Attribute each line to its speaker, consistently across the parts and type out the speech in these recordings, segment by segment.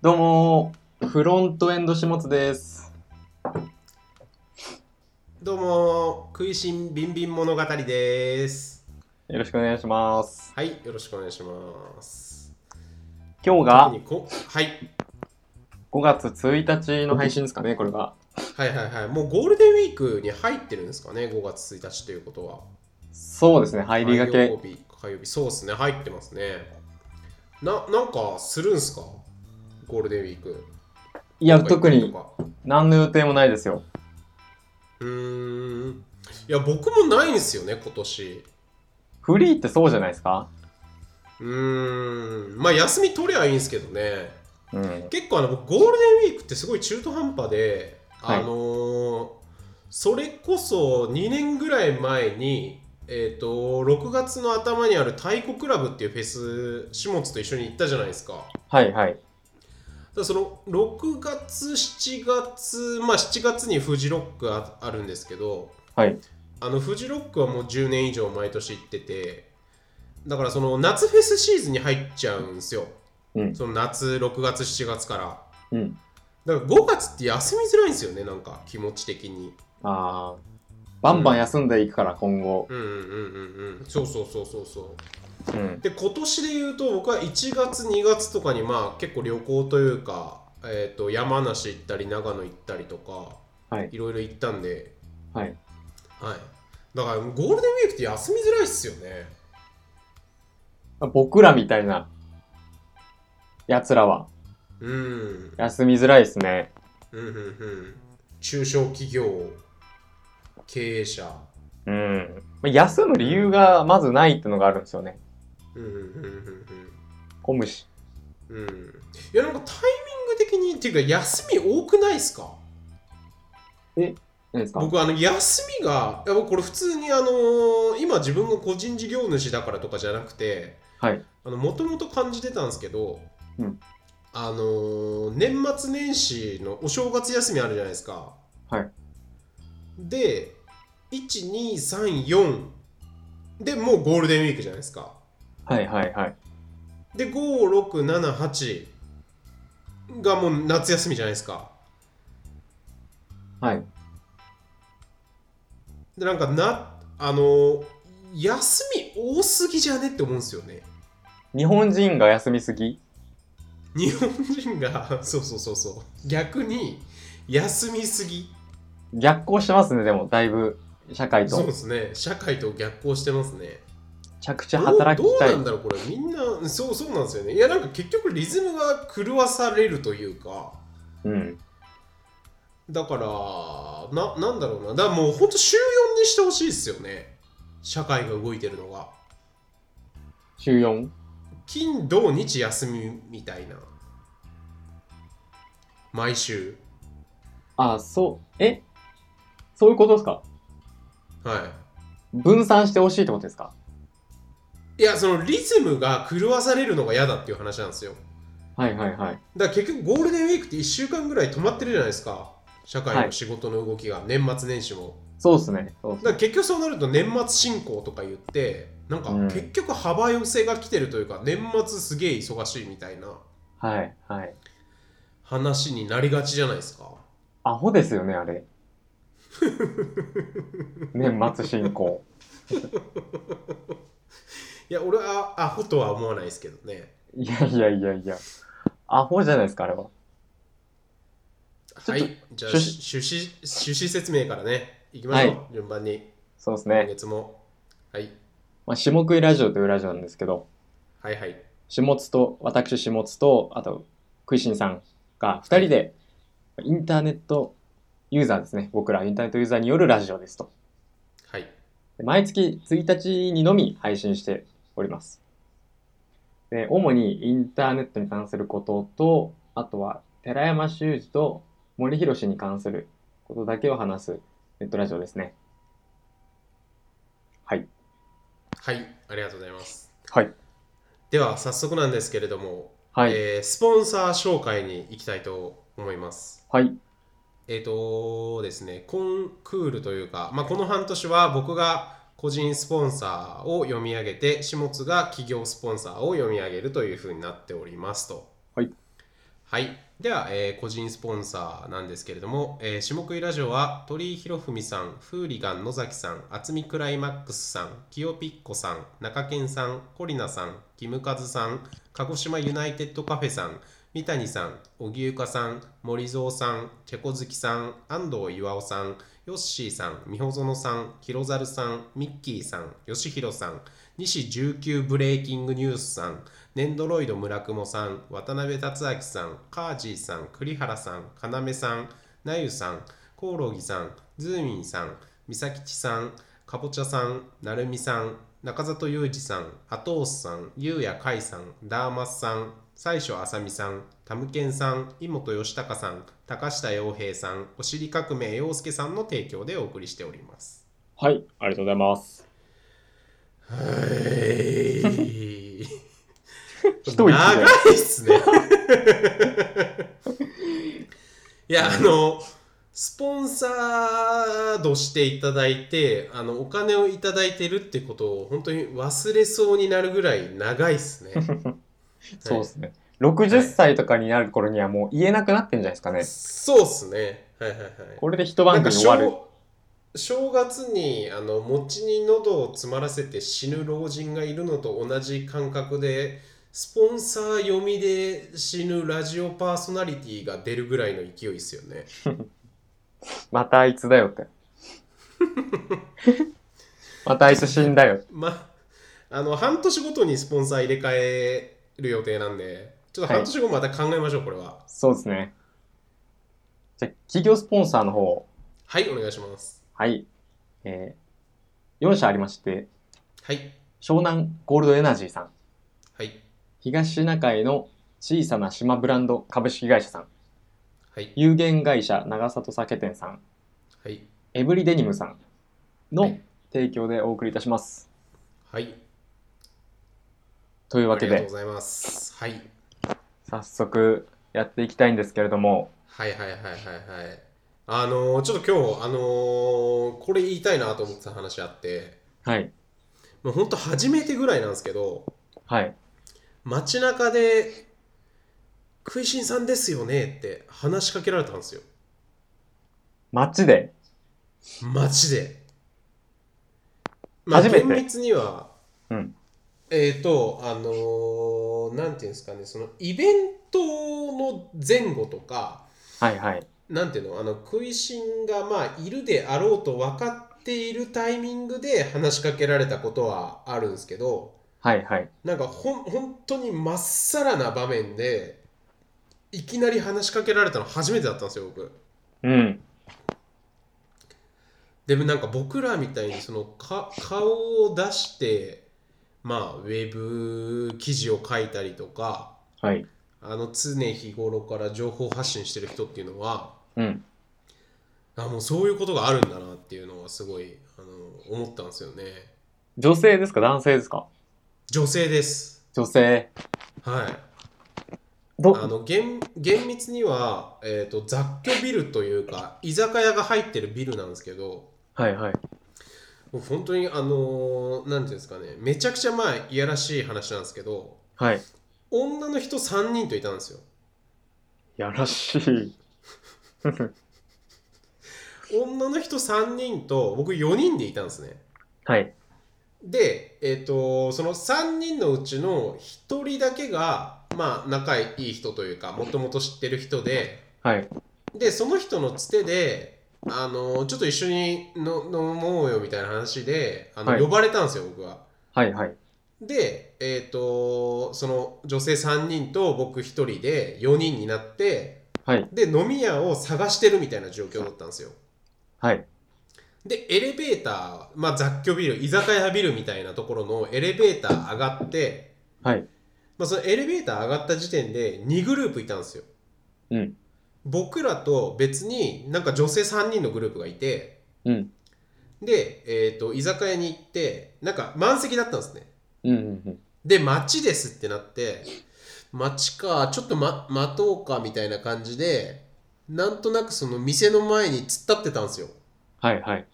Speaker 1: どうもーフロントエンド下津です。
Speaker 2: どうも食いしんビンビン物語です
Speaker 1: よろしくお願いします。
Speaker 2: はいよろしくお願いします
Speaker 1: 今日が
Speaker 2: 特にこはい
Speaker 1: 5月1日の配信ですかね、これが。
Speaker 2: はいはいはいもうゴールデンウィークに入ってるんですかね5月1日ということは
Speaker 1: そうですね、入りが
Speaker 2: 火
Speaker 1: け
Speaker 2: 曜。日火曜日そうですね入ってますねななんかするんすかゴールデンウィーク
Speaker 1: いや、
Speaker 2: なんか行っ
Speaker 1: 特
Speaker 2: たりと
Speaker 1: に
Speaker 2: か
Speaker 1: 何の予定もないですよ。
Speaker 2: うーんいや僕もないんですよね今年
Speaker 1: フリーってそうじゃないですか
Speaker 2: うーんまあ休み取りゃいいんですけどね
Speaker 1: うん。
Speaker 2: 結構あの僕ゴールデンウィークってすごい中途半端で、
Speaker 1: はい
Speaker 2: あのーそれこそ2年ぐらい前に、えー、と6月の頭にある太鼓クラブっていうフェス下津と一緒に行ったじゃないですか。だか
Speaker 1: はいはい。
Speaker 2: らその6月7月まあ7月にフジロックああるんですけど
Speaker 1: はい。
Speaker 2: あのフジロックはもう10年以上毎年行っててだからその夏フェスシーズンに入っちゃうんですよ、
Speaker 1: うん
Speaker 2: その夏6月7月から。
Speaker 1: うん。
Speaker 2: だから5月って休みづらいんですよねなんか気持ち的に
Speaker 1: あー。バンバン休んでいくから、今後。
Speaker 2: うんうんうんうんうんそうそうそうそうそ
Speaker 1: う
Speaker 2: う
Speaker 1: ん。
Speaker 2: で今年で言うと僕は1月2月とかにまあ結構旅行というか、えー、と山梨行ったり長野行ったりとか
Speaker 1: はい。
Speaker 2: いろいろ行ったんで
Speaker 1: はい。
Speaker 2: はいだからゴールデンウィークって休みづらいっすよね
Speaker 1: 僕らみたいな、奴らは、
Speaker 2: うん
Speaker 1: 休みづらいですね。
Speaker 2: うんうんうん中小企業経営者
Speaker 1: うん。まあ休む理由がまずないってのがあるんですよね。
Speaker 2: うんうんうんうんうん
Speaker 1: 混むし。
Speaker 2: うんいやなんかタイミング的にっていうか休み多くないですか
Speaker 1: 何ですか
Speaker 2: 僕あの休みがいや僕これ普通にあのー今自分が個人事業主だからとかじゃなくて
Speaker 1: はい
Speaker 2: もともと感じてたんですけど、
Speaker 1: うん
Speaker 2: あのー年末年始のお正月休みあるじゃないですか
Speaker 1: はい
Speaker 2: で1234でもうゴールデンウィークじゃないですか
Speaker 1: はいはいはい。
Speaker 2: で5678がもう夏休みじゃないですか
Speaker 1: はい。
Speaker 2: でなんかなあの休み多すぎじゃねって思うんですよね
Speaker 1: 日本人が休みすぎ
Speaker 2: 日本人が そうそうそうそう逆に休みすぎ
Speaker 1: 逆行してますね、でも、だいぶ、社会
Speaker 2: そう
Speaker 1: と
Speaker 2: で。すね社会と逆行してますね
Speaker 1: 着
Speaker 2: ど
Speaker 1: 々
Speaker 2: う
Speaker 1: 働
Speaker 2: ど
Speaker 1: き
Speaker 2: う
Speaker 1: たい
Speaker 2: な。んだろうこれみんなそうそうなんですよねいやなんか結局リズムが狂わされるというか
Speaker 1: うん。
Speaker 2: だからななんだろうなだからもうほんと週4にしてほしいですよね社会が動いてるのが
Speaker 1: 週 4?
Speaker 2: 金土日休みみたいな毎週
Speaker 1: あ、そう、えそういうことですか
Speaker 2: は
Speaker 1: 分散してほしいってことですか
Speaker 2: いいやそのリズムが狂わされるのが嫌だっていう話なんですよ
Speaker 1: はいはいはい。
Speaker 2: だから結局ゴールデンウィークって1週間ぐらい止まってるじゃないですか社会の仕事の動きが、年末年始も
Speaker 1: そうですね。そうっす
Speaker 2: だから結局そうなると年末進行とか言ってなんか
Speaker 1: うん
Speaker 2: 結局幅寄せが来てるというか、年末すげえ忙しいみたいな
Speaker 1: はいはい。
Speaker 2: 話になりがちじゃないですか
Speaker 1: アホですよね、あ れ。年末進行。
Speaker 2: いや俺はアホとは思わないですけどね
Speaker 1: いやいやいやいや。アホじゃないですか、あれは。と
Speaker 2: はい、じゃ
Speaker 1: 趣
Speaker 2: あ趣旨趣旨説明からね、いきましょう、順番に、
Speaker 1: そうです
Speaker 2: 今
Speaker 1: ね。
Speaker 2: 月も、はい。
Speaker 1: まあ、下食いラジオというラジオなんですけど、
Speaker 2: はいはい。
Speaker 1: 下津と私下津とあと食いしんさんが2人でインターネットユーザーですね僕らインターネットユーザーによるラジオですと
Speaker 2: はい。
Speaker 1: で毎月1日にのみ配信しておりますで主にインターネットに関することとあとは寺山修司と森博に関することだけを話すネットラジオですねはい
Speaker 2: はい。ありがとうございます。
Speaker 1: はい
Speaker 2: では、早速なんですけれども、
Speaker 1: はい、
Speaker 2: えースポンサー紹介に行きたいと思います。
Speaker 1: はい
Speaker 2: えっ、とですね、コンクールというか、まあ、この半年は僕が個人スポンサーを読み上げて、下津が企業スポンサーを読み上げるというふうになっておりますと。
Speaker 1: はい。
Speaker 2: はい。では、えー個人スポンサーなんですけれども、えー、下食いラジオは鳥居博文さん、フーリガン野崎さん、厚みクライマックスさん、キヨピッコさん、中堅さん、コリナさん、キムカズさん、鹿児島ユナイテッドカフェさん、三谷さん、荻ゆかさん、森蔵さん、チェコ好きさん、安藤岩尾さん、ヨッシーさん、みほぞのさん、ひろざるさん、ミッキーさん、よしひろさん、西19ブレイキングニュースさん、ネンドロイド村雲さん、渡辺達明さん、カージーさん、栗原さん、かなめさん、なゆさん、コオロギさん、ズーミンさん、みさきちさん、かぼちゃさん、なるみさん、中里裕二さん、アトースさん、ゆうやかいさん、ダーマスさん、最初あさみさん、タムケンさん、井本義孝さん、高下洋平さん、おしり革命洋介さんの提供でお送りしております。
Speaker 1: はい、ありがとうございます。
Speaker 2: はい。
Speaker 1: 一息で
Speaker 2: 長いっ すね。いや、あの、スポンサーとしていただいて、あの、お金をいただいてるってことを、本当に忘れそうになるぐらい長い っすね。
Speaker 1: そうですね。60歳とかになる頃にはもう言えなくなってんじゃないですかね。
Speaker 2: そうっすね。はいはいはい。
Speaker 1: これで一晩
Speaker 2: なんか
Speaker 1: 組終わる。
Speaker 2: 正正月にあの餅に喉を詰まらせて死ぬ老人がいるのと同じ感覚でスポンサー読みで死ぬラジオパーソナリティが出るぐらいの勢いですよね。
Speaker 1: またあいつだよって。またあいつ死んだよ。
Speaker 2: まあの半年ごとにスポンサー入れ替える予定なんでちょっと半年後また考えましょう、これは。
Speaker 1: そうですね。じゃあ、企業スポンサーの方、
Speaker 2: はいお願いします。
Speaker 1: はい。えー、4社ありまして、
Speaker 2: はい
Speaker 1: 湘南ゴールドエナジーさん、
Speaker 2: はい
Speaker 1: 東シナ海の小さな島ブランド株式会社さん、
Speaker 2: はい
Speaker 1: 有限会社長里酒店さん、
Speaker 2: はい
Speaker 1: エブリデニムさん
Speaker 2: は
Speaker 1: の
Speaker 2: い
Speaker 1: 提供でお送りいたします。
Speaker 2: はい。
Speaker 1: というわ
Speaker 2: あ
Speaker 1: け
Speaker 2: りがとう
Speaker 1: で
Speaker 2: ご、ざいます。はい
Speaker 1: 早速やっていきたいんですけれども、
Speaker 2: はいはいはいはいはい。あのーちょっと今日、あのーこれ言いたいなと思ってた話あって、
Speaker 1: はい、
Speaker 2: もうほんと初めてぐらいなんですけど、
Speaker 1: はい、
Speaker 2: 街中で、食いしんさんですよねって話しかけられたんですよ。
Speaker 1: 街で、
Speaker 2: 街で。まあ、
Speaker 1: 初めて
Speaker 2: 厳密には、
Speaker 1: うん、
Speaker 2: えっ、と、あのーなんていうんですかね、そのイベントの前後とか、
Speaker 1: はい、はい、
Speaker 2: なんていうのあの食いしんがまあいるであろうと分かっているタイミングで話しかけられたことはあるんですけど
Speaker 1: はい、はい、
Speaker 2: なんかほん本当にまっさらな場面でいきなり話しかけられたの初めてだったんですよ僕
Speaker 1: うん、
Speaker 2: でもなんか僕らみたいにそのか顔を出してまあウェブ記事を書いたりとか
Speaker 1: はい、
Speaker 2: あの常日頃から情報発信してる人っていうのは
Speaker 1: うん、
Speaker 2: あもうそういうことがあるんだなっていうのはすごいあの思ったんですよね
Speaker 1: 女性ですか、男性ですか、
Speaker 2: 女性です
Speaker 1: 女性、
Speaker 2: はいあ
Speaker 1: ど、
Speaker 2: の厳厳密には、えー、と雑居ビルというか居酒屋が入ってるビルなんですけど
Speaker 1: はい、はい、
Speaker 2: もう本当にあの何、なんていうんですかねめちゃくちゃまあいやらしい話なんですけど
Speaker 1: はい、
Speaker 2: 女の人3人といたんですよ
Speaker 1: やらしい。
Speaker 2: 女の人3人と僕4人でいたんですね
Speaker 1: はい、
Speaker 2: で、えー、とその3人のうちの1人だけが、まあ、仲いい人というかもともと知ってる人で
Speaker 1: はい、
Speaker 2: でその人のつてであのちょっと一緒にの飲もうよみたいな話であの、
Speaker 1: はい
Speaker 2: 呼ばれたんですよ僕は。
Speaker 1: はい、はい、
Speaker 2: で、えっとその女性3人と僕1人で4人になって
Speaker 1: はい、
Speaker 2: で飲み屋を探してるみたいな状況だったんですよ。
Speaker 1: はい、
Speaker 2: でエレベーター、まあ、雑居ビル居酒屋ビルみたいなところのエレベーター上がって、
Speaker 1: はい、
Speaker 2: まあ、そのエレベーター上がった時点で2グループいたんですよ。
Speaker 1: うん、
Speaker 2: 僕らと別になんか女性3人のグループがいて
Speaker 1: うん、
Speaker 2: で、えー、と居酒屋に行ってなんか満席だったんですね
Speaker 1: うん、うん、うん、
Speaker 2: で街ですってなって街かちょっと、ま、待とうかみたいな感じでなんとなくその店の前に突っ立ってたんですよ
Speaker 1: はい、はい、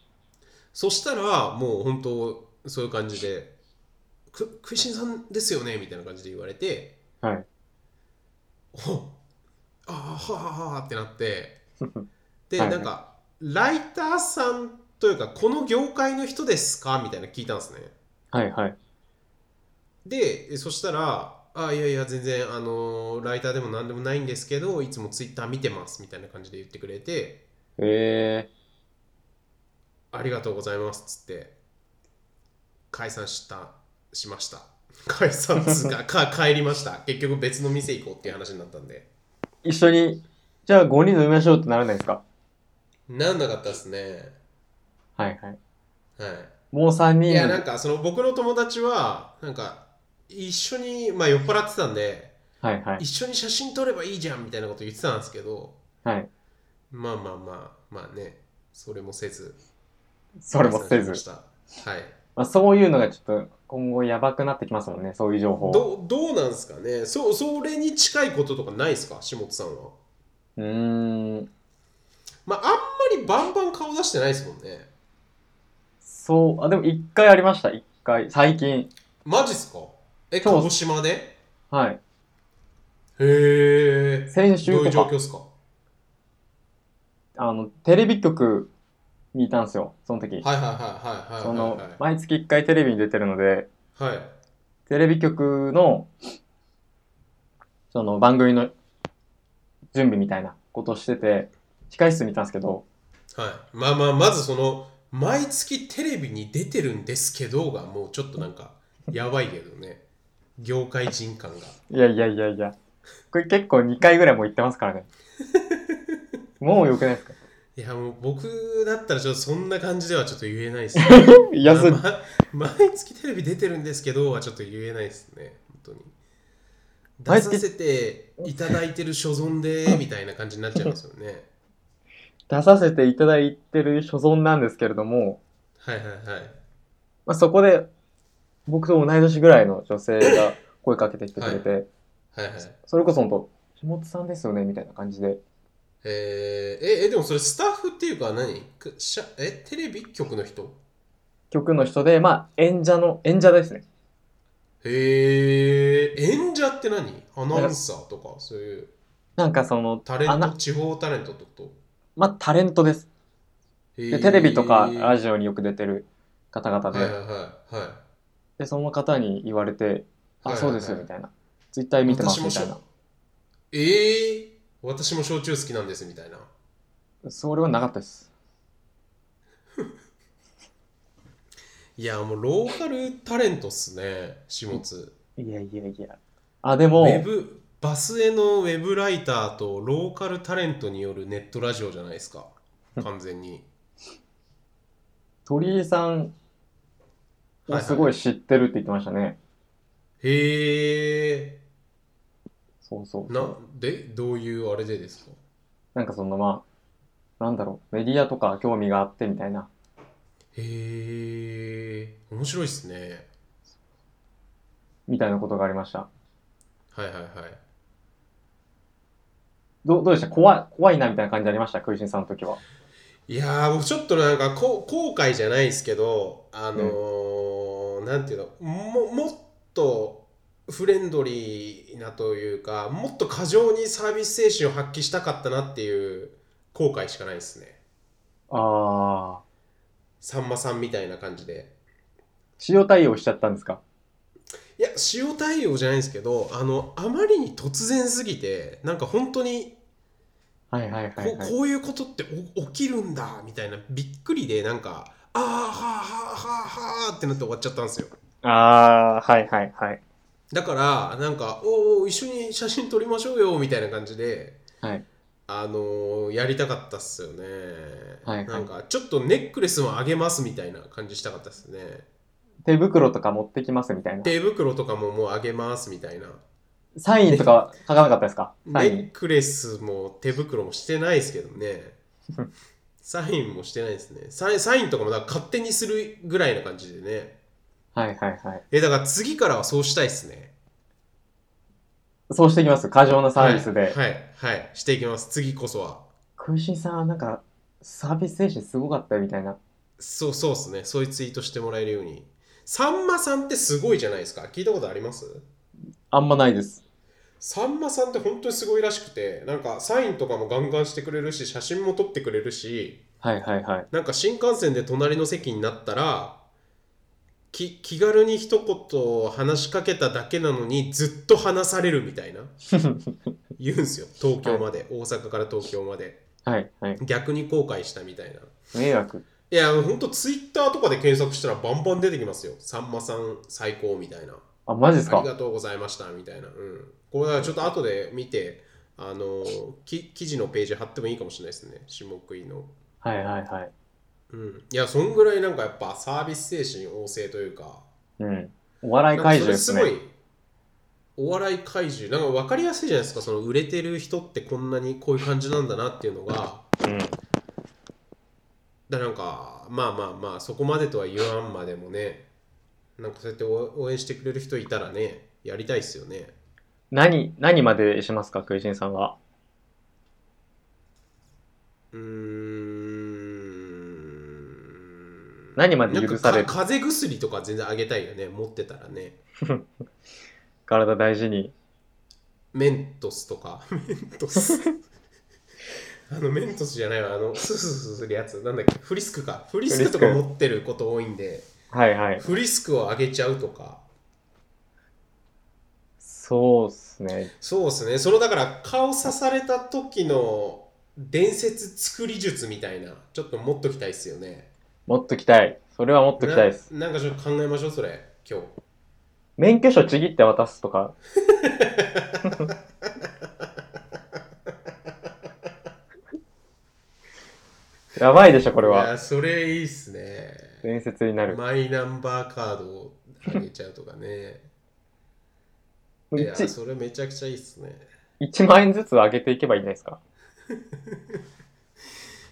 Speaker 2: そしたらもう本当そういう感じで「く食いしんさんですよね」みたいな感じで言われて
Speaker 1: はい、
Speaker 2: 「おはあはあってなって で、
Speaker 1: はいはい
Speaker 2: なんかライターさんというかこの業界の人ですかみたいな聞いたんですね
Speaker 1: はいはい。
Speaker 2: でえそしたら「あいやいや全然あのライターでも何でもないんですけどいつもツイッター見てます」みたいな感じで言ってくれて
Speaker 1: え
Speaker 2: 「ありがとうございます」っつって解散したしました 解散っつ うかか帰りました結局別の店行こうっていう話になったんで
Speaker 1: ー、一緒に、じゃあ5人飲みましょうってならないですか
Speaker 2: なんなかったですね
Speaker 1: はいはい。
Speaker 2: はい
Speaker 1: もう3人
Speaker 2: いやなんかその僕の友達はなんか一緒に、まあ、酔っ払ってたんで
Speaker 1: はいはい。
Speaker 2: 一緒に写真撮ればいいじゃんみたいなこと言ってたんですけど
Speaker 1: はい。
Speaker 2: まあまあまあまあねそれもせず
Speaker 1: それもせ
Speaker 2: 解散し
Speaker 1: ず
Speaker 2: ま。したはい
Speaker 1: まあ、そういうのがちょっと今後やばくなってきますもんね、そういう情報。
Speaker 2: どどうなんですかねそそれに近いこととかないですか下津さんは
Speaker 1: うーん、
Speaker 2: まああんまりバンバン顔出してないですもんね
Speaker 1: そう、あ、でも一回ありました、一回、最近。
Speaker 2: マジっすかえ
Speaker 1: そ
Speaker 2: 鹿
Speaker 1: う
Speaker 2: 児島でへ
Speaker 1: はい。
Speaker 2: え
Speaker 1: 先
Speaker 2: どうい
Speaker 1: 週
Speaker 2: う状
Speaker 1: と
Speaker 2: 況
Speaker 1: か、
Speaker 2: っすか
Speaker 1: あの、テレビ局にいたんですよ、その時。
Speaker 2: はいはいはいはい
Speaker 1: そ
Speaker 2: はい
Speaker 1: の
Speaker 2: はい、
Speaker 1: 毎月一回テレビに出てるので、
Speaker 2: はいはい
Speaker 1: テレビ局の、その番組の準備みたいなことをしてて、控室にいたんですけど、
Speaker 2: はい、まあまあまずその毎月テレビに出てるんですけどがもうちょっとなんかやばいけどね業界人感が
Speaker 1: いやいやいやいや、これ結構2回ぐらいもう行ってますから ね。もう良くないですか
Speaker 2: いやもう僕だったらちょっとそんな感じではちょっと言えないですね
Speaker 1: いや、そ
Speaker 2: まあま毎月テレビ出てるんですけどはちょっと言えないですね本当に出
Speaker 1: 毎
Speaker 2: さ
Speaker 1: 月
Speaker 2: せていただいてる所存でみたいな感じになっちゃいますよね
Speaker 1: 出させていただいてる所存なんですけれども、
Speaker 2: はいはいはい
Speaker 1: まあ、そこで僕と同い年ぐらいの女性 が声かけてきてくれて、
Speaker 2: はいはい
Speaker 1: それこそ本当「下津さんですよね」みたいな感じで
Speaker 2: えーええでもそれスタッフっていうか何くしゃえテレビ局の人
Speaker 1: 局の人でまあ演者の演者ですね
Speaker 2: へえ、演者って何アナウンサーとか、そういう
Speaker 1: なんかその
Speaker 2: タレ
Speaker 1: あ
Speaker 2: ント、
Speaker 1: な
Speaker 2: 地方タレントってこと
Speaker 1: まあタレントですで
Speaker 2: で
Speaker 1: テレビとかラ
Speaker 2: ジ
Speaker 1: ジオによく出てる方々
Speaker 2: オ
Speaker 1: で,、
Speaker 2: はいはいはいはい。
Speaker 1: でその方に言われて「あ
Speaker 2: はいはいはい
Speaker 1: そうですよ」みたいな「ツイッター見てます」
Speaker 2: 私も
Speaker 1: みたい
Speaker 2: 焼
Speaker 1: な
Speaker 2: ええ私も焼酎好きなんですみたいな。
Speaker 1: それはなかったです
Speaker 2: いや、もうローカルタレントっすね、始末。
Speaker 1: いやいやいやあで
Speaker 2: ウ
Speaker 1: も
Speaker 2: ェブ、バスへのウェブライターとローカルタレントによるネットラジオじゃないですか、完全に。
Speaker 1: 鳥居さんをす
Speaker 2: は
Speaker 1: ご
Speaker 2: い
Speaker 1: い知ってるって言ってましたね、
Speaker 2: へえ、
Speaker 1: そうそう
Speaker 2: な、で、どういうあれでですか
Speaker 1: なんかそのまあ、なんだろう、メディアとか興味があってみたいな。
Speaker 2: へえ、面白いっすね。
Speaker 1: みたいなことがありました。
Speaker 2: はいはいはい。
Speaker 1: どうどうでした怖い、怖いなみたいな感じありました食いしんさんの時は。
Speaker 2: いやー、僕ちょっとなんかこう後悔じゃないですけど、あのーなんていうの、も、もっとフレンドリーなというか、もっと過剰にサービス精神を発揮したかったなっていう後悔しかないですね。
Speaker 1: ああ、
Speaker 2: さんまさんみたいな感じで。
Speaker 1: 塩対応しちゃったんですか
Speaker 2: いや、塩対応じゃないんですけど、あの、あまりに突然すぎて、なんか本当に
Speaker 1: はいはいは
Speaker 2: こ
Speaker 1: いうはい。
Speaker 2: こういうことってお起きるんだみたいなびっくりでなんかあーはあはあはあはあってなって終わっちゃったんですよ
Speaker 1: ああ、はいはいはい。
Speaker 2: だからなんか「おーおー一緒に写真撮りましょうよ」みたいな感じで、
Speaker 1: はい
Speaker 2: あのーやりたかったっすよね、
Speaker 1: はいはい
Speaker 2: なんかちょっとネックレスもあげますみたいな感じしたかったっすね
Speaker 1: 手袋とか持ってきますみたいな。
Speaker 2: 手袋とかももうあげますみたいな
Speaker 1: サインとかは書かなかったですか
Speaker 2: ネ
Speaker 1: サイン
Speaker 2: ッ。クレスも手袋もしてないですけど ねサインもしてないですねサインサインとかもだから勝手にするぐらいな感じでね
Speaker 1: はいはいはい。
Speaker 2: えだから次からはそうしたいですね
Speaker 1: そうしていきます。過剰なサービスで。
Speaker 2: はいはい、はいしていきます次こそは
Speaker 1: 食いしんさんはなんか、サービス精神すごかったよみたいな。
Speaker 2: そうそうですねそういうツイートしてもらえるようにさんまさんってすごいじゃないですか聞いたことあります
Speaker 1: あんまないです。
Speaker 2: さんまさんって本当にすごいらしくてなんかサインとかもガンガンしてくれるし写真も撮ってくれるし
Speaker 1: はいはいはい。
Speaker 2: なんか新幹線で隣の席になったらき気軽に一言話しかけただけなのにずっと話されるみたいな言うんですよ東京まで、大阪から東京まで
Speaker 1: はいはい。
Speaker 2: 逆に後悔したみたいな
Speaker 1: 迷惑。
Speaker 2: いや本当ツイッターとかで検索したらバンバン出てきますよさんまさん最高みたいな
Speaker 1: あ、マジです
Speaker 2: あ
Speaker 1: か
Speaker 2: りがとうございましたみたいな、うん、これはちょっと後で見てあのき記事のページ貼ってもいいかもしれないですね下食いの、
Speaker 1: はいはいはい。
Speaker 2: うん、いやそんぐらいなんかやっぱサービス精神旺盛というか
Speaker 1: うん。お笑い
Speaker 2: なんか
Speaker 1: 怪
Speaker 2: そ
Speaker 1: 獣
Speaker 2: れ
Speaker 1: です
Speaker 2: す
Speaker 1: ね
Speaker 2: ご。いお笑い怪獣なんか分かりやすいじゃないですかその売れてる人ってこんなにこういう感じなんだなっていうのが
Speaker 1: うん。
Speaker 2: だからなんかまあまあまあそこまでとは言わんまでもねなんかそうやって応応援してくれる人いたらねやりたいっすよね
Speaker 1: 何、何までしますか、クイジンさんは。
Speaker 2: うーん
Speaker 1: 何まで許され
Speaker 2: なん
Speaker 1: る
Speaker 2: かか風邪薬とか全然あげたいよね持ってたらね
Speaker 1: 体大事に。
Speaker 2: メントスとか メン トスあのメントスじゃないわあのスースースーするやつなんだっけフリスクかフリスクとか
Speaker 1: フリス
Speaker 2: 持ってること多いんで
Speaker 1: はいはい。
Speaker 2: フリスクをあげちゃうとか
Speaker 1: そうっすね。
Speaker 2: そうですねそのだから顔刺された時の伝説作り術みたいなちょっと持っときたいっすよね
Speaker 1: もっときたい。それはもっときたいです。
Speaker 2: ななんかちょっと考えましょうそれ今日
Speaker 1: 免許証ちぎって渡すと か。やばいでしょ、これ
Speaker 2: い
Speaker 1: は。
Speaker 2: やそれいいっすね
Speaker 1: 伝説になる。
Speaker 2: マイナンバーカードをあげちゃうとかねいや
Speaker 1: 1、
Speaker 2: それめちゃくちゃいいっすね
Speaker 1: 一万円ずつ上げていけばいいんじゃないですか。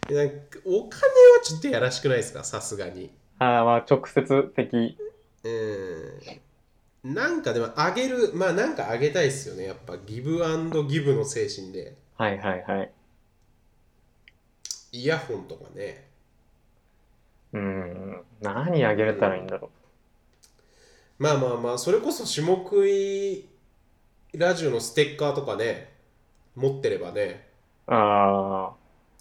Speaker 2: いやなんかお金はちょっとやらしくないですかさすがに
Speaker 1: ああ、まあ、直接的。
Speaker 2: うんなんかでもあげるまあなんかあげたいっすよねやっぱギブアンドギブの精神で
Speaker 1: はいはいはい。
Speaker 2: イヤホンとかね
Speaker 1: うーん。何あげれたらいいんだろ
Speaker 2: まあまあまあそれこそ下食いラジオのステッカーとかね持ってればね
Speaker 1: う。あ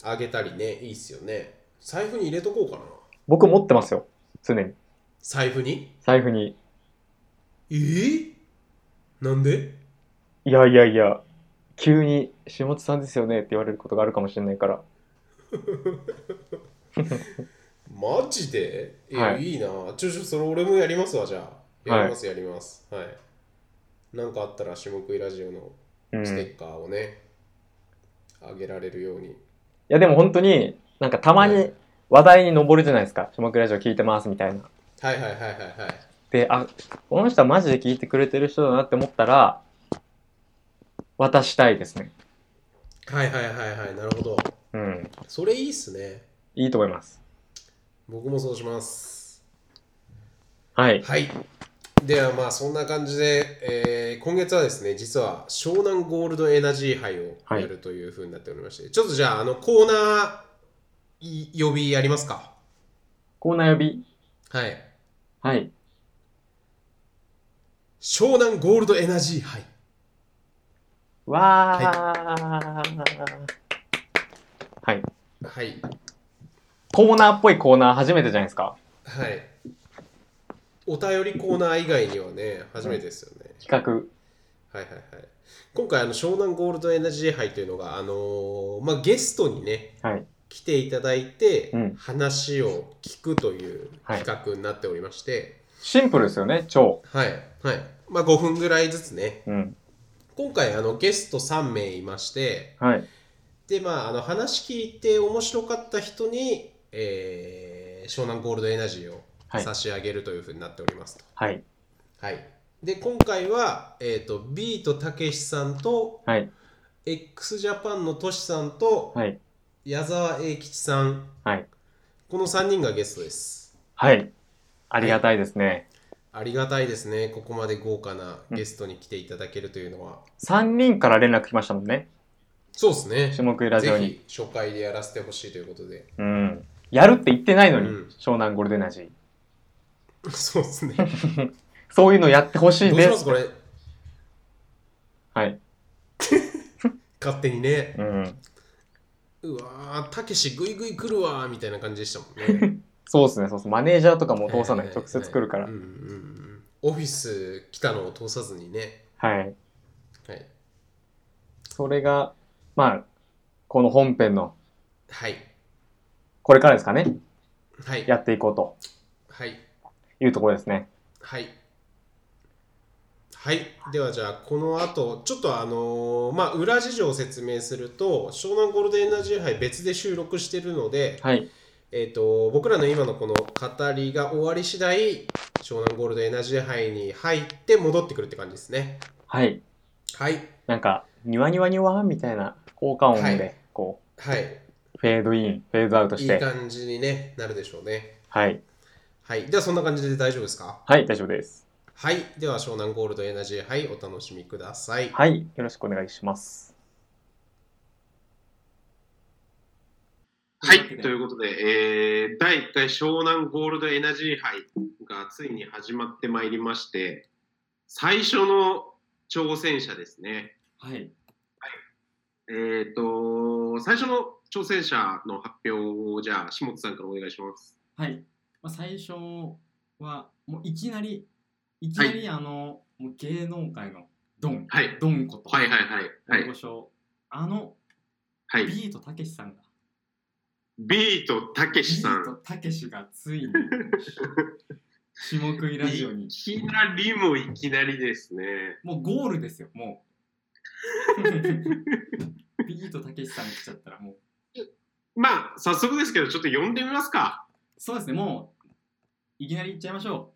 Speaker 1: あ、
Speaker 2: あげたりねいいっすよね財布に入れとこうかな
Speaker 1: 僕持ってますよ。常に。
Speaker 2: 財布に
Speaker 1: 財布に。
Speaker 2: えー、なんで
Speaker 1: いやいやいや、急に、下津さんですよねって言われることがあるかもしれないから。
Speaker 2: マジでえ、
Speaker 1: はい
Speaker 2: いなちょちょそれ俺もやりますわじゃあ
Speaker 1: はい
Speaker 2: やりますやりますはい、なんかあったら下食いラジオの
Speaker 1: うん。
Speaker 2: ステッカーをね、あげられるように
Speaker 1: いやでも本当になんかたまに話題に上るじゃないですか「下クラジオ聞いてます」みたいな。
Speaker 2: はいはいはいはいはい
Speaker 1: であこの人はマジで聞いてくれてる人だなって思ったら渡したいですね。
Speaker 2: はいはいはいはいなるほど
Speaker 1: うん
Speaker 2: それいいっすね
Speaker 1: いいと思います。
Speaker 2: 僕もそうします
Speaker 1: はい
Speaker 2: はいではまあそんな感じで、えー今月はですね実は湘南ゴールドエナジー杯を
Speaker 1: はい
Speaker 2: やるというふうになっておりまして、ちょっとじゃああのコーナーい呼びやりますか
Speaker 1: コーナー呼び
Speaker 2: はい
Speaker 1: はい
Speaker 2: 湘南ゴールドエナジー杯
Speaker 1: わーはい
Speaker 2: はい
Speaker 1: コーナーっぽいコーナー初めてじゃないですか
Speaker 2: はいお便りコーナー以外にはね初めてですよね、
Speaker 1: 企
Speaker 2: はいはいはい今回あの湘南ゴールドエナジー杯というのがあのーまあゲストにね
Speaker 1: 画はい
Speaker 2: 来ていただいて、
Speaker 1: うん
Speaker 2: 話を聞くという企画になっておりまして、
Speaker 1: シンプルですよね超
Speaker 2: はい、はいまあ5分ぐらいずつね、
Speaker 1: うん
Speaker 2: 今回あのゲスト3名いまして、
Speaker 1: はい
Speaker 2: で、まあ、あの話聞いて面白かった人に、えー湘南ゴールドエナジーを
Speaker 1: はい
Speaker 2: 差し上げるというふうになっておりますと。
Speaker 1: はい
Speaker 2: はい。で、今回は、えっ、と、ビートたけしさんと、
Speaker 1: はい
Speaker 2: x ジャパンのとしさんと、
Speaker 1: はい
Speaker 2: 矢沢永吉さん、
Speaker 1: はい
Speaker 2: この3人がゲストです。
Speaker 1: はいありがたいですね
Speaker 2: ありがたいですね。ここまで豪華なゲストに来ていただけるというのは。
Speaker 1: 3人から連絡来ましたもんね
Speaker 2: そうですね。
Speaker 1: 下食いラジオに
Speaker 2: ぜひ初回でやらせてほしいということで。
Speaker 1: うん、やるって言ってないのに、
Speaker 2: うん
Speaker 1: 湘南ゴールデンエナジー
Speaker 2: そうですね。
Speaker 1: そういうのやってほしい
Speaker 2: どうし
Speaker 1: で
Speaker 2: ます
Speaker 1: す
Speaker 2: これ、
Speaker 1: はい
Speaker 2: 勝手にね
Speaker 3: うん。
Speaker 2: うわーたけしグイグイ来るわーみたいな感じでしたも んね
Speaker 3: そうですね、そうですね。マネージャーとかも通さない。直接来るから
Speaker 2: うん。うんうん、オフィス来たのを通さずにね
Speaker 3: はい。
Speaker 2: はい、
Speaker 3: それが、まあ、この本編の、
Speaker 2: はい
Speaker 3: これからですかね。
Speaker 2: はい
Speaker 3: やっていこうと
Speaker 2: はい
Speaker 3: いうところですね。
Speaker 2: はい。はい。ではじゃあ、この後、ちょっとあのーまあ、裏事情を説明すると、湘南ゴールデンエナジー杯別で収録してるので、
Speaker 3: はい。
Speaker 2: えっ、と、僕らの今のこの語りが終わり次第、湘南ゴールデンエナジー杯に入って戻ってくるって感じですね。
Speaker 3: はい。
Speaker 2: はい。
Speaker 3: なんか、ニワニワニワみたいな効果音で、
Speaker 2: はい
Speaker 3: こ
Speaker 2: はい。
Speaker 3: う、フェードイン、フェードアウト
Speaker 2: い
Speaker 3: し
Speaker 2: い
Speaker 3: て。
Speaker 2: 感じに、ね、なるでしょうね。
Speaker 3: はい。
Speaker 2: はい。では、そんな感じで大丈夫ですか
Speaker 3: はい、大丈夫です。
Speaker 2: はい。では、湘南ゴールドエナジー杯、お楽しみください。
Speaker 3: はい。よろしくお願いします。
Speaker 2: はい、ということで、えー第1回湘南ゴールドエナジー杯がついに始まってまいりまして、最初の挑戦者ですね。
Speaker 3: はい。
Speaker 2: えっ、と、最初の挑戦者の発表を、じゃあ、下津さんからお願いします。
Speaker 1: はい、まあ、最初はもういきなりいきなりあの、もう芸能界のドン、
Speaker 2: はい
Speaker 1: ドンこと
Speaker 2: はいはいはい。は
Speaker 1: 大
Speaker 2: い。
Speaker 1: 御所あの
Speaker 2: はい、
Speaker 1: ビートたけしさんが
Speaker 2: ビートたけ
Speaker 1: ビ
Speaker 2: しさ
Speaker 1: ート
Speaker 2: ん。
Speaker 1: たけしがつ いに下食いラジオ
Speaker 2: い
Speaker 1: に
Speaker 2: きなりもいきなりですね。
Speaker 1: もうゴールですよも うビートたけしさん来ちゃったらもう
Speaker 2: まあ、早速ですけど、ちょっと呼んでみますか。
Speaker 1: そうですねもういきなり行っちゃいましょ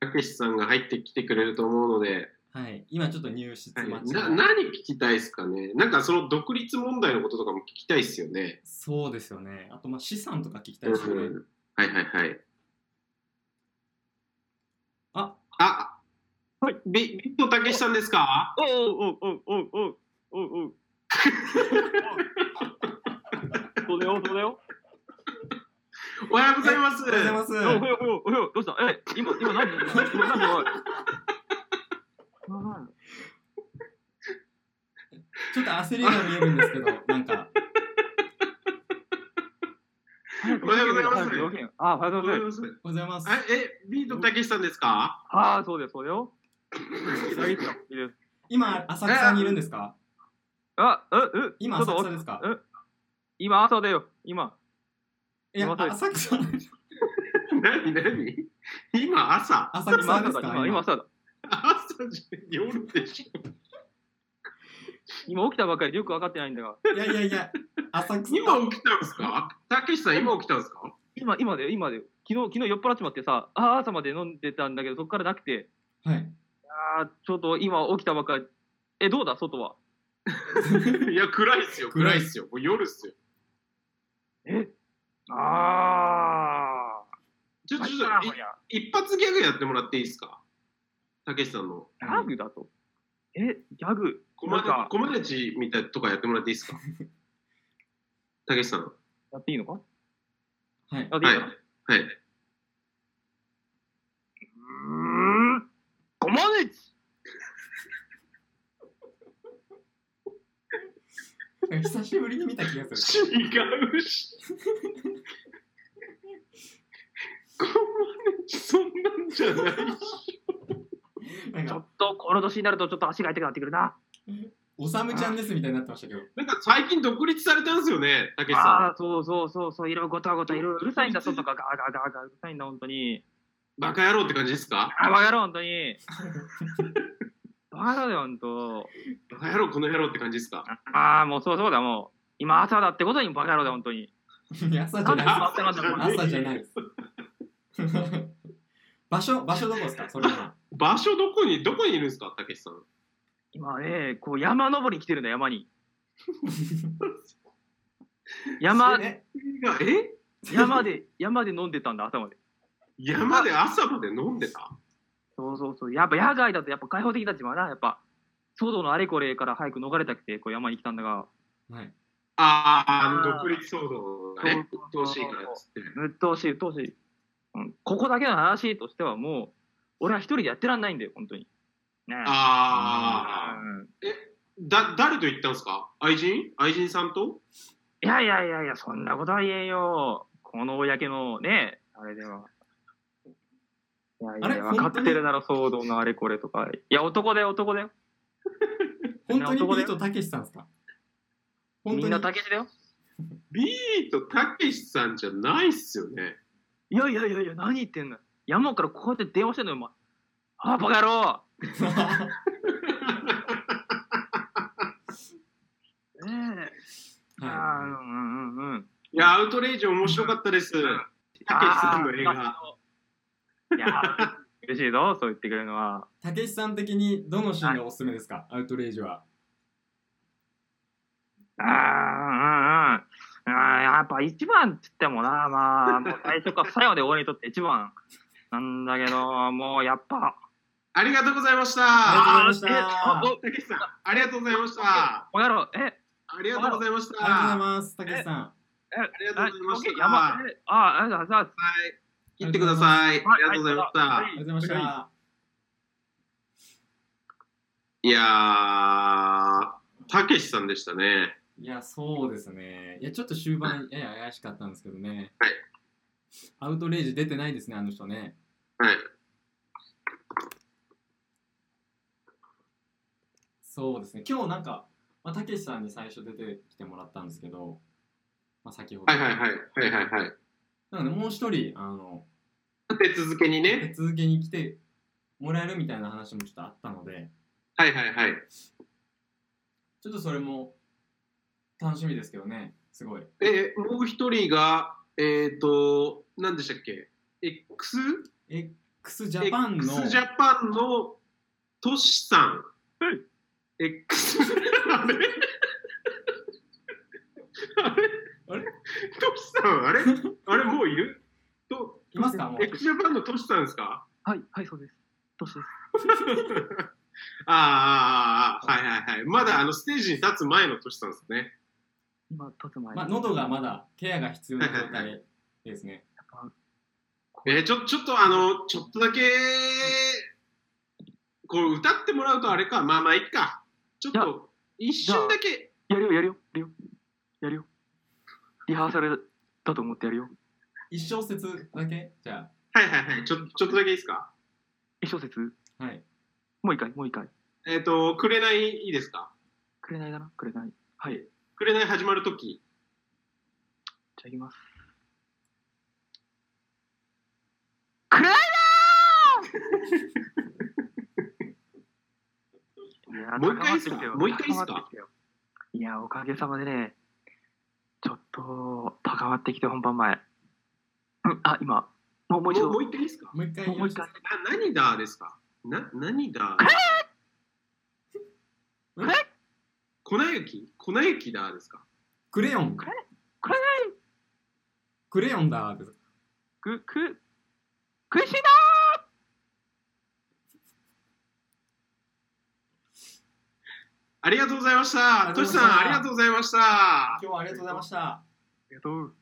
Speaker 2: たけしさんが入ってきてくれると思うので、
Speaker 1: うはい今ちょっと入室
Speaker 2: はい
Speaker 1: 待ち
Speaker 2: な何聞きたいですかねなんかその独立問題のこととかも聞きたいですよね。
Speaker 1: そうですよねあとまあ資産とか聞きた
Speaker 2: う
Speaker 1: い
Speaker 2: ん
Speaker 1: ですよね、
Speaker 2: はいはいはい。
Speaker 1: あ
Speaker 2: あ、
Speaker 4: はい
Speaker 2: ビビットたけしさんですか
Speaker 4: おうおうおうおうおうおう。そうだよ、そうだよ。
Speaker 2: おはようございます。
Speaker 1: おはようございます
Speaker 4: おはよう、おはよう、おはよう、どうした、え、今、今何時、今何時、おい。
Speaker 1: ちょっと焦りが見えるんですけど、なんか、
Speaker 4: 早く
Speaker 2: おはようございます
Speaker 4: 早く早く早くあ、おはよう
Speaker 2: お
Speaker 4: ご
Speaker 2: は
Speaker 4: ざい
Speaker 2: よう
Speaker 4: ます。
Speaker 2: ございます。
Speaker 1: おはようございます。
Speaker 2: あえ、ビートたけしさんですか
Speaker 4: あー、そうだよ、そうだよ。いいですよいいです
Speaker 1: 今、浅草にいるんですか
Speaker 4: あ、え、え、
Speaker 1: 今、
Speaker 4: ちょっ
Speaker 1: 浅
Speaker 4: と
Speaker 1: 草ですか
Speaker 4: え今朝だよ、今。
Speaker 1: いや、
Speaker 4: 今
Speaker 1: あ浅草、
Speaker 2: 何何今朝
Speaker 1: 浅
Speaker 4: 今
Speaker 1: 草です
Speaker 4: 朝だ、
Speaker 1: か
Speaker 4: 今、今
Speaker 1: 今
Speaker 4: 朝だ。
Speaker 2: 朝じゃ夜でしょ
Speaker 4: 今起きたばかりでよく分かってないんだが。
Speaker 1: いやいやいや、浅草。
Speaker 2: 今起きたんですかたけしさん今起きたんです か
Speaker 4: 今、今だよ、今だよ。昨日、昨日酔っ払っちまってさ、あー朝まで飲んでたんだけど、そっからなくて。
Speaker 1: はい。
Speaker 4: あーちょっと今起きたばっかり。え、どうだ、外は。
Speaker 2: いや、暗いっすよ、暗いっすよ。もう夜っすよ。
Speaker 4: えあ
Speaker 2: ちょ
Speaker 4: ー
Speaker 2: っと、ちょっと、い一発ギャグやってもらっていいですかたけしさんの。
Speaker 4: ギャグだと。え、ギャグ
Speaker 2: コ
Speaker 4: なん
Speaker 2: マ
Speaker 4: か
Speaker 2: コマネチみたいとかやってもらっていいですかたけしさん。は
Speaker 4: やっていいのか
Speaker 1: はい。
Speaker 4: やっ
Speaker 2: い。
Speaker 4: てい
Speaker 2: は
Speaker 4: いの
Speaker 2: い
Speaker 4: かな、。うーん。コマネチ
Speaker 1: なんか久しぶりに見た気がする。
Speaker 2: 違う し。コマネチそんなんじゃないし。
Speaker 1: なん
Speaker 4: ちょ
Speaker 1: か、
Speaker 4: っとこの年になるとちょっと足が痛くなってくるな。
Speaker 1: おさむちゃんですみたいになってましたけど。
Speaker 2: なんか最近独立されたんですよね、たけし
Speaker 4: あ
Speaker 2: さ
Speaker 4: あー、そうそうそう、そういろいろごたごたいろいろうるさいんだ、外がガーガーガーガーうるさいんだ、本当に。
Speaker 2: ん。バカ野郎って感じですか
Speaker 4: あ、バカ野郎、本当に。バカ野郎だよ、本当。
Speaker 2: バカ野郎、この野郎って感じですか
Speaker 4: ああ、もうそうそうだ、もう。今朝だってことにバカ野郎だ、本当に。
Speaker 1: いや朝じ
Speaker 4: な
Speaker 1: ゃ
Speaker 4: んで
Speaker 1: な
Speaker 4: 朝ってなんだ、これ
Speaker 1: いです。朝じゃないです。場所、場所どこですかそれは。
Speaker 2: 場所どこに、どこにいるんですかたけしさん。
Speaker 4: 今ね、こう山登りに来てるんだ、山に。 山、
Speaker 1: え
Speaker 2: え
Speaker 4: 山で、山で飲んでたんだ、朝まで。
Speaker 2: 山で朝まで飲んでた
Speaker 4: そうそうそう。やっぱ野外だと、やっぱ開放的だって、まだやっぱ、騒動のあれこれから早く逃れたくて、こう山に来たんだが、
Speaker 1: はい。
Speaker 2: あ
Speaker 4: あ
Speaker 2: あ、
Speaker 4: ー
Speaker 2: 独立騒動がね、
Speaker 4: そうそうそう
Speaker 2: 鬱陶しいからっつって。
Speaker 4: うっとうしい、うっとうしい。うん、ここだけの話としては、もう、俺は一人でやってらんないんだよ、本当に。ねえ
Speaker 2: ああ、
Speaker 4: うん
Speaker 2: だ、誰と行ったんですか愛人愛人さんと
Speaker 4: いやいやいやいや、そんなことは言えんよ。この公のね、あれでは。いやい
Speaker 1: あ
Speaker 4: や
Speaker 1: れ
Speaker 4: いや、分かってるなら騒動のあれこれとか。いや、男だよ、男だよ。
Speaker 1: 本当にビ
Speaker 4: 男
Speaker 1: ー
Speaker 4: だよ
Speaker 1: トたけしさんですか本
Speaker 4: み
Speaker 1: 当に
Speaker 4: んなたけしだよ。
Speaker 2: ビートたけしさんじゃないっすよね。
Speaker 4: いやいやいやいや、何言ってんの山からこうやって電話してんのよ、お前。あ、バカ野郎 ねえ。あー
Speaker 1: は
Speaker 4: うんうんうん。
Speaker 2: いや、アウトレイジ面白かったです。たけしさんの映画。
Speaker 4: いやー、嬉しいぞ、そう言ってくれるのは。
Speaker 1: いたけしさん的にどのシーンがおすすめですかアウトレイジは
Speaker 4: ああ、うんうんうん。あーやっぱ一番っつってもな、まあ、もう最初から最後で終わりにとって一番なんだけど、もうやっぱ。
Speaker 2: ありがとうございました。
Speaker 1: ありがとうご
Speaker 2: た
Speaker 1: ざいました
Speaker 4: あえあど
Speaker 2: けしさん、ありがとうございました。あ
Speaker 4: おやろ、え、
Speaker 2: りがとうございました。
Speaker 1: ありがとうございますたけしさん
Speaker 2: ありがと
Speaker 4: あ
Speaker 2: うございまし
Speaker 4: や
Speaker 2: た。
Speaker 4: ば
Speaker 2: はい
Speaker 4: えあ、ありがとうございます。
Speaker 2: 切ってください。ありがとうございまし
Speaker 4: は
Speaker 2: た
Speaker 4: い。
Speaker 1: ありがとうございました
Speaker 2: いやー、たけしさんでしたね。
Speaker 1: いや、そうですね。いや、ちょっと終盤、やや怪しかったんですけどね。
Speaker 2: はい
Speaker 1: アウトレイジ出てないですね、あの人ね。
Speaker 2: はい。
Speaker 1: そうですね。今日なんか、まあ、たけしさんに最初出てきてもらったんですけど、まあ、先ほど。
Speaker 2: はいはいはい。はいはいはい。
Speaker 1: なので、もう一人、あの、
Speaker 2: 立て続けにね。
Speaker 1: 手続けに来てもらえるみたいな話もちょっとあったので、
Speaker 2: はいはいはい。
Speaker 1: ちょっとそれも楽しみですけどね、すごい。
Speaker 2: えー、もう一人が、えっ、ー、と、何でしたっけ ?X?
Speaker 1: X ジャパンの、
Speaker 2: X ジャパンのトシさん。X? あれあ
Speaker 1: あ
Speaker 2: れ
Speaker 1: れ
Speaker 2: トシさ ん、あれあれもういると
Speaker 1: いますかもう
Speaker 2: ?X ジャパンのトシさんです か
Speaker 4: はい、はい、そうです。どうしてです
Speaker 2: あーあー、あーあー、はいはいはい。まだあのステージに立つ前のトシさんですね。
Speaker 4: 今、とつま
Speaker 1: まあ、喉がまだケアが必要な状 態ですね。
Speaker 2: えー、ちょ、ちょっとあの、ちょっとだけ、こう歌ってもらうとあれか、まあまあいいか。ちょっ
Speaker 4: いや
Speaker 2: と、一瞬だけ。
Speaker 4: やるよ、やるよ、やるよ。やるよ。リハーサルだと思ってやるよ。
Speaker 1: 一小節だけじゃ
Speaker 2: はいはいはい。ちょ、ちょっとだけいいですか
Speaker 4: 一小節、
Speaker 1: あ、はい。
Speaker 4: もう一回、もう一回。
Speaker 2: えっ、ー、と、くれないいいですか
Speaker 4: くれないだな、くれない。はい、じゃ
Speaker 2: くれない始まるとき。
Speaker 4: あ行きます。くれないだ
Speaker 2: もう一回いいっすかもう一回いいっすか
Speaker 4: いや、おかげさまでね、ちょっと高まってきて、本番前。うん、あ、今、もうも
Speaker 2: も
Speaker 4: う一度、
Speaker 2: うも
Speaker 4: も
Speaker 2: う一回いいですか
Speaker 1: もう一回
Speaker 4: うもう一回。
Speaker 2: な何だですかな、何だ
Speaker 4: え
Speaker 2: 粉雪粉雪だですか
Speaker 1: クレヨン。
Speaker 4: クレクレ
Speaker 1: クレヨンだーです。
Speaker 4: く、く、くしだ
Speaker 2: ありがとうございました。
Speaker 1: ありがと
Speaker 2: と
Speaker 1: うご
Speaker 2: しさ
Speaker 1: ざいました
Speaker 2: ん、ありがとうございました。
Speaker 1: 今日はありがとうございました。
Speaker 4: ありがとう。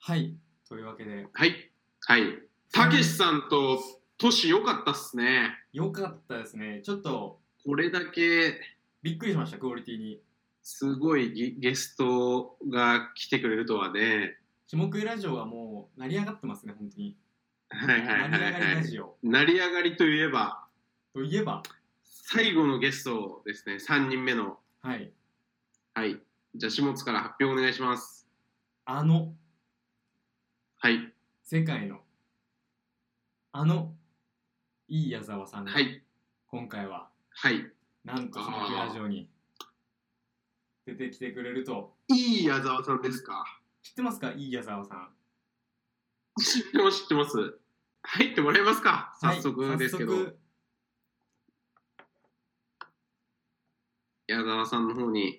Speaker 1: はい。というわけで、
Speaker 2: はい。はい。たけしさんととしよかったっすね。
Speaker 1: よかったですね。ちょっと
Speaker 2: これだけ
Speaker 1: びっくりしました、クオリティに。
Speaker 2: すごいゲゲストが来てくれるとはね。
Speaker 1: 下食いラジオはもう成り上がってますね、本当に。
Speaker 2: はいはい
Speaker 1: 成り
Speaker 2: は
Speaker 1: 上
Speaker 2: い
Speaker 1: が
Speaker 2: は
Speaker 1: りラ
Speaker 2: い。
Speaker 1: ジオ。
Speaker 2: 成り上がりといえば、
Speaker 1: といえば、
Speaker 2: 最後のゲストですね。3人目の。
Speaker 1: はい。
Speaker 2: はい。じゃあ、下津から発表お願いします。
Speaker 1: あの、
Speaker 2: はい。
Speaker 1: 世界の、あの、いい矢沢さんが、
Speaker 2: はい。
Speaker 1: 今回は、
Speaker 2: はい。
Speaker 1: なんと下食いラジオに出てきてくれると。
Speaker 2: いい矢沢さんですか。
Speaker 1: 知ってますかいい矢沢さん。
Speaker 2: 知ってます、知ってます。入ってもらえますか早
Speaker 1: は
Speaker 2: 速
Speaker 1: い
Speaker 2: ですけど、
Speaker 1: 早速
Speaker 2: 矢沢さんの方に。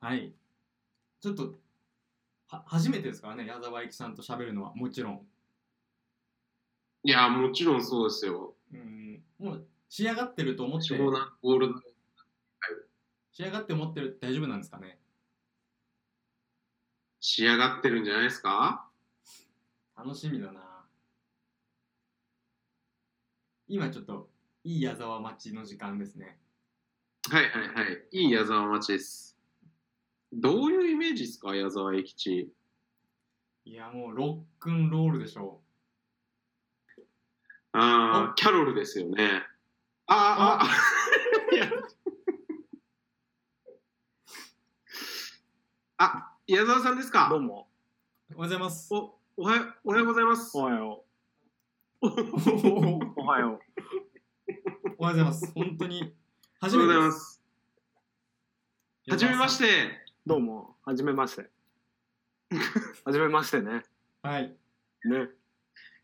Speaker 1: はい。ちょっと、は、初めてですからね、矢沢永吉さんと喋るのは、もちろん。
Speaker 2: いや、もちろんそうですよ。
Speaker 1: うん、もう、仕上がってると思って
Speaker 2: 貴、重なゴールド
Speaker 1: 仕上がって思ってる大丈夫なんですかね
Speaker 2: 仕上がってるんじゃないですか
Speaker 1: 楽しみだな。今ちょっといい矢沢待ちの時間ですね
Speaker 2: はいはいはい。いい矢沢町です。どういうイメージですか、矢沢永吉。
Speaker 1: いやもうロックンロールでしょ
Speaker 2: ああ
Speaker 1: あ、
Speaker 2: キャロルですよね。あーあ ー、あいやあ、矢沢さんですか
Speaker 5: どう。も。
Speaker 1: うおはようござい ます
Speaker 2: お、おはよう、おはようございます。
Speaker 5: おはよ
Speaker 1: お
Speaker 5: う。おはよ
Speaker 1: おはようございます。本当に。
Speaker 2: お
Speaker 1: 初
Speaker 2: はよう
Speaker 1: め
Speaker 2: ご
Speaker 1: てで。
Speaker 2: ざいますす。はじめまして。
Speaker 5: う。どうも。はじめまして。はじめましてね。
Speaker 1: はい。
Speaker 5: ね。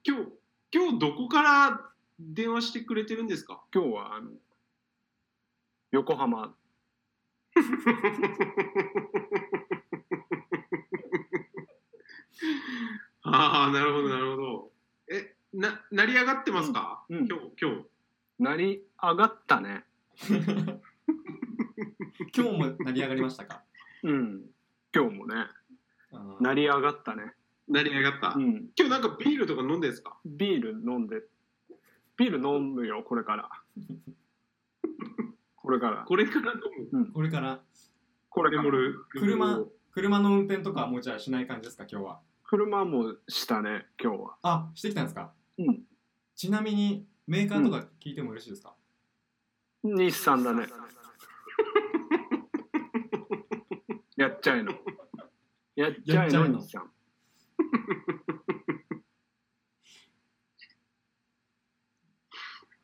Speaker 2: 今日、今日どこから電話してくれてるんですか。
Speaker 5: 今日は、あの、横浜。
Speaker 2: ああ、なるほど、なるほど。え、な、成り上がってますか。
Speaker 5: うん。
Speaker 2: 今日、今日。
Speaker 5: 成り上がったね。
Speaker 1: 今日も成り上がりました か
Speaker 5: うん。今日もね、
Speaker 1: あの
Speaker 5: 成り上がったね。
Speaker 2: 成り上がった、
Speaker 5: うん。
Speaker 2: 今日なんかビールとか飲んでんですか
Speaker 5: ビール飲んで、ビール飲むよ、これから。これから。
Speaker 2: これから飲む
Speaker 1: これから
Speaker 5: これ
Speaker 2: で
Speaker 5: か
Speaker 2: も
Speaker 5: ら。
Speaker 2: る
Speaker 1: 車車の運転とかはもうじゃあしない感じですか今日は。
Speaker 5: 車もしたね、今日は。
Speaker 1: あ、してきたんですか
Speaker 5: うん。
Speaker 1: ちなみにメーカーとか聞いてもよろしいですか、
Speaker 5: 日産だね。やっちゃえの。やっちゃえの、
Speaker 1: やっちゃえの
Speaker 5: 日産。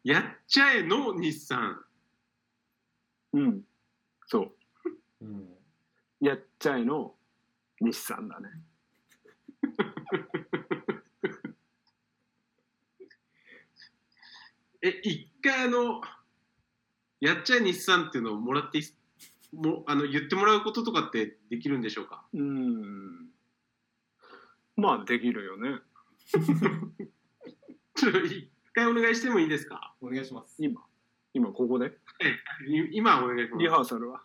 Speaker 2: やっちゃえの日産
Speaker 5: うん。そう。
Speaker 1: うん、
Speaker 5: やっちゃえの日産だね。
Speaker 2: え一回あのやっちゃえ日産っていうのをもらっていいっすもあの言ってもらうこととかってできるんでしょうか
Speaker 5: うん。まあ、できるよね。
Speaker 2: ちょっと一回お願いしてもいいですか
Speaker 1: お願いします。
Speaker 5: 今。今、ここで。
Speaker 2: い今お願いします
Speaker 5: リハーサ ルは。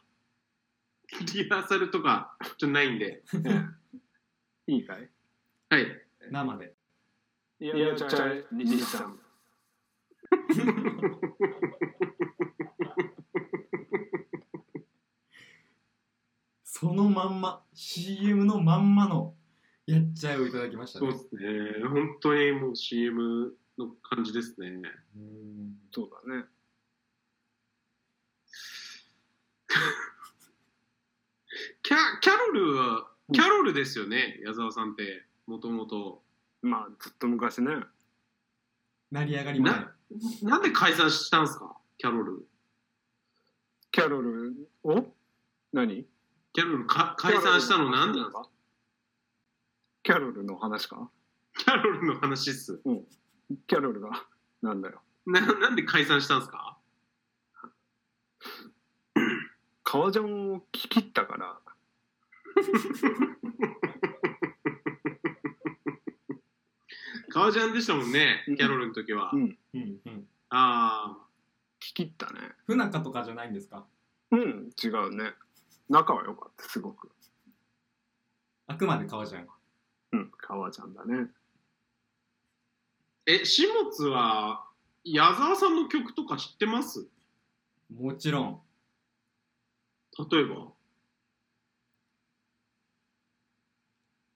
Speaker 2: リハーサルとかちょっとないんで
Speaker 5: ええいいかい
Speaker 2: はい
Speaker 1: 生で。
Speaker 5: やっちゃえ、日産。
Speaker 1: そのまんま、CM のまんまのやっちゃいをいただきました
Speaker 2: そう
Speaker 1: ね
Speaker 2: で。すね本当にもう CM の感じですね
Speaker 1: うん
Speaker 5: そうだね。
Speaker 2: キャキャロルはキャロルですよね、矢沢さんってもともと
Speaker 5: まあ、ずっと昔ね。
Speaker 1: 成り上がり前。
Speaker 2: なんで解散したんですかキャロル
Speaker 5: キャロルを何
Speaker 2: キャロルか解散したのなんでなんですか
Speaker 5: かキャロルの話か
Speaker 2: キャロルの話っす
Speaker 5: キャロルがなんだよ。
Speaker 2: ななんで解散したんですか
Speaker 5: 革ジャンを着切ったから。
Speaker 2: 革ジャンでしたもんね
Speaker 5: うん
Speaker 2: キャロルの時は、
Speaker 5: うん。
Speaker 1: うんうん、
Speaker 2: ああ
Speaker 5: 着切ったね。
Speaker 1: 不仲とかじゃないんですか
Speaker 5: うん、違うね。仲は良かった、すごく。
Speaker 1: あくまで顔じゃん。
Speaker 5: うん、革ジャンだね。
Speaker 2: え始末は矢沢さんの曲とか知ってます
Speaker 1: もちろん。
Speaker 2: 例えば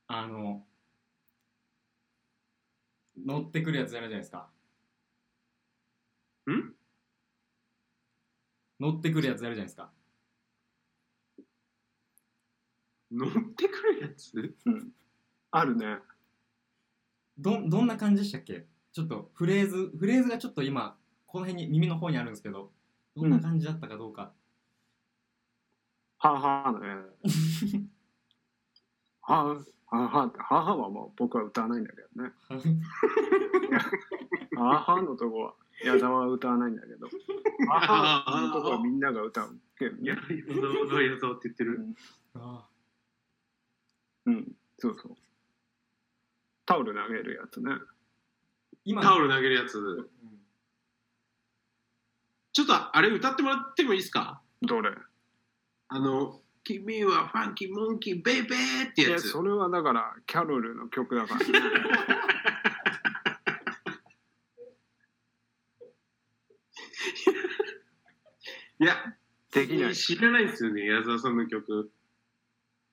Speaker 1: あの、乗ってくるやつやるじゃないですか。
Speaker 2: ん
Speaker 1: 乗ってくるやつやるじゃないですか。
Speaker 2: 乗ってくるやつ
Speaker 5: うん。あるね。
Speaker 1: どん、どんな感じでしたっけちょっとフレーズ、フレーズがちょっと今、この辺に耳の方にあるんですけど、どんな感じだったかどうか。
Speaker 5: はあはあだね。はあ、はあはあって、はあはあはもう僕は歌わないんだけどね。はあはあのとこは、矢沢は歌わないんだけど。はあはあのとこはみんなが歌うけど
Speaker 2: いや
Speaker 5: ね。
Speaker 2: 矢沢矢沢って言ってる
Speaker 1: ああ
Speaker 5: うん、そうそう。タオル投げるやつね。
Speaker 1: 今
Speaker 2: タオル投げるやつ
Speaker 1: うん
Speaker 2: ちょっとあれ歌ってもらってもいいですか
Speaker 5: どれ
Speaker 2: あの「君はファンキーモンキーベイベー」って
Speaker 5: い
Speaker 2: や
Speaker 5: や、
Speaker 2: つ
Speaker 5: それはだから、キャロルの 曲だからね。
Speaker 2: いや、
Speaker 5: できない。
Speaker 2: 知らないですよね、矢沢さんの曲。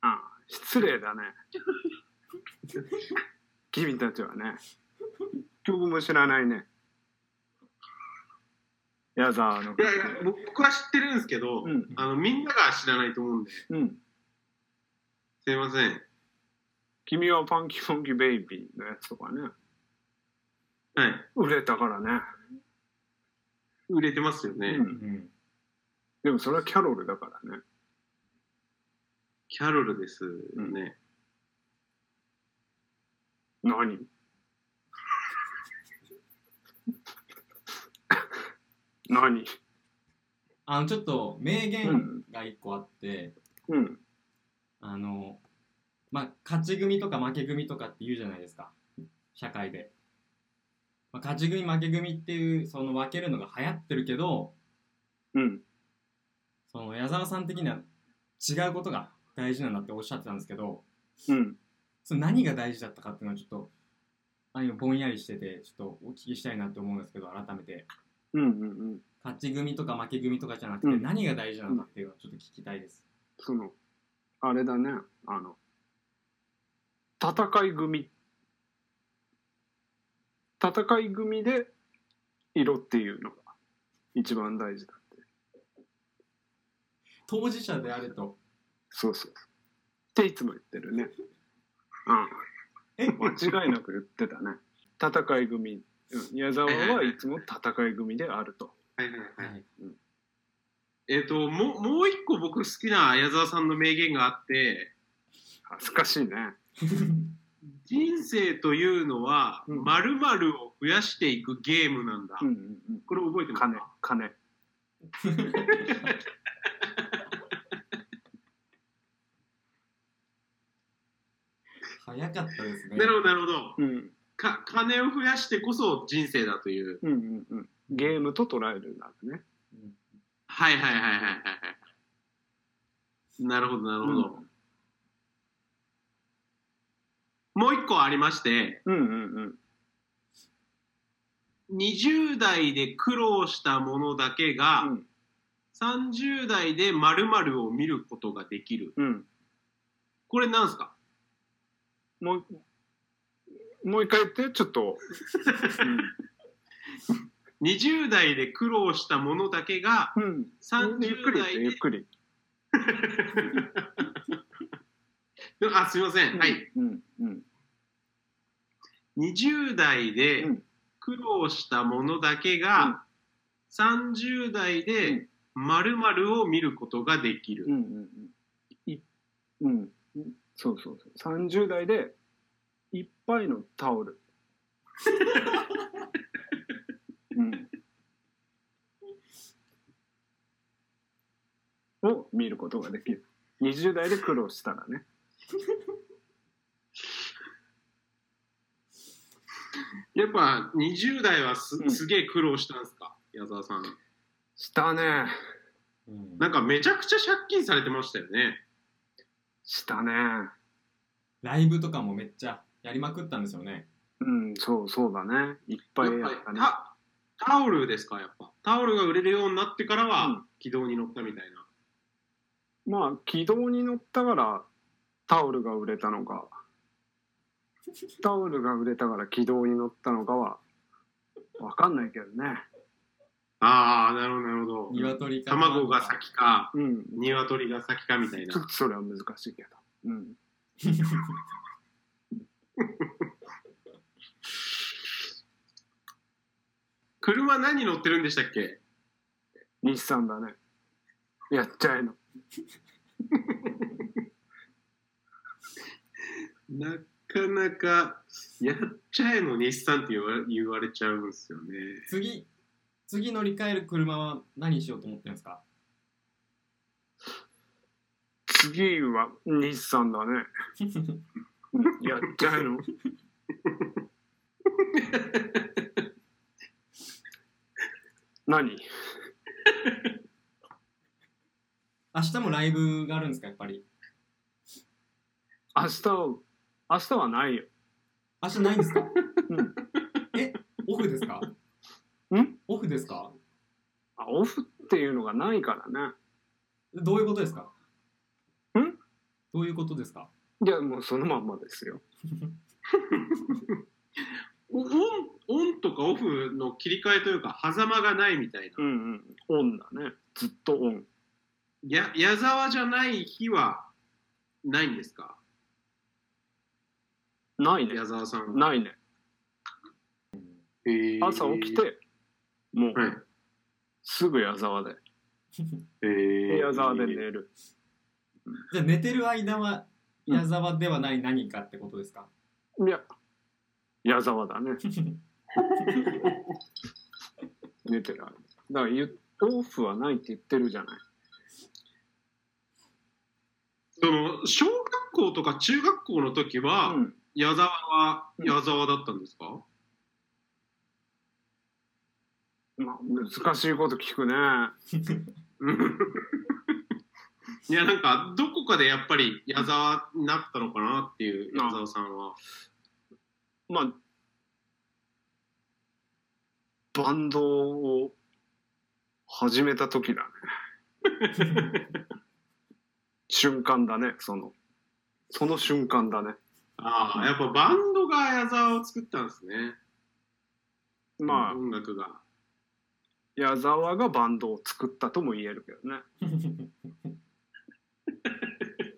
Speaker 5: あ失礼だね。君たちはね、曲も知らないね。矢沢
Speaker 2: い
Speaker 5: の曲
Speaker 2: やいや、僕は知ってるんですけど、
Speaker 5: うん
Speaker 2: あの、みんなが知らないと思うんで、す
Speaker 5: うん。
Speaker 2: いません。
Speaker 5: 君はパンキーポンキーベイビーのやつとかね、
Speaker 2: はい。
Speaker 5: 売れたからね。
Speaker 2: 売れてますよね。
Speaker 5: うん
Speaker 1: うん。
Speaker 5: でもそれはキャロルだからね。
Speaker 2: キャロルですよね。
Speaker 5: 何 何
Speaker 1: あの、ちょっと名
Speaker 5: うん
Speaker 1: 言が一個あって、
Speaker 5: うん。
Speaker 1: あの、まあ、勝ち組とか負け組とかって言うじゃないですか。社会で。まあ、勝ち組負け組っていう、その分けるのが流行ってるけど、
Speaker 5: うん。
Speaker 1: その矢沢さん的には違うことが大事なんだっておっしゃってたんですけど、
Speaker 5: うん。
Speaker 1: その何が大事だったかっていうのはちょっと、あ今ぼんやりしてて、ちょっとお聞きしたいなって思うんですけど、改めて。
Speaker 5: うん。うん。うん。
Speaker 1: 勝ち組とか負け組とかじゃなく
Speaker 5: う
Speaker 1: て、
Speaker 5: ん
Speaker 1: 何が大事なんだっていうのをちょっと聞きたいです。
Speaker 5: その、あれだね。あの、戦い組。戦い組で色っていうのが一番大事だって。
Speaker 1: 当事者であると。
Speaker 5: そうそうそう。っていつも言ってるね。
Speaker 1: え
Speaker 5: うん。間違いなく言ってたね。戦い組。うん、矢沢はいつも戦い組であると。
Speaker 2: はいはいはい。
Speaker 1: い。
Speaker 2: えっ、と、もう、もう一個僕好きな矢沢さんの名言があって、
Speaker 5: 恥ずかしいね。
Speaker 2: 人生というのは、
Speaker 5: うん
Speaker 2: 〇〇を増やしていくゲームなんだ。
Speaker 5: うんうんうん。
Speaker 2: これ覚えてます
Speaker 5: 金
Speaker 2: か、
Speaker 5: 金。
Speaker 1: 早かったですね。
Speaker 2: なるほど、なるほど。
Speaker 5: うん
Speaker 2: か、金を増やしてこそ人生だという。
Speaker 5: うんうんうん。ゲームと捉えるんだね。
Speaker 2: はいはいはいはいはいはい。なるほど、なるほど。もう一個ありまして、
Speaker 5: うんうん
Speaker 2: 20代で苦労したものだけが、
Speaker 5: うん
Speaker 2: 30代で〇〇を見ることができる。
Speaker 5: うん。うん。
Speaker 2: これなんですか
Speaker 5: もう、もう一回言って、ちょっと。
Speaker 2: 20代で苦労したものだけが
Speaker 5: うん。うんゆっく
Speaker 2: 30
Speaker 5: り言って、
Speaker 2: 代
Speaker 5: ゆ
Speaker 2: で
Speaker 5: っくり。
Speaker 2: あすいません、はい
Speaker 5: うんうん。
Speaker 2: 20代で
Speaker 5: うん
Speaker 2: 苦労したものだけ
Speaker 5: うん
Speaker 2: が、30代で〇〇を見ることができる、
Speaker 5: うんうんうん。いうん。そうそうそう。30代で、いっぱいのタオ ル。うん。を見ることができる。20代で苦労したらね。
Speaker 2: やっぱ20代はす
Speaker 5: うん
Speaker 2: すげえ苦労したんですか、矢沢さん
Speaker 5: したね。
Speaker 1: うん
Speaker 2: なんかめちゃくちゃ借金されてましたよね
Speaker 5: したね。
Speaker 1: ライブとかもめっちゃやりまくったんですよね。
Speaker 5: うん、そうそうだね。いっぱいや
Speaker 2: やっ
Speaker 5: った
Speaker 2: ぱ
Speaker 5: ね
Speaker 2: り。タタオルですかやっぱタオルが売れるようになってから
Speaker 5: う
Speaker 2: は
Speaker 5: ん
Speaker 2: 軌道に乗ったみたいな、
Speaker 5: まあ軌道に乗ったからタオルが売れたのかタオルが売れたから軌道に乗ったのかは分かんないけどね
Speaker 2: ああなるほどなるほど
Speaker 1: 鶏か
Speaker 2: 卵が先か
Speaker 5: うん
Speaker 2: 鶏が先かみたいな
Speaker 5: ちょっとそれは難しいけどうん
Speaker 2: 車何乗ってるんでしたっけ
Speaker 5: 日産だねやっちゃえの
Speaker 2: なかなかやっちゃえの日産って言わ言われちゃうんですよね
Speaker 1: 次、次乗り換える車は何しようと思ってるんですか
Speaker 5: 次は日産だねうんやっちゃえの何
Speaker 1: 明日もライブがあるんですか、やっぱり。
Speaker 5: 明日を明日はないよ
Speaker 1: 明日ないんですか
Speaker 5: うん
Speaker 1: え、オフですか
Speaker 5: ん
Speaker 1: オフですか
Speaker 5: あオフっていうのがないからね
Speaker 4: どういうことですか
Speaker 5: ん
Speaker 4: どういうことですか
Speaker 5: いやもうそのまんまですよ
Speaker 6: オンオンとかオフの切り替えというか狭間がないみたいな、
Speaker 5: うんうんオンだねずっとオン
Speaker 6: や矢沢じゃない日はないんですか
Speaker 5: ないね
Speaker 6: 矢沢さんは
Speaker 5: ないね朝起きてもう
Speaker 6: はい
Speaker 5: すぐ矢沢で
Speaker 6: えー
Speaker 5: 矢沢で寝る
Speaker 4: じゃあ寝てる間は
Speaker 5: うん
Speaker 4: 矢沢ではない何かってことです か、
Speaker 5: いや矢沢 だね寝てる間だからゆオフはないって言ってるじゃない
Speaker 6: その小学校とか中学校の時は、
Speaker 5: うん
Speaker 6: 矢沢は
Speaker 5: うん
Speaker 6: 矢沢だったんですか、
Speaker 5: まあ、難しいこと聞くね。
Speaker 6: いやなんかどこかでやっぱり矢沢になったのかなっていう
Speaker 5: うん
Speaker 6: 矢沢さんは、
Speaker 5: まあ、バンドを始めた時だね。瞬間だね、その。その瞬間だね。
Speaker 6: ああやっぱバンドが矢沢を作ったんですね
Speaker 5: まあ、
Speaker 6: 音楽が
Speaker 5: 矢沢がバンドを作ったとも言えるけどね。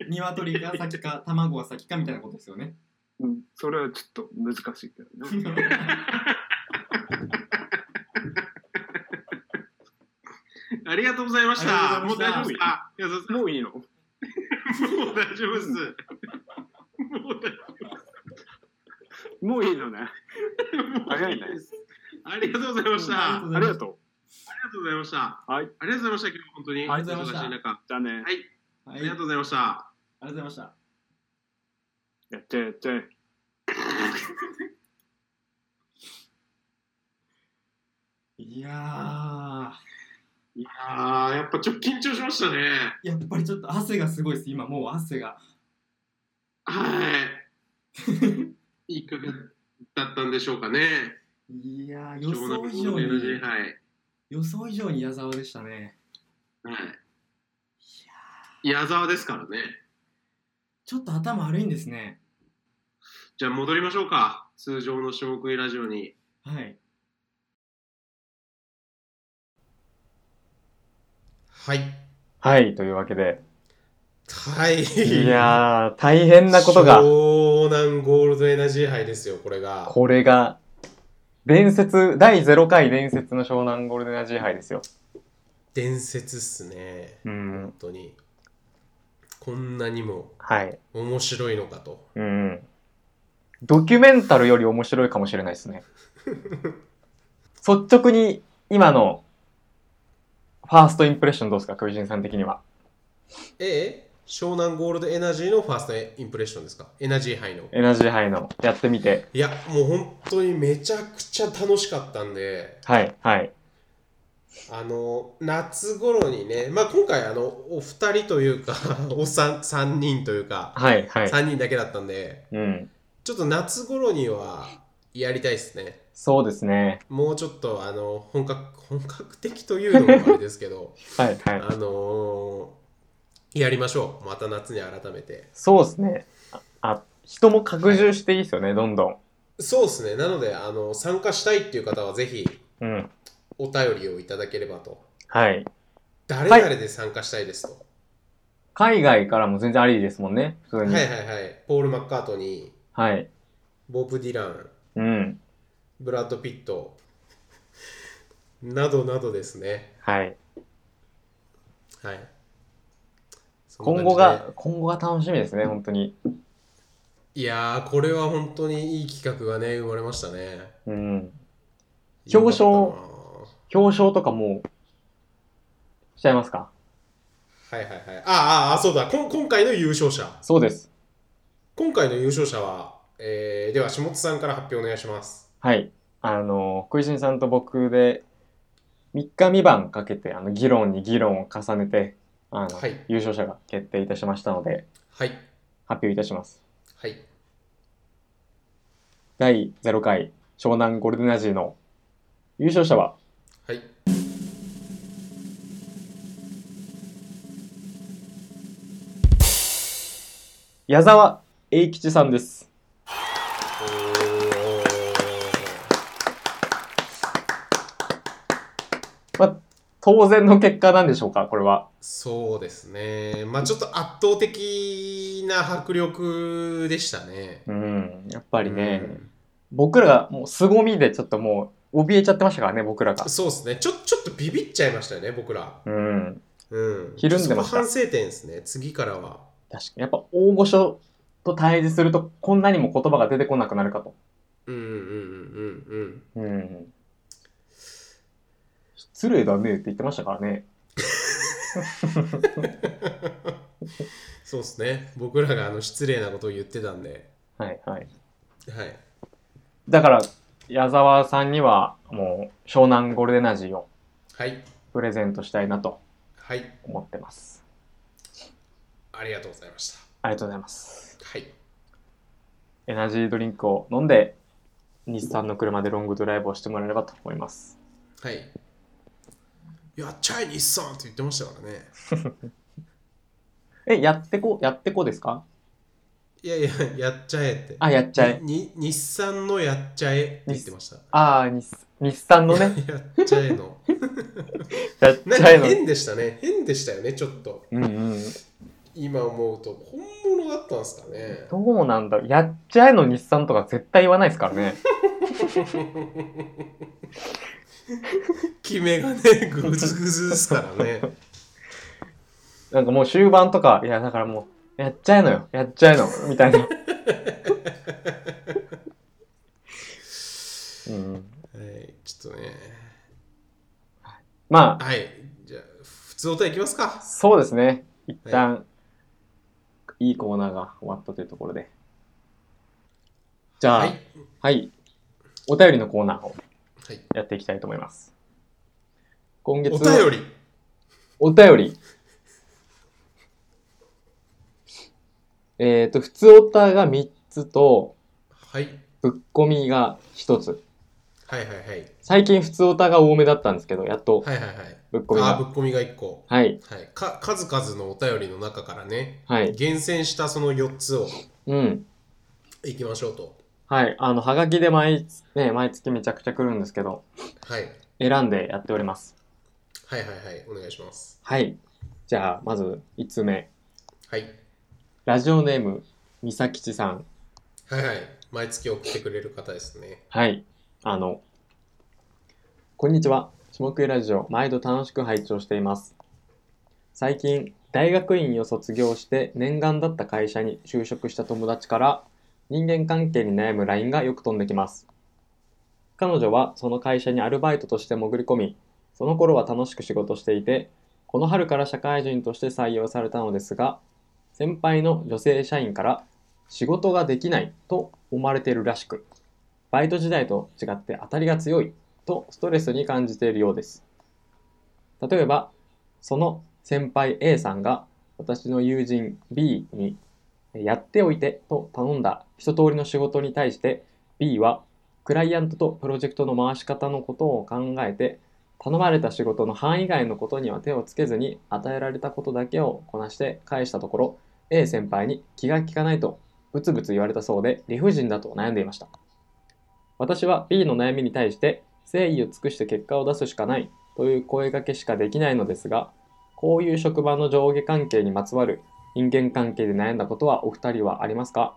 Speaker 4: 鶏が先か卵が先かみたいなことですよね
Speaker 5: うん、それはちょっと難しいけどね。
Speaker 6: ありがとうございまし
Speaker 4: あ
Speaker 6: た
Speaker 4: り
Speaker 6: も
Speaker 4: がと
Speaker 6: う
Speaker 4: うござ
Speaker 6: 大
Speaker 4: い
Speaker 6: 丈夫ですか矢
Speaker 4: まし
Speaker 6: 沢さん
Speaker 5: もういいの
Speaker 6: もう大丈夫ですもう大
Speaker 5: もういいのね。
Speaker 6: もう
Speaker 5: 早いね
Speaker 6: ですありがとうございました、
Speaker 4: うん
Speaker 6: あり
Speaker 5: ありがと
Speaker 6: がとうございました
Speaker 5: う。はい、
Speaker 6: ありがとうございました今日本当に
Speaker 4: ありがとうございました
Speaker 6: 忙しい中
Speaker 5: じゃあね。
Speaker 4: は
Speaker 6: あ
Speaker 4: い、あ
Speaker 6: り
Speaker 4: り
Speaker 6: が
Speaker 4: が
Speaker 6: と
Speaker 4: と
Speaker 6: うございました
Speaker 4: うございました
Speaker 5: やっちゃえやっちゃえ。
Speaker 4: いや
Speaker 6: いやーやっぱちょっと緊張しましたね
Speaker 4: ーやっぱりちょっと汗がすごいです今もう汗が
Speaker 6: はい。いかがだったんでしょうかね。
Speaker 4: いやー
Speaker 6: 貴
Speaker 4: 予
Speaker 6: 重な
Speaker 4: 想
Speaker 6: も
Speaker 4: 以
Speaker 6: の
Speaker 4: 上
Speaker 6: の NG
Speaker 4: に
Speaker 6: はい。
Speaker 4: 予想以上に矢沢でしたね
Speaker 6: はい。矢沢ですからね。
Speaker 4: ちょっと頭悪いんですね
Speaker 6: じゃあ戻りましょうか。通常の種目いラジオに。
Speaker 4: はい
Speaker 2: はい
Speaker 1: はい、というわけで。
Speaker 2: はい
Speaker 1: いやー、大変なことが、
Speaker 2: 湘南ゴールドエナジー杯ですよこれが
Speaker 1: これが、伝説、第0回伝説の湘南ゴールデンアジー杯ですよ。
Speaker 2: 伝説っすね
Speaker 1: うん
Speaker 2: 本。当にこんなにも
Speaker 1: はい。
Speaker 2: 面白いのかと
Speaker 1: うん。ドキュメンタルより面白いかもしれないですね。率直に今のファーストインプレッションどうですか、巨人さん的には。
Speaker 2: ええ湘南ゴールドエナジーのファーストインプレッションですかエナジー杯の
Speaker 1: エナジー杯のやってみて。
Speaker 2: いやもう本当にめちゃくちゃ楽しかったんで
Speaker 1: はい、はい。
Speaker 2: あの夏頃にね、まあ、今回あのお二人というか お三三人というか
Speaker 1: はい、はい。
Speaker 2: 三人だけだったんで
Speaker 1: うん。
Speaker 2: ちょっと夏頃にはやりたいですね
Speaker 1: そうですね。
Speaker 2: もうちょっとあの本格本格的というのもあれですけど
Speaker 1: はい、 は
Speaker 2: あ
Speaker 1: い。
Speaker 2: のーやりましょうまた夏に改めて
Speaker 1: そうですね。あ、あ人も拡充していいですよね、どんどん。
Speaker 2: そうですねなのであの参加したいっていう方はぜひ
Speaker 1: うん。
Speaker 2: お便りをいただければと
Speaker 1: はい。
Speaker 2: 誰々で参加したいですと、
Speaker 1: 海外からも全然ありですもんね、普通に。
Speaker 2: はいはいはい。ポール・マッカートニー、
Speaker 1: はい。
Speaker 2: ボブ・ディラン、
Speaker 1: うん。
Speaker 2: ブラッド・ピット、などなどですね。
Speaker 1: はい。
Speaker 2: はい。そんな
Speaker 1: 今
Speaker 2: 感じで
Speaker 1: 後が、。今後が楽しみですね、本当に。
Speaker 2: いやー、これは本当にいい企画がね、生まれましたね。
Speaker 1: うん。
Speaker 2: よか
Speaker 1: 表
Speaker 2: った
Speaker 1: 彰
Speaker 2: な
Speaker 1: 表彰とかもう、しちゃいますか
Speaker 2: はいはいはい。あーあー、あーそうだこん。今回の優勝者。
Speaker 1: そうです。
Speaker 2: 今回の優勝者は、えー、では、下津さんから発表お願いします。
Speaker 1: はい。あの、食いしんさんと僕で、3日3晩かけて、あの、議論に議論を重ねて、あの、
Speaker 2: はい
Speaker 1: 優勝者が決定いたしましたので、
Speaker 2: はい。
Speaker 1: 発表いたします。
Speaker 2: はい。
Speaker 1: 第0回湘南ゴールデンアジーの優勝者は
Speaker 2: はい。
Speaker 1: 矢沢永吉さんです。まあ、当然の結果なんでしょうか、これは。
Speaker 2: そうですね。まあちょっと圧倒的な迫力でしたね。
Speaker 1: うん、やっぱ
Speaker 2: ぱ
Speaker 1: りね、僕らがもう凄みでちょっともう怯えちゃってましたからね、僕らが。
Speaker 2: そうですね。ちょ、ちょっとビビっちゃいましたよね、僕ら。
Speaker 1: うん、
Speaker 2: うん。
Speaker 1: ひるんでました
Speaker 2: そこ反省点ですね、次からは。
Speaker 1: 確かに。やっぱ大御所と対峙するとこんなにも言葉が出てこなくなるかと。
Speaker 2: うんうんうんうんうん。
Speaker 1: うん。失礼だねって言ってましたからね。
Speaker 2: そうですね。僕らがあの失礼なことを言ってたんで。
Speaker 1: はいはい。
Speaker 2: はい。
Speaker 1: だから、矢沢さんにはもう湘南ゴールデンアジーを
Speaker 2: はい。
Speaker 1: プレゼントしたいなと
Speaker 2: はい。
Speaker 1: 思ってます。
Speaker 2: ありがとうございました。
Speaker 1: ありがとうございます。
Speaker 2: はい。
Speaker 1: エナジードリンクを飲んで、日産の車でロングドライブをしてもらえればと思います。
Speaker 2: はい。やっちゃえ、日産って言ってましたからね。
Speaker 1: え、やってこ、やってこですか
Speaker 2: いやいや、やっちゃえって。
Speaker 1: あ、やっちゃえ。
Speaker 2: にに日産のやっちゃえって言ってました。
Speaker 1: あー、日日産の ね、
Speaker 2: やっちゃえ の。
Speaker 1: やっち
Speaker 2: なん
Speaker 1: ゃえ
Speaker 2: か
Speaker 1: の。
Speaker 2: 変でしたね。変でしたよね、ちょっと。
Speaker 1: うんうん。
Speaker 2: 今思うと、本物だったんですかね。
Speaker 1: どうなんだろうやっちゃえの日産とか絶対言わないですからね。
Speaker 2: 決めがね、ぐずぐずですからね。
Speaker 1: なんかもう終盤とか、いや、だからもう、やっちゃえのよ、やっちゃえの、みたいな。うん、
Speaker 2: はい、ちょっとね。
Speaker 1: まあ、
Speaker 2: はい、じゃあ、普通歌いきますか。
Speaker 1: そうですね。一旦、いいコーナーが終わったというところで。じゃあ、
Speaker 2: は
Speaker 1: はいい、。お便りのコーナーを
Speaker 2: はい、
Speaker 1: やっていきたいと思います。今月
Speaker 2: お
Speaker 1: は
Speaker 2: 便り。
Speaker 1: お便り。えっ、と、普通おたが3つと、
Speaker 2: はい。
Speaker 1: ぶっこみが1つ。
Speaker 2: はいはいはい。
Speaker 1: 最近普通おたが多めだったんですけど、やっと
Speaker 2: はいはいはい。
Speaker 1: ぶっこみ
Speaker 2: あー、
Speaker 1: が。
Speaker 2: ぶっこみが1個。
Speaker 1: はい、
Speaker 2: はい、か数々のお便りの中からね、
Speaker 1: はい。
Speaker 2: 厳選したその4つを
Speaker 1: うん。
Speaker 2: いきましょうと。
Speaker 1: はい。あの、はがきで毎、ね、毎月めちゃくちゃ来るんですけど、
Speaker 2: はい、
Speaker 1: 選んでやっております。
Speaker 2: はいはいはい、お願いします。
Speaker 1: はい。じゃあ、まず1つ目。
Speaker 2: はい、
Speaker 1: ラジオネーム、みさきちさん。
Speaker 2: はいはい、毎月送ってくれる方ですね。
Speaker 1: はい。あの、こんにちは。下食いラジオ、毎度楽しく拝聴しています。最近、大学院を卒業して念願だった会社に就職した友達から、人間関係に悩む LINE がよく飛んできます。彼女はその会社にアルバイトとして潜り込み、その頃は楽しく仕事していて、この春から社会人として採用されたのですが、先輩の女性社員から、仕事ができないと思われているらしく、バイト時代と違って当たりが強いとストレスに感じているようです。例えば、その先輩 A さんが私の友人 B にやっておいてと頼んだ一通りの仕事に対して B はクライアントとプロジェクトの回し方のことを考えて頼まれた仕事の範囲外のことには手をつけずに与えられたことだけをこなして返したところ A 先輩に気が利かないとブツブツ言われたそうで理不尽だと悩んでいました。私は B の悩みに対して誠意を尽くして結果を出すしかないという声掛けしかできないのですがこういう職場の上下関係にまつわる人間関係で悩んだことはお二人はありますか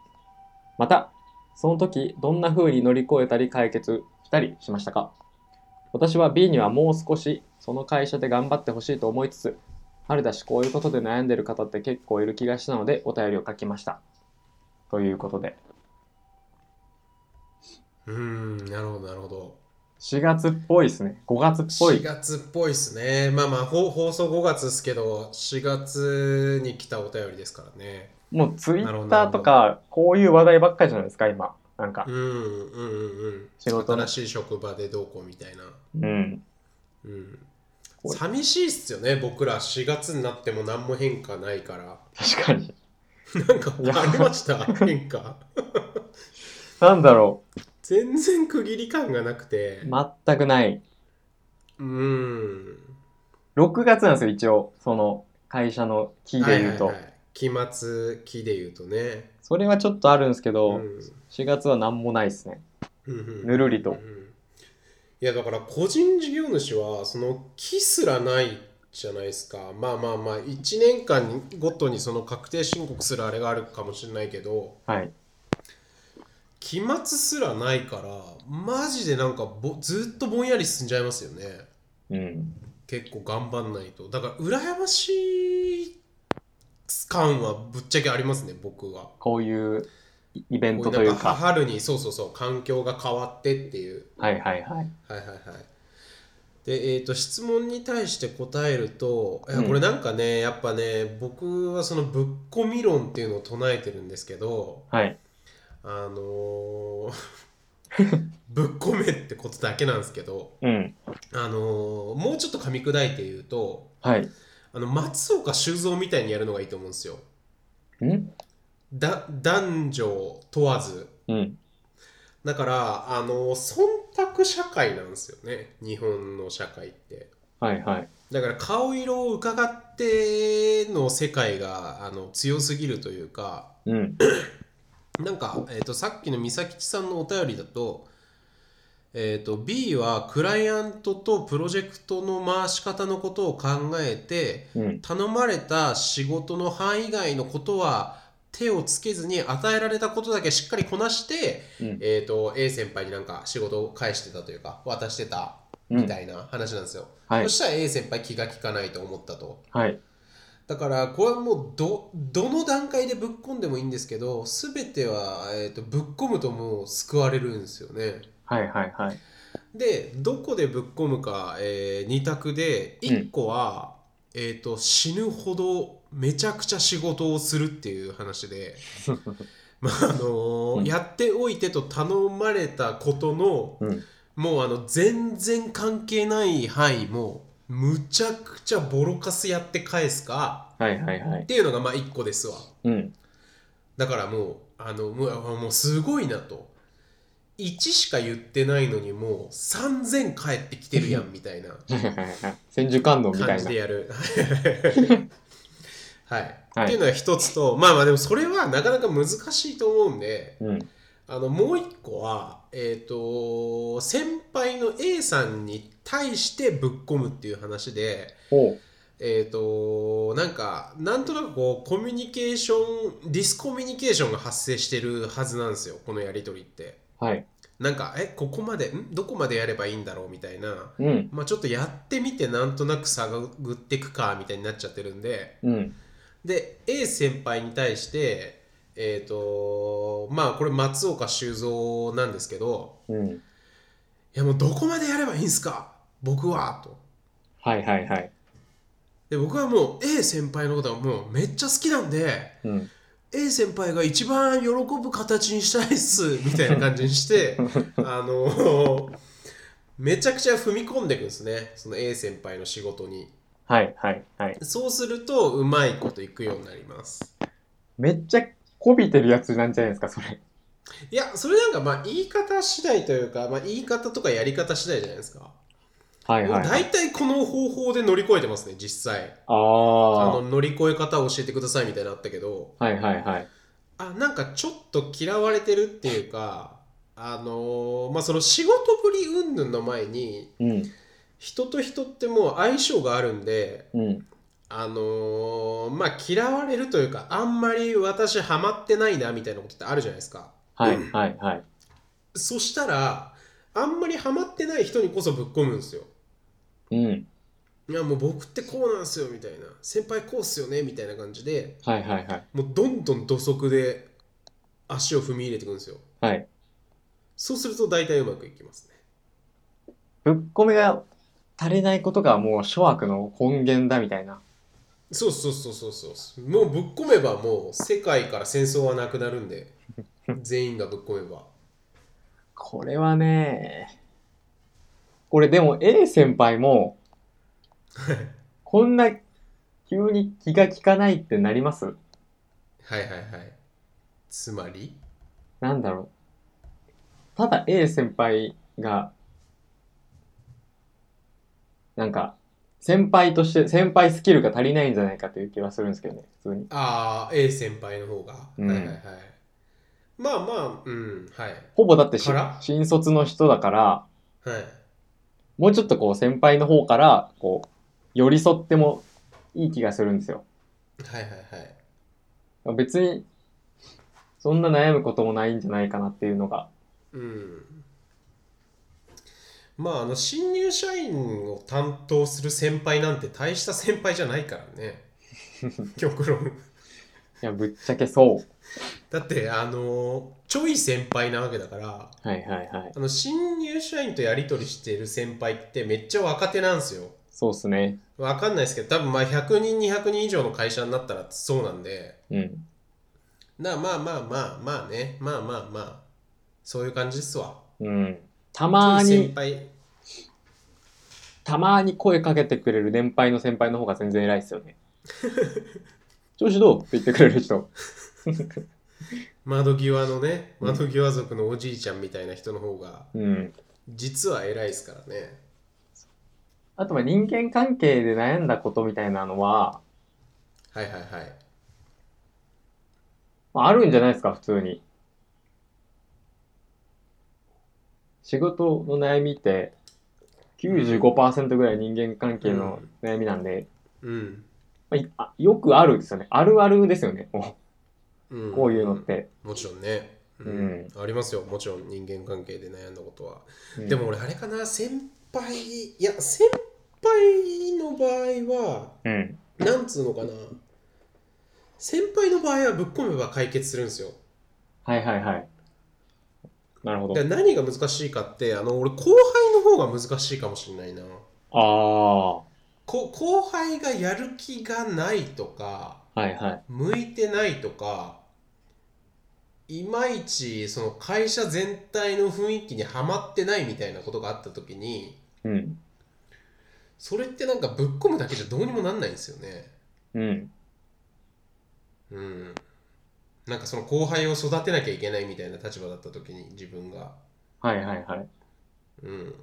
Speaker 1: またその時どんな風に乗り越えたり解決したりしましたか私は B にはもう少しその会社で頑張ってほしいと思いつつ春だしこういうことで悩んでる方って結構いる気がしたのでお便りを書きましたということで
Speaker 2: うーん、なるほど、なるほど。
Speaker 1: 4月っぽいですね5月っぽ
Speaker 2: 4
Speaker 1: い
Speaker 2: 月っぽいですね。まあまあ、ほ放送5月ですけど、4月に来たお便りですからね。
Speaker 1: もうツイ
Speaker 2: なるほ
Speaker 1: ッ
Speaker 2: ど
Speaker 1: ターとか、こういう話題ばっかりじゃないですか、今。なんか
Speaker 2: う。ん、うん、うん、うん。
Speaker 1: 仕事の
Speaker 2: 新しい職場でどうこうみたいな。
Speaker 1: うん。
Speaker 2: うん。
Speaker 1: おい
Speaker 2: 寂しいっすよね、僕ら4月になっても何も変化ないから。
Speaker 1: 確かに。
Speaker 2: なんか
Speaker 1: いや
Speaker 2: ありました変化。
Speaker 1: なんだろ
Speaker 2: 全然区切り感がなくて。
Speaker 1: う。全くない。
Speaker 2: うーん。
Speaker 1: 6月なんですよ、一応。その、会社の期で言うと
Speaker 2: はい。はいはい期末期で言うとね。
Speaker 1: それはちょっとあるんですけど、
Speaker 2: ん
Speaker 1: 4月は何もないですね。
Speaker 2: うんうん
Speaker 1: ぬるり
Speaker 2: う
Speaker 1: と。
Speaker 2: んいやだから個人事業主はその期すらないじゃないですかまあまあまあ1年間ごとにその確定申告するあれがあるかもしれないけど
Speaker 1: はい。
Speaker 2: 期末すらないからマジでなんかぼずっとぼんやり進んじゃいますよね
Speaker 1: うん。
Speaker 2: 結構頑張んないとだから羨ましい感はぶっちゃけありますね僕は。
Speaker 1: こういうイベン
Speaker 2: こ
Speaker 1: ト
Speaker 2: う
Speaker 1: とい
Speaker 2: い
Speaker 1: うう
Speaker 2: なんか
Speaker 1: か。
Speaker 2: 春にそうそうそう環境が変わってっていう
Speaker 1: はいはいはい。
Speaker 2: はいはいはい。で、えー、と質問に対して答えると、いや
Speaker 1: うん
Speaker 2: これなんかね、やっぱね僕はそのぶっこみ論っていうのを唱えてるんですけど
Speaker 1: はい。
Speaker 2: あの ーぶっこめってことだけなんですけど、
Speaker 1: うん。
Speaker 2: あのーもうちょっと噛み砕いて言うと
Speaker 1: はい。
Speaker 2: あの松岡修造みたいにやるのがいいと思うんですよ。
Speaker 1: ん
Speaker 2: だ男女問わず
Speaker 1: うん。
Speaker 2: だからあの忖度社会なんですよね日本の社会って。
Speaker 1: はいはい。
Speaker 2: だから顔色を伺っての世界があの強すぎるというか
Speaker 1: うん。
Speaker 2: なんか、えー、とさっきの美咲さんのお便りだと,、えー、と B はクライアントとプロジェクトの回し方のことを考えて
Speaker 1: うん。
Speaker 2: 頼まれた仕事の範囲外のことは手をつけずに与えられたことだけしっかりこなして、
Speaker 1: うん
Speaker 2: えー、と A 先輩になんか仕事を返してたというか渡してた
Speaker 1: う
Speaker 2: み
Speaker 1: ん
Speaker 2: た。いな話なんですよ。
Speaker 1: はい
Speaker 2: そ。したら A 先輩気が利かないと思ったと。
Speaker 1: はい。
Speaker 2: だからこれはもうどどの段階でぶっ込んでもいいんですけど全ては、えー、とぶっ込むともう救われるんですよね。
Speaker 1: はいはいはい。
Speaker 2: でどこでぶっ込むか、え2択で
Speaker 1: うん
Speaker 2: 1個は、えー、と死ぬほどめちゃくちゃ仕事をするっていう 話で、まああのー
Speaker 1: うん
Speaker 2: やっておいてと頼まれたことの、
Speaker 1: うん
Speaker 2: もうあの全然関係ない範囲もむちゃくちゃボロカスやって返すか。
Speaker 1: はいはいは
Speaker 2: っ
Speaker 1: い。
Speaker 2: ていうのがまあ1個ですわ
Speaker 1: うん。
Speaker 2: だからもうあのもうあもうすごいなと1しか言ってないのにもう3000返ってきてるやんみたいな
Speaker 1: はいはいはい。千手観音みた
Speaker 2: 感
Speaker 1: い
Speaker 2: じ
Speaker 1: な
Speaker 2: で。やるはい、
Speaker 1: はい
Speaker 2: っていうのが一つとまあまあでもそれはなかなか難しいと思うんで
Speaker 1: うん。
Speaker 2: あのもう一個はえっ、と先輩の A さんに対してぶっ込むっていう話で
Speaker 1: おう。
Speaker 2: えー、となんかなんとなくこうコミュニケーションディスコミュニケーションが発生してるはずなんですよこのやり取りって
Speaker 1: はい。
Speaker 2: なんかえここまでんどこまでやればいいんだろうみたいな
Speaker 1: うん。
Speaker 2: まあちょっとやってみてなんとなく探ってくかみたいになっちゃってるんで
Speaker 1: うん。
Speaker 2: で A 先輩に対してえっ、とまあこれ松岡修造なんですけど
Speaker 1: うん。
Speaker 2: いやもうどこまでやればいいんすか僕はと
Speaker 1: はいはいはい。
Speaker 2: で僕はもう A 先輩のことはもうめっちゃ好きなんで
Speaker 1: うん。
Speaker 2: A 先輩が一番喜ぶ形にしたいっすみたいな感じにして あのめちゃくちゃ踏み込んでいくんですねその A 先輩の仕事に
Speaker 1: はいはいはい。
Speaker 2: そうするとうまいこといくようになります
Speaker 1: めっちゃこびてるやつなんじゃないですか、それ。
Speaker 2: いやそれなんかまあ言い方次第というか、まあ、言い方とかやり方次第じゃないですか、
Speaker 1: はいはい
Speaker 2: もう
Speaker 1: はい。
Speaker 2: 大体この方法で乗り越えてますね実際
Speaker 1: あ
Speaker 2: あ
Speaker 1: あ。
Speaker 2: の乗り越え方を教えてくださいみたいなのあったけど
Speaker 1: はいはいはい。
Speaker 2: あなんかちょっと嫌われてるっていうかあのーまあその仕事ぶり云々の前に
Speaker 1: うん。
Speaker 2: 人と人ってもう相性があるんで
Speaker 1: うん。
Speaker 2: あのーまあ嫌われるというかあんまり私ハマってないなみたいなことってあるじゃないですか
Speaker 1: はいはいはい。
Speaker 2: そしたらあんまりハマってない人にこそぶっ込むんですよ
Speaker 1: うん。
Speaker 2: いやもう僕ってこうなんすよみたいな先輩こうっすよねみたいな感じで
Speaker 1: はいはいはい。
Speaker 2: もうどんどん土足で足を踏み入れていくんですよ
Speaker 1: はい。
Speaker 2: そうすると大体うまくいきますね
Speaker 1: ぶっ込みが足りないことがもう諸悪の根源だみたいな。
Speaker 2: そうそうそうそうそうもうぶっ込めばもう世界から戦争はなくなるんで 全員がぶっ込めば
Speaker 1: これはね、これでも A 先輩 も、こんな急に気が利かないってなります
Speaker 2: はいはいはいつまり
Speaker 1: なんだろう。ただ A 先輩が、なんか、先輩として、先輩スキルが足りないんじゃないかという気はするんですけどね、普通に。
Speaker 2: ああ A 先輩の方が、
Speaker 1: うん
Speaker 2: はいはいはいまあまあうんはい
Speaker 1: ほぼだってし
Speaker 2: から
Speaker 1: 新卒の人だから、
Speaker 2: はい
Speaker 1: もうちょっとこう先輩の方から、こう、寄り添ってもいい気がするんですよ。
Speaker 2: はいはいはい
Speaker 1: 別に、そんな悩むこともないんじゃないかなっていうのが。
Speaker 2: うんまああの新入社員を担当する先輩なんて大した先輩じゃないからね極論
Speaker 1: いや、ぶっちゃけそ
Speaker 2: だってあのちょい先輩なわけだから
Speaker 1: う。はいはいはい。
Speaker 2: あの新入社員とやり取りしてる先輩ってめっちゃ若手なんですよ
Speaker 1: そうっすね。
Speaker 2: わかんないですけど多分まあ100人200人以上の会社になったらそうなんで
Speaker 1: うん。
Speaker 2: なまあまあまあまあねまあまあまあそういう感じっすわ
Speaker 1: うん。たまー
Speaker 2: ちょい先
Speaker 1: に、
Speaker 2: 輩
Speaker 1: たまーに声かけてくれる年配の先輩の方が全然偉いっすよね。調子どうって言ってくれる人。
Speaker 2: 窓際のね
Speaker 1: うん
Speaker 2: 窓際族のおじいちゃんみたいな人の方が
Speaker 1: うん。
Speaker 2: 実は偉いですからね
Speaker 1: あとは人間関係で悩んだことみたいなのは、
Speaker 2: はいはいはい
Speaker 1: まあ、あるんじゃないですか、普通に。仕事の悩みって95%ぐらい人間関係の悩みなんで、
Speaker 2: うん、
Speaker 1: まあいあ、よくあるですよね。あるあるですよね。も
Speaker 2: うん、
Speaker 1: うこういうのって。
Speaker 2: もちろんね、ありますよもちろん人間関係で悩んだことは、
Speaker 1: うん
Speaker 2: でも、俺あれかな先輩いや先輩の場合は
Speaker 1: うん。
Speaker 2: なんつうのかな先輩の場合はぶっ込めば解決するんですよ
Speaker 1: はいはいはい。なるほど
Speaker 2: で。何が難しいかってあの俺後輩の方が難しいかもしれないな
Speaker 1: ああ。は
Speaker 2: こ後輩がやる気がないとか
Speaker 1: いはい。
Speaker 2: 向いてないとかいまいちその会社全体の雰囲気にはまってないみたいなことがあった時に
Speaker 1: うん。
Speaker 2: それってなんかぶっ込むだけじゃどうにもなんないんですよね
Speaker 1: うん。
Speaker 2: うんなんかその後輩を育てなきゃいけないみたいな立場だった時に自分が
Speaker 1: はいはいはい。
Speaker 2: うん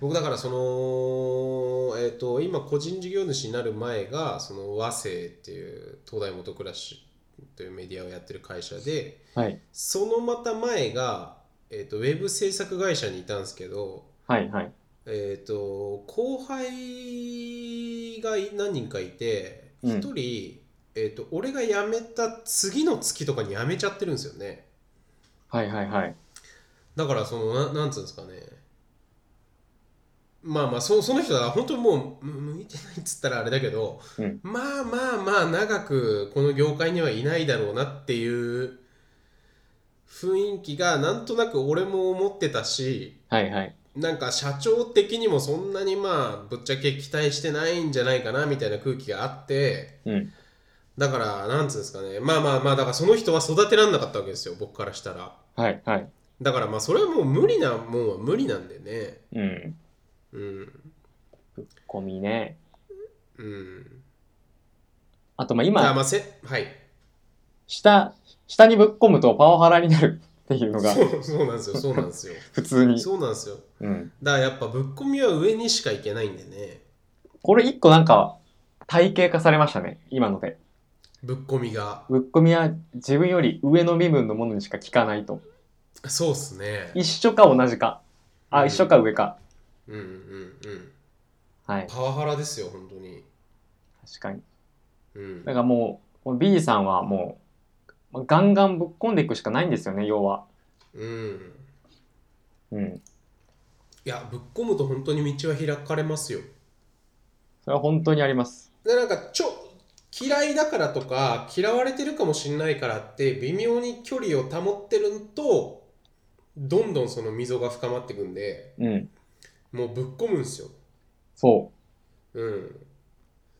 Speaker 2: 僕だからそのえっ、と今個人事業主になる前がその和製っていう東大元暮らしというメディアをやってる会社で
Speaker 1: はい。
Speaker 2: そのまた前が、えー、とウェブ制作会社にいたんですけど、
Speaker 1: はいはい。
Speaker 2: えー、と後輩がい何人かいて
Speaker 1: うん
Speaker 2: 一人、えー、と俺が辞めた次の月とかに辞めちゃってるんですよね
Speaker 1: はいはいはい。
Speaker 2: だからそのななんつうんですかねまあまあそその人は本当にもうむ向いてないっつったらあれだけど、
Speaker 1: うん
Speaker 2: まあまあまあ長くこの業界にはいないだろうなっていう雰囲気がなんとなく俺も思ってたし
Speaker 1: はいはい。
Speaker 2: なんか社長的にもそんなにまあぶっちゃけ期待してないんじゃないかなみたいな空気があって
Speaker 1: うん。
Speaker 2: だからなんつうんですかねまあまあまあだからその人は育てられなかったわけですよ僕からしたら。
Speaker 1: はいはい。
Speaker 2: だからまあそれはもう無理なもんは無理なんでね
Speaker 1: うん。
Speaker 2: うん
Speaker 1: ゴミね。
Speaker 2: うん
Speaker 1: あとまあ
Speaker 2: まあ
Speaker 1: 今、
Speaker 2: まあせはい
Speaker 1: 下、下にぶっ込むとパワハラになるっていうのが
Speaker 2: そうそうなんですよそうなんですよ
Speaker 1: 普通に。
Speaker 2: そうなんですよ
Speaker 1: うん。
Speaker 2: だからやっぱぶっ込みは上にしかいけないんでね
Speaker 1: これ一個なんか体系化されましたね、今ので。
Speaker 2: ぶっ込みが
Speaker 1: ぶっ込みは自分より上の身分のものにしか聞かないと。
Speaker 2: そうっすね
Speaker 1: 一緒か同じか。あ、
Speaker 2: うん
Speaker 1: 一緒か上か。
Speaker 2: うんうんうん
Speaker 1: はい。
Speaker 2: パワハラですよ本当に
Speaker 1: 確かに。
Speaker 2: うん
Speaker 1: だからもう、この B さんはもう、まあガンガンぶっ込んでいくしかないんですよね、要は。
Speaker 2: うん
Speaker 1: うん。
Speaker 2: いやぶっ込むと本当に道は開かれますよ
Speaker 1: それは本当にあります。
Speaker 2: でなんかちょ嫌いだからとか嫌われてるかもしれないからって微妙に距離を保ってるとどんどんその溝が深まっていくんで
Speaker 1: うん。
Speaker 2: もうぶっ込むんですよ。
Speaker 1: そ
Speaker 2: うん、
Speaker 1: う。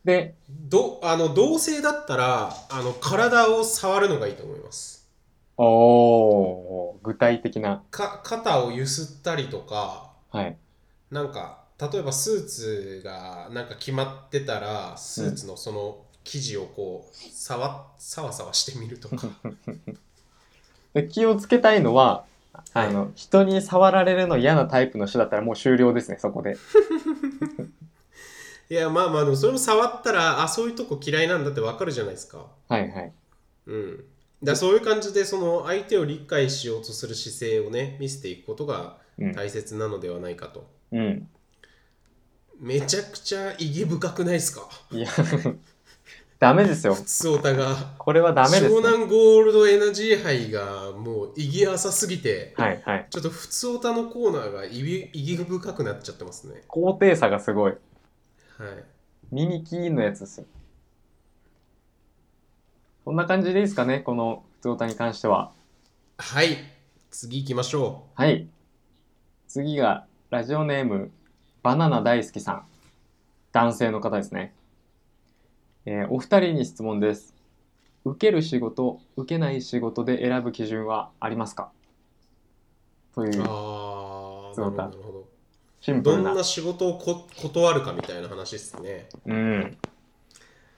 Speaker 1: で、
Speaker 2: どあの同性だったらあの体を触るのがいいと思います。
Speaker 1: おー、具体的な。
Speaker 2: か肩をゆすったりとか
Speaker 1: はい。
Speaker 2: なんか例えばスーツがなんか決まってたらスーツのその生地をこう触さわさわしてみるとか。
Speaker 1: で気をつけたいのは、あの、人に触られるの嫌なタイプの人だったらもう終了ですね、そこで。
Speaker 2: いやまあまあでもそれも触ったらあそういうとこ嫌いなんだってわかるじゃないですか
Speaker 1: はいはい。
Speaker 2: うんだからそういう感じでその相手を理解しようとする姿勢をね見せていくことが
Speaker 1: うん。
Speaker 2: 大切なのではないかと
Speaker 1: うん。
Speaker 2: めちゃくちゃ意義深くないですか
Speaker 1: いや、 ダメですよ。
Speaker 2: 普通オタが
Speaker 1: これはダメです、ね。
Speaker 2: 湘南ゴールドエナジー杯がもう意義浅すぎて、
Speaker 1: はいはい。
Speaker 2: ちょっと普通オタのコーナーが意義意義深くなっちゃってますね
Speaker 1: 高低差がすごい。
Speaker 2: はい
Speaker 1: 耳キーンのやつですよ。こんな感じでいいですかね、この普通歌に関しては。
Speaker 2: はい次行きましょ
Speaker 1: はい。次が、ラジオネーム、バナナ大好きさん。男性の方ですね。えーお二人に質問です。受ける仕事、受けない仕事で選ぶ基準はありますかというう、
Speaker 2: ああ
Speaker 1: 普通
Speaker 2: な
Speaker 1: オ
Speaker 2: る
Speaker 1: タ
Speaker 2: ほどなるほど
Speaker 1: シンプ
Speaker 2: ど
Speaker 1: ル
Speaker 2: ん
Speaker 1: な。
Speaker 2: な仕事をこ断るかみたいな話ですね。
Speaker 1: うん。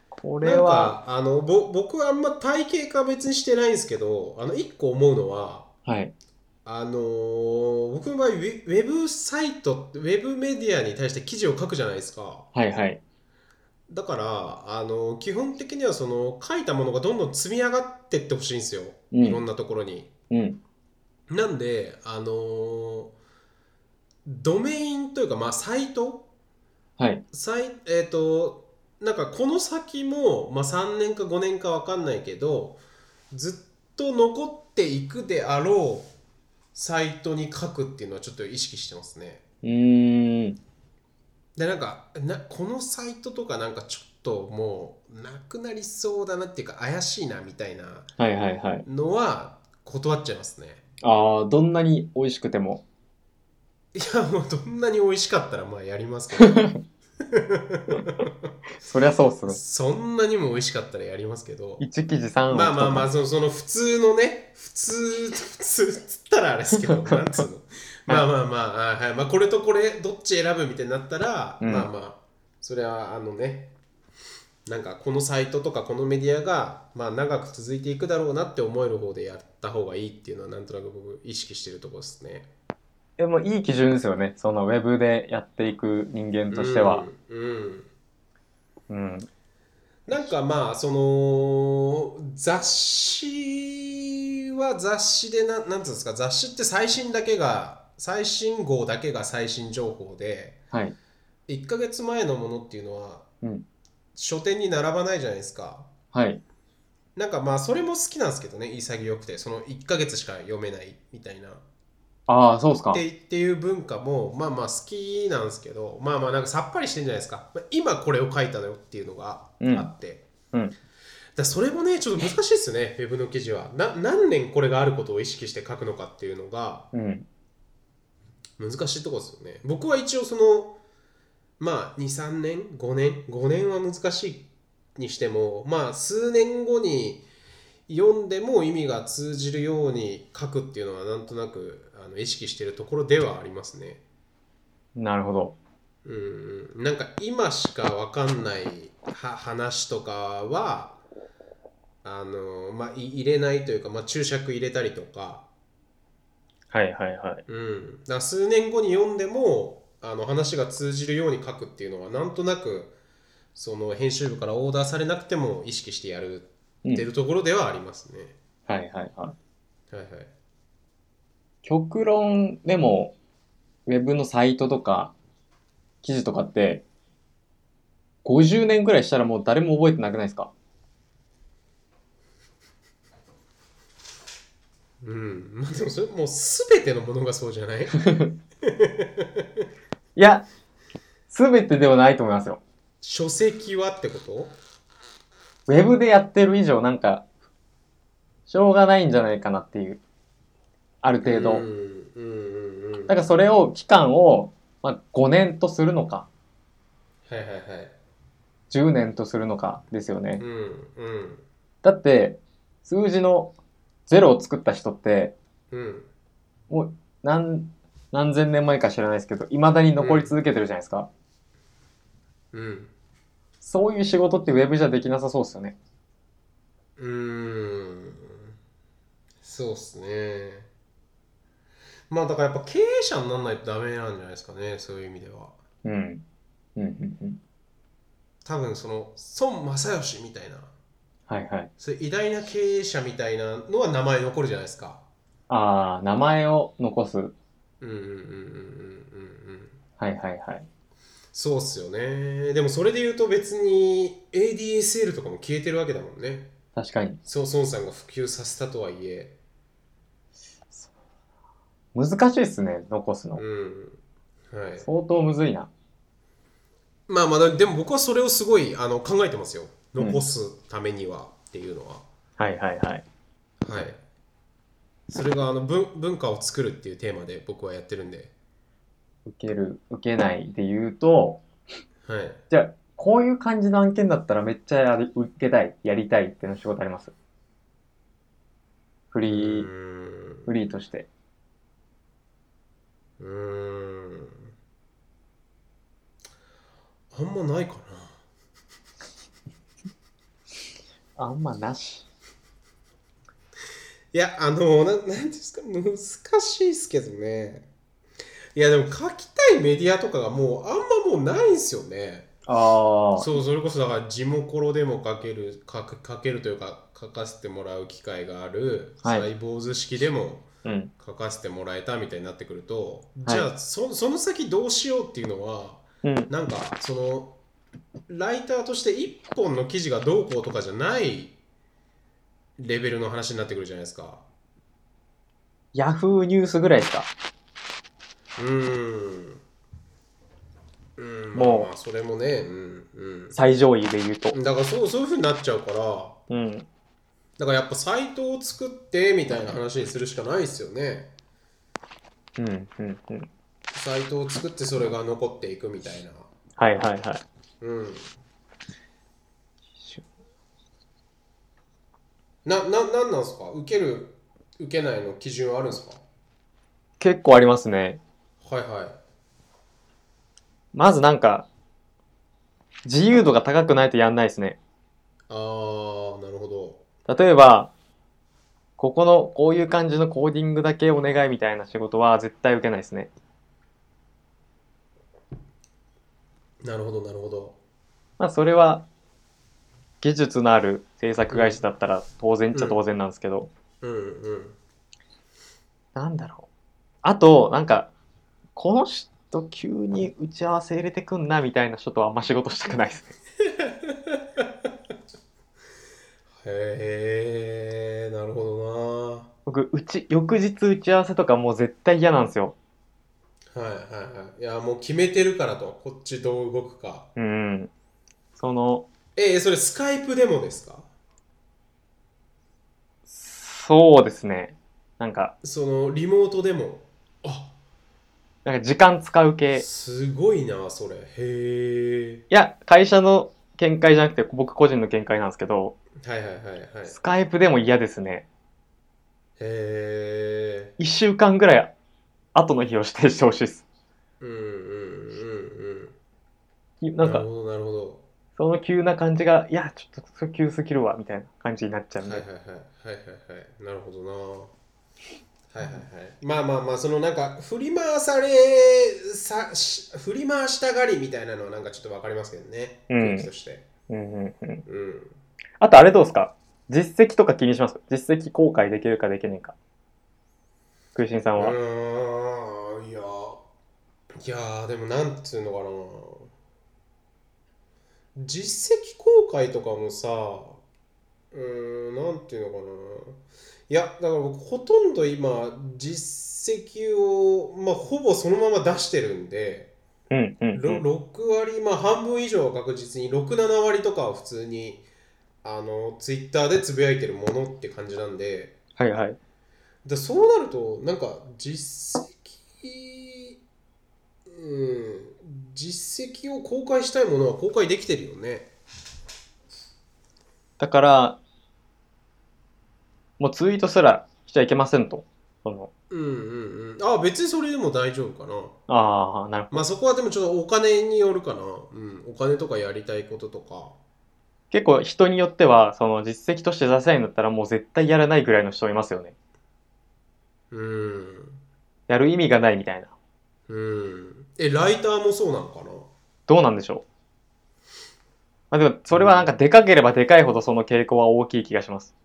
Speaker 1: こ
Speaker 2: な
Speaker 1: れ
Speaker 2: ん
Speaker 1: は、
Speaker 2: かあのぼ僕はあんま体型化別にしてないんですけどあの一個思うのは
Speaker 1: はい。
Speaker 2: あのー僕の場合ウェウェブサイトウェブメディアに対して記事を書くじゃないですか
Speaker 1: はいはい。
Speaker 2: だからあの基本的にはその書いたものがどんどん積み上がってってほしいんですよ
Speaker 1: うん
Speaker 2: いろんなところに。
Speaker 1: うん。
Speaker 2: なんであのードメインというか、まあ、サイト
Speaker 1: はい。
Speaker 2: さいえっ、となんかこの先も、まあ、3年か5年か分かんないけどずっと残っていくであろうサイトに書くっていうのはちょっと意識してますね。
Speaker 1: うーん。
Speaker 2: でなんかなこのサイトとかなんかちょっともうなくなりそうだなっていうか怪しいなみたいな
Speaker 1: はいはいはい。
Speaker 2: のは断っちゃいますね。
Speaker 1: ああ、どんなに美味しくても。
Speaker 2: いやもうどんなに美味しかったらまあやりますけど
Speaker 1: そりゃそうっすね。
Speaker 2: そんなにも美味しかったらやりますけど。
Speaker 1: 一記事三
Speaker 2: まあまあまあそのその普通のね普通普通っつったらあれですけ どなんつうのまあまあまあ、あはいまあ、これとこれどっち選ぶみたいになったら、
Speaker 1: うん
Speaker 2: まあまあそれはあのねなんかこのサイトとかこのメディアがまあ長く続いていくだろうなって思える方でやった方がいいっていうのはなんとなく僕意識してるところですね。
Speaker 1: でもいい基準ですよね。そのウェブでやっていく人間としては。
Speaker 2: うんうん
Speaker 1: うん。
Speaker 2: なんかまあその雑誌は雑誌でななんていうんですか雑誌って最新だけが最新号だけが最新情報で
Speaker 1: はい。
Speaker 2: 1ヶ月前のものっていうのは、
Speaker 1: うん
Speaker 2: 書店に並ばないじゃないですか
Speaker 1: はい。
Speaker 2: なんかまあそれも好きなんですけどね潔くてその1ヶ月しか読めないみたいな
Speaker 1: ああ、そうっすか
Speaker 2: っ。てっていう文化もまあまあ好きなんですけどまあまあなんかさっぱりしてんじゃないですかまあ今これを書いたのよっていうのが
Speaker 1: うん
Speaker 2: あって、
Speaker 1: うん
Speaker 2: だからそれもねちょっと難しいですねウェブの記事はな何年これがあることを意識して書くのかっていうのが
Speaker 1: うん。
Speaker 2: 難しいとこですよね僕は一応そのまあ23年5年5年は難しいにしてもまあ数年後に読んでも意味が通じるように書くっていうのはなんとなくあの意識してるところではありますね。
Speaker 1: なるほど。
Speaker 2: うんうん、なんか今しかわかんないは話とかはあのまあい入れないというか、まあ、注釈入れたりとか,、
Speaker 1: はいはいはい。
Speaker 2: うん、だから数年後に読んでもあの話が通じるように書くっていうのはなんとなくその編集部からオーダーされなくても意識してやる
Speaker 1: うん
Speaker 2: ってるところではありますね。
Speaker 1: はいはいはい。
Speaker 2: はいはい、
Speaker 1: 極論、でも、ウェブのサイトとか、記事とかって、50年ぐらいしたらもう誰も覚えてなくないですか
Speaker 2: うんまあ、でもそれもう全てのものがそうじ ゃない
Speaker 1: いや、すべてではないと思いますよ。
Speaker 2: 書籍はってこと
Speaker 1: ウェブでやってる以上、なんか、しょうがないんじゃないかなっていう。ある程
Speaker 2: うん
Speaker 1: 度。
Speaker 2: うんうんうん、
Speaker 1: だからそれを、期間を、まあ、5年とするのか、
Speaker 2: はいはいはい。
Speaker 1: 10年とするのかですよね
Speaker 2: う。んうん
Speaker 1: だって、数字の0を作った人って、
Speaker 2: うん。
Speaker 1: もう、何、何千年前か知らないですけど、未だに残り続けてるじゃないですか。
Speaker 2: うん。
Speaker 1: そういう仕事ってウェブじゃできなさそうですよね。
Speaker 2: うーん。そうっすね。まあだからやっぱ経営者にならないとダメなんじゃないですかね、そういう意味では。
Speaker 1: うん。うん、うん、うん。
Speaker 2: 多分その孫正義みたいな
Speaker 1: はいはい。
Speaker 2: そういう偉大な経営者みたいなのは名前残るじゃないですか
Speaker 1: ああ、名前を残す。はい
Speaker 2: うんうんうんうんうんうんうん
Speaker 1: はいはい。
Speaker 2: そうっすよねでもそれで言うと別に ADSL とかも消えてるわけだもんね
Speaker 1: 確かに。
Speaker 2: そう孫さんが普及させたとはいえ
Speaker 1: 難しいですね、残すの。
Speaker 2: うんはい
Speaker 1: 相当むずいな。
Speaker 2: まあまあでも僕はそれをすごいあの考えてますよ残すためにはっていうのは、
Speaker 1: はいはいはい。
Speaker 2: はいそれがあの文文化を作るっていうテーマで僕はやってるんで
Speaker 1: 受ける、受けないで言うと、
Speaker 2: はい
Speaker 1: じゃあ、こういう感じの案件だったらめっちゃやり受けたい、やりたいっていうの仕事ありますフ
Speaker 2: う
Speaker 1: リー、
Speaker 2: ーん
Speaker 1: フリーとして。
Speaker 2: うーんあんまないか
Speaker 1: あんまなし。
Speaker 2: ないやあのななんていうんですか難しいっすけどねいやでも書きたいメディアとかがもうあんまもうないんすよね
Speaker 1: ああ。
Speaker 2: そうそれこそだから地元ロでも書ける書く書けるというか書かせてもらう機会がある、
Speaker 1: はい
Speaker 2: サイボーズ式でも
Speaker 1: うん。
Speaker 2: 書かせてもらえたみたいになってくると、
Speaker 1: はい
Speaker 2: じゃあそその先どうしようっていうのは
Speaker 1: うん。
Speaker 2: なんかそのライターとして一本の記事がどうこうとかじゃないレベルの話になってくるじゃないですか。
Speaker 1: ヤフーニュースぐらいですか
Speaker 2: うーんうん
Speaker 1: もう
Speaker 2: まあまあそれもねうん
Speaker 1: 最上位で言うと
Speaker 2: う。んだからそうそういうふうになっちゃうから
Speaker 1: うん。
Speaker 2: だからやっぱサイトを作ってみたいな話にするしかないですよね。
Speaker 1: うん。うん。うん。
Speaker 2: サイトを作ってそれが残っていくみたいな。
Speaker 1: はいはいはい。
Speaker 2: うん。な、な、なんなんですか受ける、受けないの基準はあるんですか
Speaker 1: 結構ありますね。
Speaker 2: はいは
Speaker 1: まずなんか、自由度が高くないとやんないですね。
Speaker 2: い。あー、なるほど。
Speaker 1: 例えば、ここの、こういう感じのコーディングだけお願いみたいな仕事は絶対受けないですね。
Speaker 2: なるほど、なるほど。
Speaker 1: まあ、それは、技術のある制作会社だったら当然っちゃ当然なんですけど、
Speaker 2: うんうん。
Speaker 1: なんだろう。あと、なんか、この人急に打ち合わせ入れてくんなみたいな人とはあんま仕事したくない ですね。
Speaker 2: へー、なるほどな
Speaker 1: 僕、うち、翌日打ち合わせとかもう絶対嫌なんですよ。
Speaker 2: はいはいはい。いや、もう決めてるからと。こっちどう動くか。
Speaker 1: うん。その、
Speaker 2: えー、それスカイプでもですか
Speaker 1: そうですね。なんか、
Speaker 2: その、リモートでも。あ
Speaker 1: なんか時間使う系。
Speaker 2: すごいなそれへえ
Speaker 1: いや、会社の見解じゃなくて、僕個人の見解なんですけど、
Speaker 2: はいはいはいはいへ
Speaker 1: スカイプでも嫌ですね。
Speaker 2: え
Speaker 1: 1週間ぐらい後の日を指定してほしいです。
Speaker 2: うんうんうんうん
Speaker 1: なん
Speaker 2: なる
Speaker 1: か、
Speaker 2: ほどなるほど
Speaker 1: その急な感じが、いや、ちょっとそれ急すぎるわ、みたいな感じになっちゃう
Speaker 2: は
Speaker 1: んで。
Speaker 2: いはいはいはいはいはいなるほどなはいはいはいまあまあまあそのなんか振り回されさし振り回したがりみたいなのはなんかちょっとわかりますけどね
Speaker 1: うん
Speaker 2: 雰囲気として
Speaker 1: うんうんうん。
Speaker 2: うん
Speaker 1: あと、あれどうですか実績とか気にします実績公開できるかできないか。空心さん
Speaker 2: う
Speaker 1: は。
Speaker 2: ーんいやいやーでもなんつうのかな実績公開とかもさうーんなんていうのかないやだから僕ほとんど今実績を、まあ、ほぼそのまま出してるんで、
Speaker 1: うんうん、う
Speaker 2: ろ
Speaker 1: ん。
Speaker 2: 6割まあ半分以上は確実に67割とかは普通にあのツイッターでつぶやいてるものって感じなんで。
Speaker 1: はいはい。
Speaker 2: でそうなるとなんか実績うん実績を公開したいものは公開できてるよね
Speaker 1: だから、もうツイートすらしちゃいけませんと。その、
Speaker 2: うんうんうんあ別にそれでも大丈夫かな
Speaker 1: ああ、なるほど。
Speaker 2: まあそこはでもちょっとお金によるかな、うん、お金とかやりたいこととか
Speaker 1: 結構人によっては、その実績として出せないんだったらもう絶対やらないぐらいの人いますよね。
Speaker 2: うん
Speaker 1: やる意味がないみたいな。
Speaker 2: うんえライターもそうなのかな
Speaker 1: どうなんでしょまあでも、それはなんかでかければでかいほどその傾向は大きい気がします。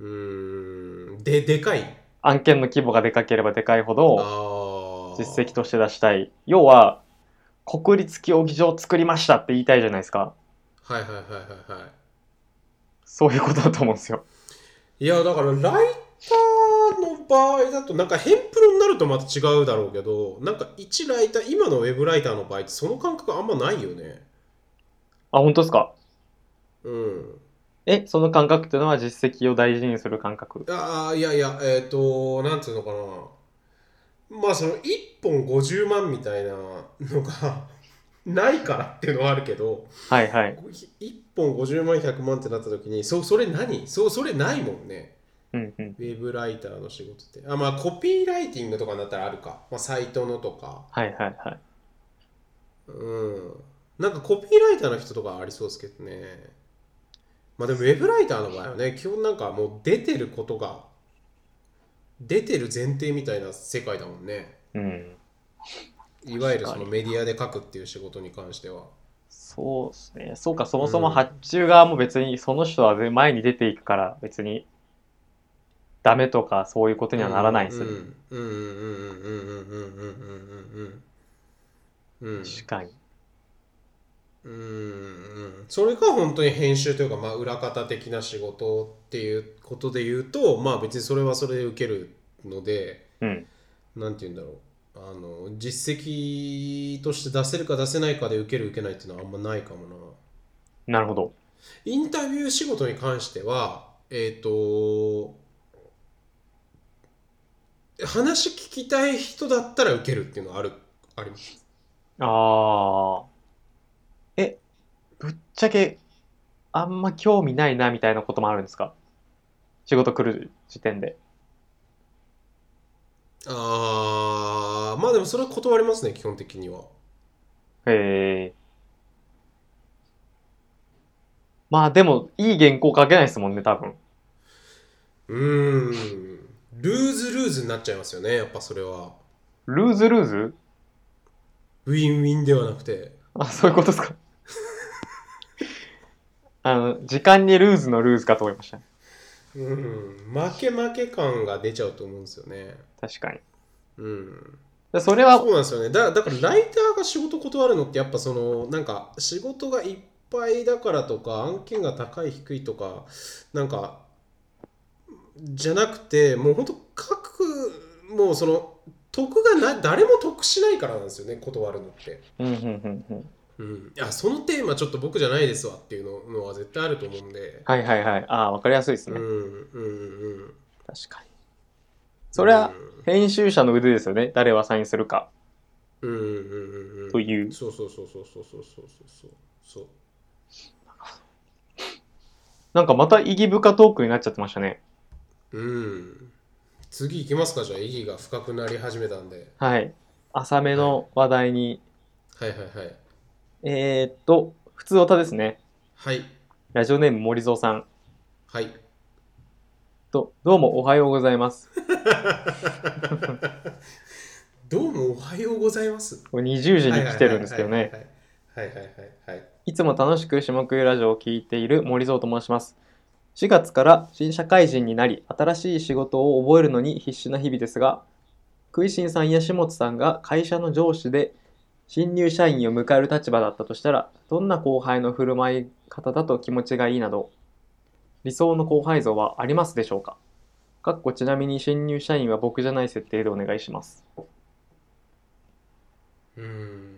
Speaker 2: うーんででかい
Speaker 1: 案件の規模がでかければでかいほ
Speaker 2: あ
Speaker 1: ど
Speaker 2: ー
Speaker 1: 実績として出したい。要は、国立競技場作りましたって言いたいじゃないですか。
Speaker 2: はいはいはいはいはい
Speaker 1: そういうことだと思うんですよ。
Speaker 2: いやだからライターの場合だとなんかヘンプロになるとまた違うだろうけどなんか一ライター今のウェブライターの場合ってその感覚あんまないよね
Speaker 1: あ、本当ですか
Speaker 2: うん
Speaker 1: え、その感覚っていうのは実績を大事にする感覚。
Speaker 2: ああいやいやえっ、となんていうのかなまあその1本50万みたいなのが ないからっていうのはあるけど
Speaker 1: はいはい。
Speaker 2: 1本50万100万ってなった時にそそれ何そそれないもんね
Speaker 1: うんうん。
Speaker 2: ウェブライターの仕事ってあまあコピーライティングとかになったらあるか、まあ、サイトのとか
Speaker 1: はいはいはい。
Speaker 2: うんなんかコピーライターの人とかありそうですけどね。まあでもウェブライターの場合はね、基本なんかもう出てることが、出てる前提みたいな世界だもんね。
Speaker 1: うん。
Speaker 2: いわゆるそのメディアで書くっていう仕事に関しては。
Speaker 1: そうですね。そうか、そもそうも
Speaker 2: ん
Speaker 1: 発注側も別に、その人は前に出ていくから、別に、ダメとかそういうことにはならないんですよね。
Speaker 2: うんうんうんうんうんうんうんうんうんうんうんうん
Speaker 1: 確かに。
Speaker 2: うんうんそれが本当に編集というか、まあ、裏方的な仕事っていうことで言うとまあ別にそれはそれで受けるので
Speaker 1: うん。
Speaker 2: なんて言うんだろうあの実績として出せるか出せないかで受ける受けないっていうのはあんまないかもな
Speaker 1: なるほど。
Speaker 2: インタビュー仕事に関してはえっ、と話聞きたい人だったら受けるっていうのはあるあります
Speaker 1: ああ。え、ぶっちゃけ、あんま興味ないなみたいなこともあるんですか仕事来る時点で。
Speaker 2: あーまあでもそれは断りますね基本的には
Speaker 1: へえ。まあでも、いい原稿書けないですもんね、多分。
Speaker 2: うーんルーズルーズになっちゃいますよねやっぱそれは
Speaker 1: ルーズルーズ
Speaker 2: ウィンウィンではなくて
Speaker 1: あ、そういうことですか。あの、時間にルーズのルーズかと思いました。
Speaker 2: うん負け負け感が出ちゃうと思うんですよね
Speaker 1: 確かに。
Speaker 2: うん
Speaker 1: でそれは
Speaker 2: そう、なんですよねだだからライターが仕事断るのってやっぱそのなんか仕事がいっぱいだからとか案件が高い低いとかなんかじゃなくてもうほんと各もうその得がな誰も得しないからなんですよね断るのって、
Speaker 1: うんうんうんうん。
Speaker 2: うん、いやそのテーマちょっと僕じゃないですわっていうののは絶対あると思うんで、
Speaker 1: はいはいはい。ああ、わかりやすいです
Speaker 2: うん
Speaker 1: ね。
Speaker 2: うんうん
Speaker 1: 確かに。それは
Speaker 2: うん
Speaker 1: 編集者の腕ですよね。誰はサインするか
Speaker 2: うんうんうんうん
Speaker 1: という。
Speaker 2: そうそうそうそうそうそうそうそうそう
Speaker 1: なんかまた意義深トークになっちゃってましたね。
Speaker 2: うん。次行きますかじゃあ意義が深くなり始めたんで。
Speaker 1: はい。浅めの話題に。
Speaker 2: はいはいはい。
Speaker 1: えー、っと、普通オタですね。
Speaker 2: はい。
Speaker 1: ラジオネーム森蔵さん。
Speaker 2: はい。
Speaker 1: と、どうもおはようございます。
Speaker 2: どうもおはようございます。
Speaker 1: これ20時に来てるんですけどね。
Speaker 2: はいはいはいはい。はいはいはいはい。
Speaker 1: いつも楽しく下食いラジオを聞いている森蔵と申します。4月から新社会人になり、新しい仕事を覚えるのに必死な日々ですが、食いしんさんや下津さんが会社の上司で新入社員を迎える立場だったとしたら、どんな後輩の振る舞い方だと気持ちがいいなど、理想の後輩像はありますでしょうかかっこちなみに新入社員は僕じゃない設定でお願いします。
Speaker 2: うん。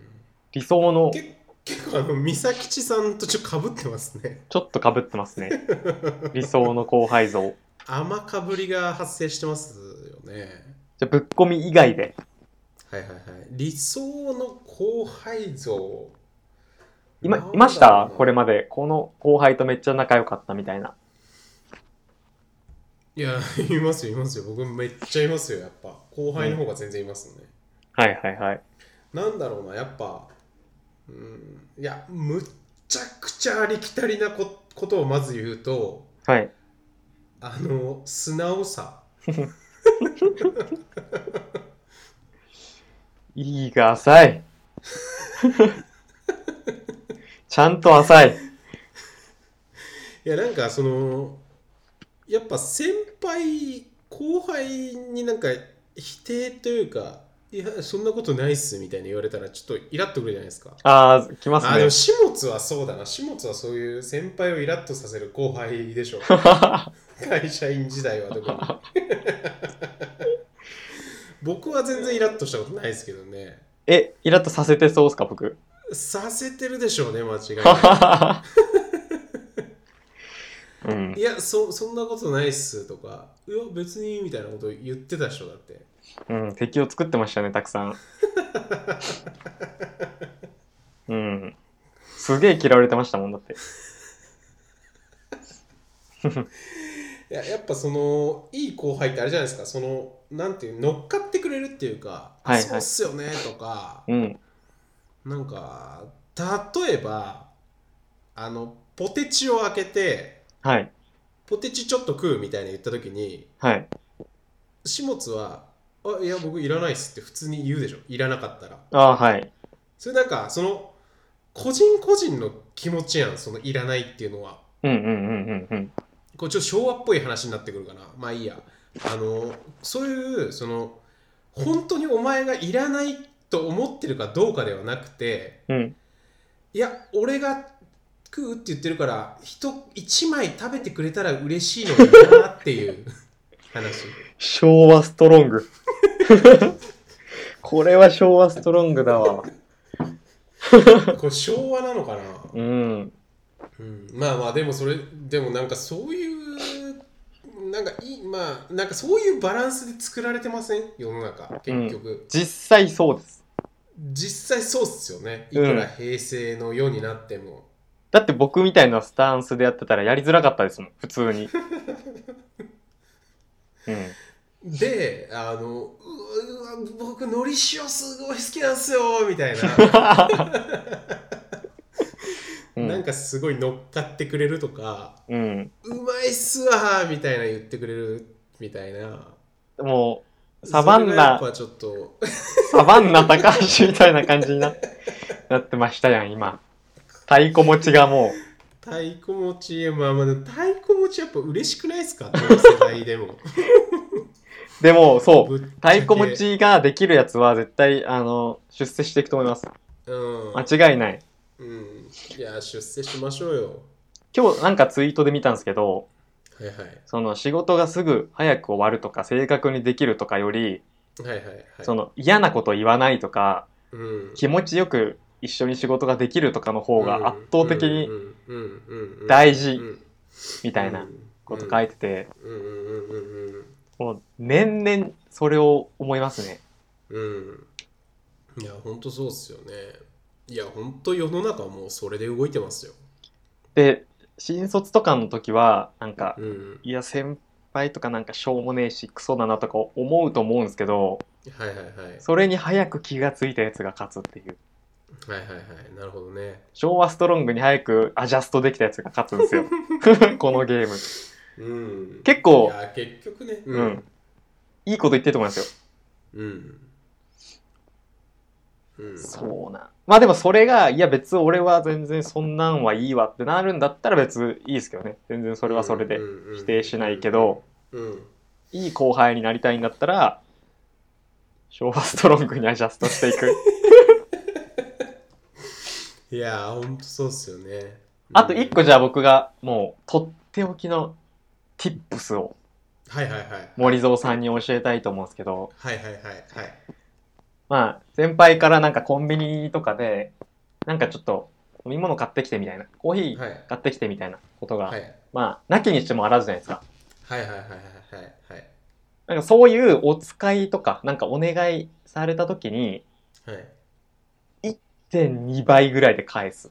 Speaker 1: 理想の、
Speaker 2: け結構あの、三崎地さんとちょっとかぶってますね。
Speaker 1: ちょっと被ってますね。理想の後輩像。
Speaker 2: 甘かぶりが発生してますよね。
Speaker 1: じゃあ、ぶっこみ以外で。
Speaker 2: はいはいはい。理想の後輩像。
Speaker 1: 今
Speaker 2: なんだろうない
Speaker 1: ましたこれまでこの後輩とめっちゃ仲良かったみたいない
Speaker 2: や、 いますよ、いますよ。僕めっちゃいますよ、やっぱ。後輩の方が全然いますね。
Speaker 1: はいはいはい
Speaker 2: なんだろうな、やっぱ、うん、いや、むっちゃくちゃありきたりなこことをまず言うと、
Speaker 1: はい
Speaker 2: あの、素直さ。
Speaker 1: いい が浅いちゃんと浅い
Speaker 2: いやなんかそのやっぱ先輩後輩になんか否定というかいやそんなことないっすみたいに言われたらちょっとイラっとくるじゃないですか。
Speaker 1: ああ、来ます
Speaker 2: あで
Speaker 1: ね
Speaker 2: も。始末はそうだな始末はそういう先輩をイラッとさせる後輩でしょ 会社員時代は特に僕は全然イラッとしたことないですけどね
Speaker 1: え、イラッとさせてそうっすか、僕。
Speaker 2: させてるでしょうね間違いな く
Speaker 1: うん
Speaker 2: いやそそんなことないっすとかいや別にみたいなこと言ってた人だって
Speaker 1: うん、敵を作ってましたね、たく さん。うん。すげえ嫌われてましたもんだって。
Speaker 2: いややっぱそのいい後輩ってあれじゃないですかそのなんていう乗っかってくれるっていうか、
Speaker 1: はいはい
Speaker 2: そうっすよねとか
Speaker 1: うん。
Speaker 2: なんか例えばあのポテチを開けて
Speaker 1: はい。
Speaker 2: ポテチちょっと食うみたいな言った時に
Speaker 1: はい。
Speaker 2: 始末は「あいや僕いらないっす」って普通に言うでしょいらなかったら
Speaker 1: ああ、はい。
Speaker 2: それなんかその個人個人の気持ちやんそのいらないっていうのは
Speaker 1: うんうんうんうんうん。
Speaker 2: これちょっと昭和っぽい話になってくるかなまあいいやあのそういうその本当にお前がいらないと思ってるかどうかではなくて
Speaker 1: うん。
Speaker 2: いや俺が食うって言ってるから人1枚食べてくれたら嬉しいのになっていう 話
Speaker 1: 昭和ストロング。 これは昭和ストロングだわ。
Speaker 2: これ昭和なのかな、
Speaker 1: うん。
Speaker 2: うん、まあまあでもそれでもなんかそういうなんかいいまあなんかそういうバランスで作られてません世の中結局、
Speaker 1: 実際そうです。
Speaker 2: 実際そうっすよねい
Speaker 1: うん
Speaker 2: くら平成の世になっても、
Speaker 1: だって僕みたいなスタンスでやってたらやりづらかったですもん、普通 に。うん。
Speaker 2: であのうううわ僕のり塩すごい好きなんすよみたいな
Speaker 1: うん
Speaker 2: なんかすごい乗っかってくれるとか、
Speaker 1: うん。
Speaker 2: うまいっすわーみたいな言ってくれるみたいな。
Speaker 1: もう、サバン
Speaker 2: それがやっ
Speaker 1: ナ、
Speaker 2: ぱちょっと、
Speaker 1: サバンナ高橋みたいな感じにななってましたやん、今。太鼓持ちがも
Speaker 2: 太鼓持ち、まあまあ、太鼓持ちやっぱ嬉しくないですかどの世代でも。
Speaker 1: う。でも、 そう。
Speaker 2: ぶっちゃけ
Speaker 1: 太鼓持。ちができるやつは絶対、あの、出世していくと思います。
Speaker 2: うん。
Speaker 1: 間違いない。
Speaker 2: うん。いや、出世しましょうよ。
Speaker 1: 今日なんかツイートで見たんですけど、
Speaker 2: はいはい。
Speaker 1: その仕事がすぐ早く終わるとか、正確にできるとかより、
Speaker 2: はいはいはい。
Speaker 1: その嫌なこと言わないとか、
Speaker 2: うん、
Speaker 1: 気持ちよく一緒に仕事ができるとかの方が圧倒的に
Speaker 2: うんうんうんうん
Speaker 1: 大事み
Speaker 2: み
Speaker 1: たいなこと書い
Speaker 2: て。
Speaker 1: てて、
Speaker 2: うんうんうんうんうん。
Speaker 1: もう年々それを思いますね。
Speaker 2: うん。いや、ほんとそうっすよね。いや、ほんと世の中もうそれで動いてますよ。
Speaker 1: で、新卒とかの時は、なんか、
Speaker 2: うん。
Speaker 1: いや、先輩とかなんかしょうもねえし、クソだなとか思うと思うんですけど、
Speaker 2: はいはいはい。
Speaker 1: それに早く気がついたやつが勝つっていう。
Speaker 2: はいはいはい。なるほどね。
Speaker 1: 昭和ストロングに早くアジャストできたやつが勝つんです よ。このゲーム。
Speaker 2: うん。
Speaker 1: 結構
Speaker 2: い、や、結局ね。
Speaker 1: う。いいこと言ってると思いますよ。
Speaker 2: うん。うん。
Speaker 1: そうなん。まあでもそれが、いや別に俺は全然そんなんはいいわってなるんだったら別いいですけどね。全然それはそれで否定しないけど、
Speaker 2: うん。
Speaker 1: いい後輩になりたいんだったら、昭和ストロングにアジャストしてい く。
Speaker 2: いや、ほんとそうっすよね。
Speaker 1: あと一個じゃあ僕がもうとっておきの tips を
Speaker 2: はいはいはい。
Speaker 1: 森蔵さんに教えたいと思うんですけど、
Speaker 2: はいはいはいはい。
Speaker 1: まあ先輩からなんかコンビニとかで、なんかちょっと飲み物買ってきてみたいな、コーヒー
Speaker 2: はい
Speaker 1: 買ってきてみたいなことが、
Speaker 2: はい
Speaker 1: まあなきにしてもあらずじゃないですか。
Speaker 2: はいはいはいはいはい
Speaker 1: なんかそういうお使いとか、なんかお願いされた時に、
Speaker 2: はい。
Speaker 1: 1.2倍ぐらいで返す。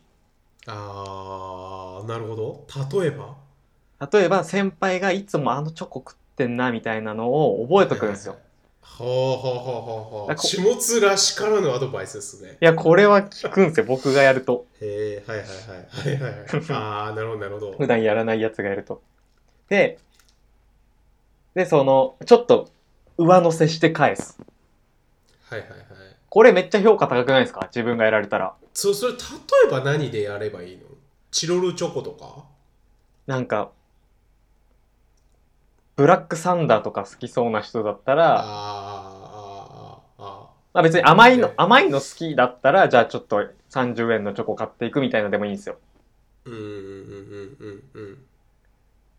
Speaker 2: あー、なるほど。例えば
Speaker 1: 例えば先輩がいつもあのチョコ食ってんなみたいなのを覚えとくんです よ。
Speaker 2: はいはいはい。ほうほうほうほうほ
Speaker 1: だ
Speaker 2: う。
Speaker 1: からこ
Speaker 2: 下津らしからぬアドバイスですね。
Speaker 1: いや、これは効くんですよ、僕がやると。
Speaker 2: へえ、はいはいはい。はいはいはい。ああ、なるほどなるほど。
Speaker 1: 普段やらないやつがやると。で、で、その、ちょっと上乗せして返す。
Speaker 2: はいはいはい。
Speaker 1: これめっちゃ評価高くないですか自分がやられたら。
Speaker 2: そそれ、例えば何でやればいいのチロルチョコとか
Speaker 1: なんか、ブラックサンダーとか好きそうな人だったら、
Speaker 2: あーあーあ
Speaker 1: まあ別に甘いの
Speaker 2: ね、
Speaker 1: 甘いの好きだったら、じゃあちょっと30円のチョコ買っていくみたいなのでもいいんですよ。
Speaker 2: ーうんうんうんうんうん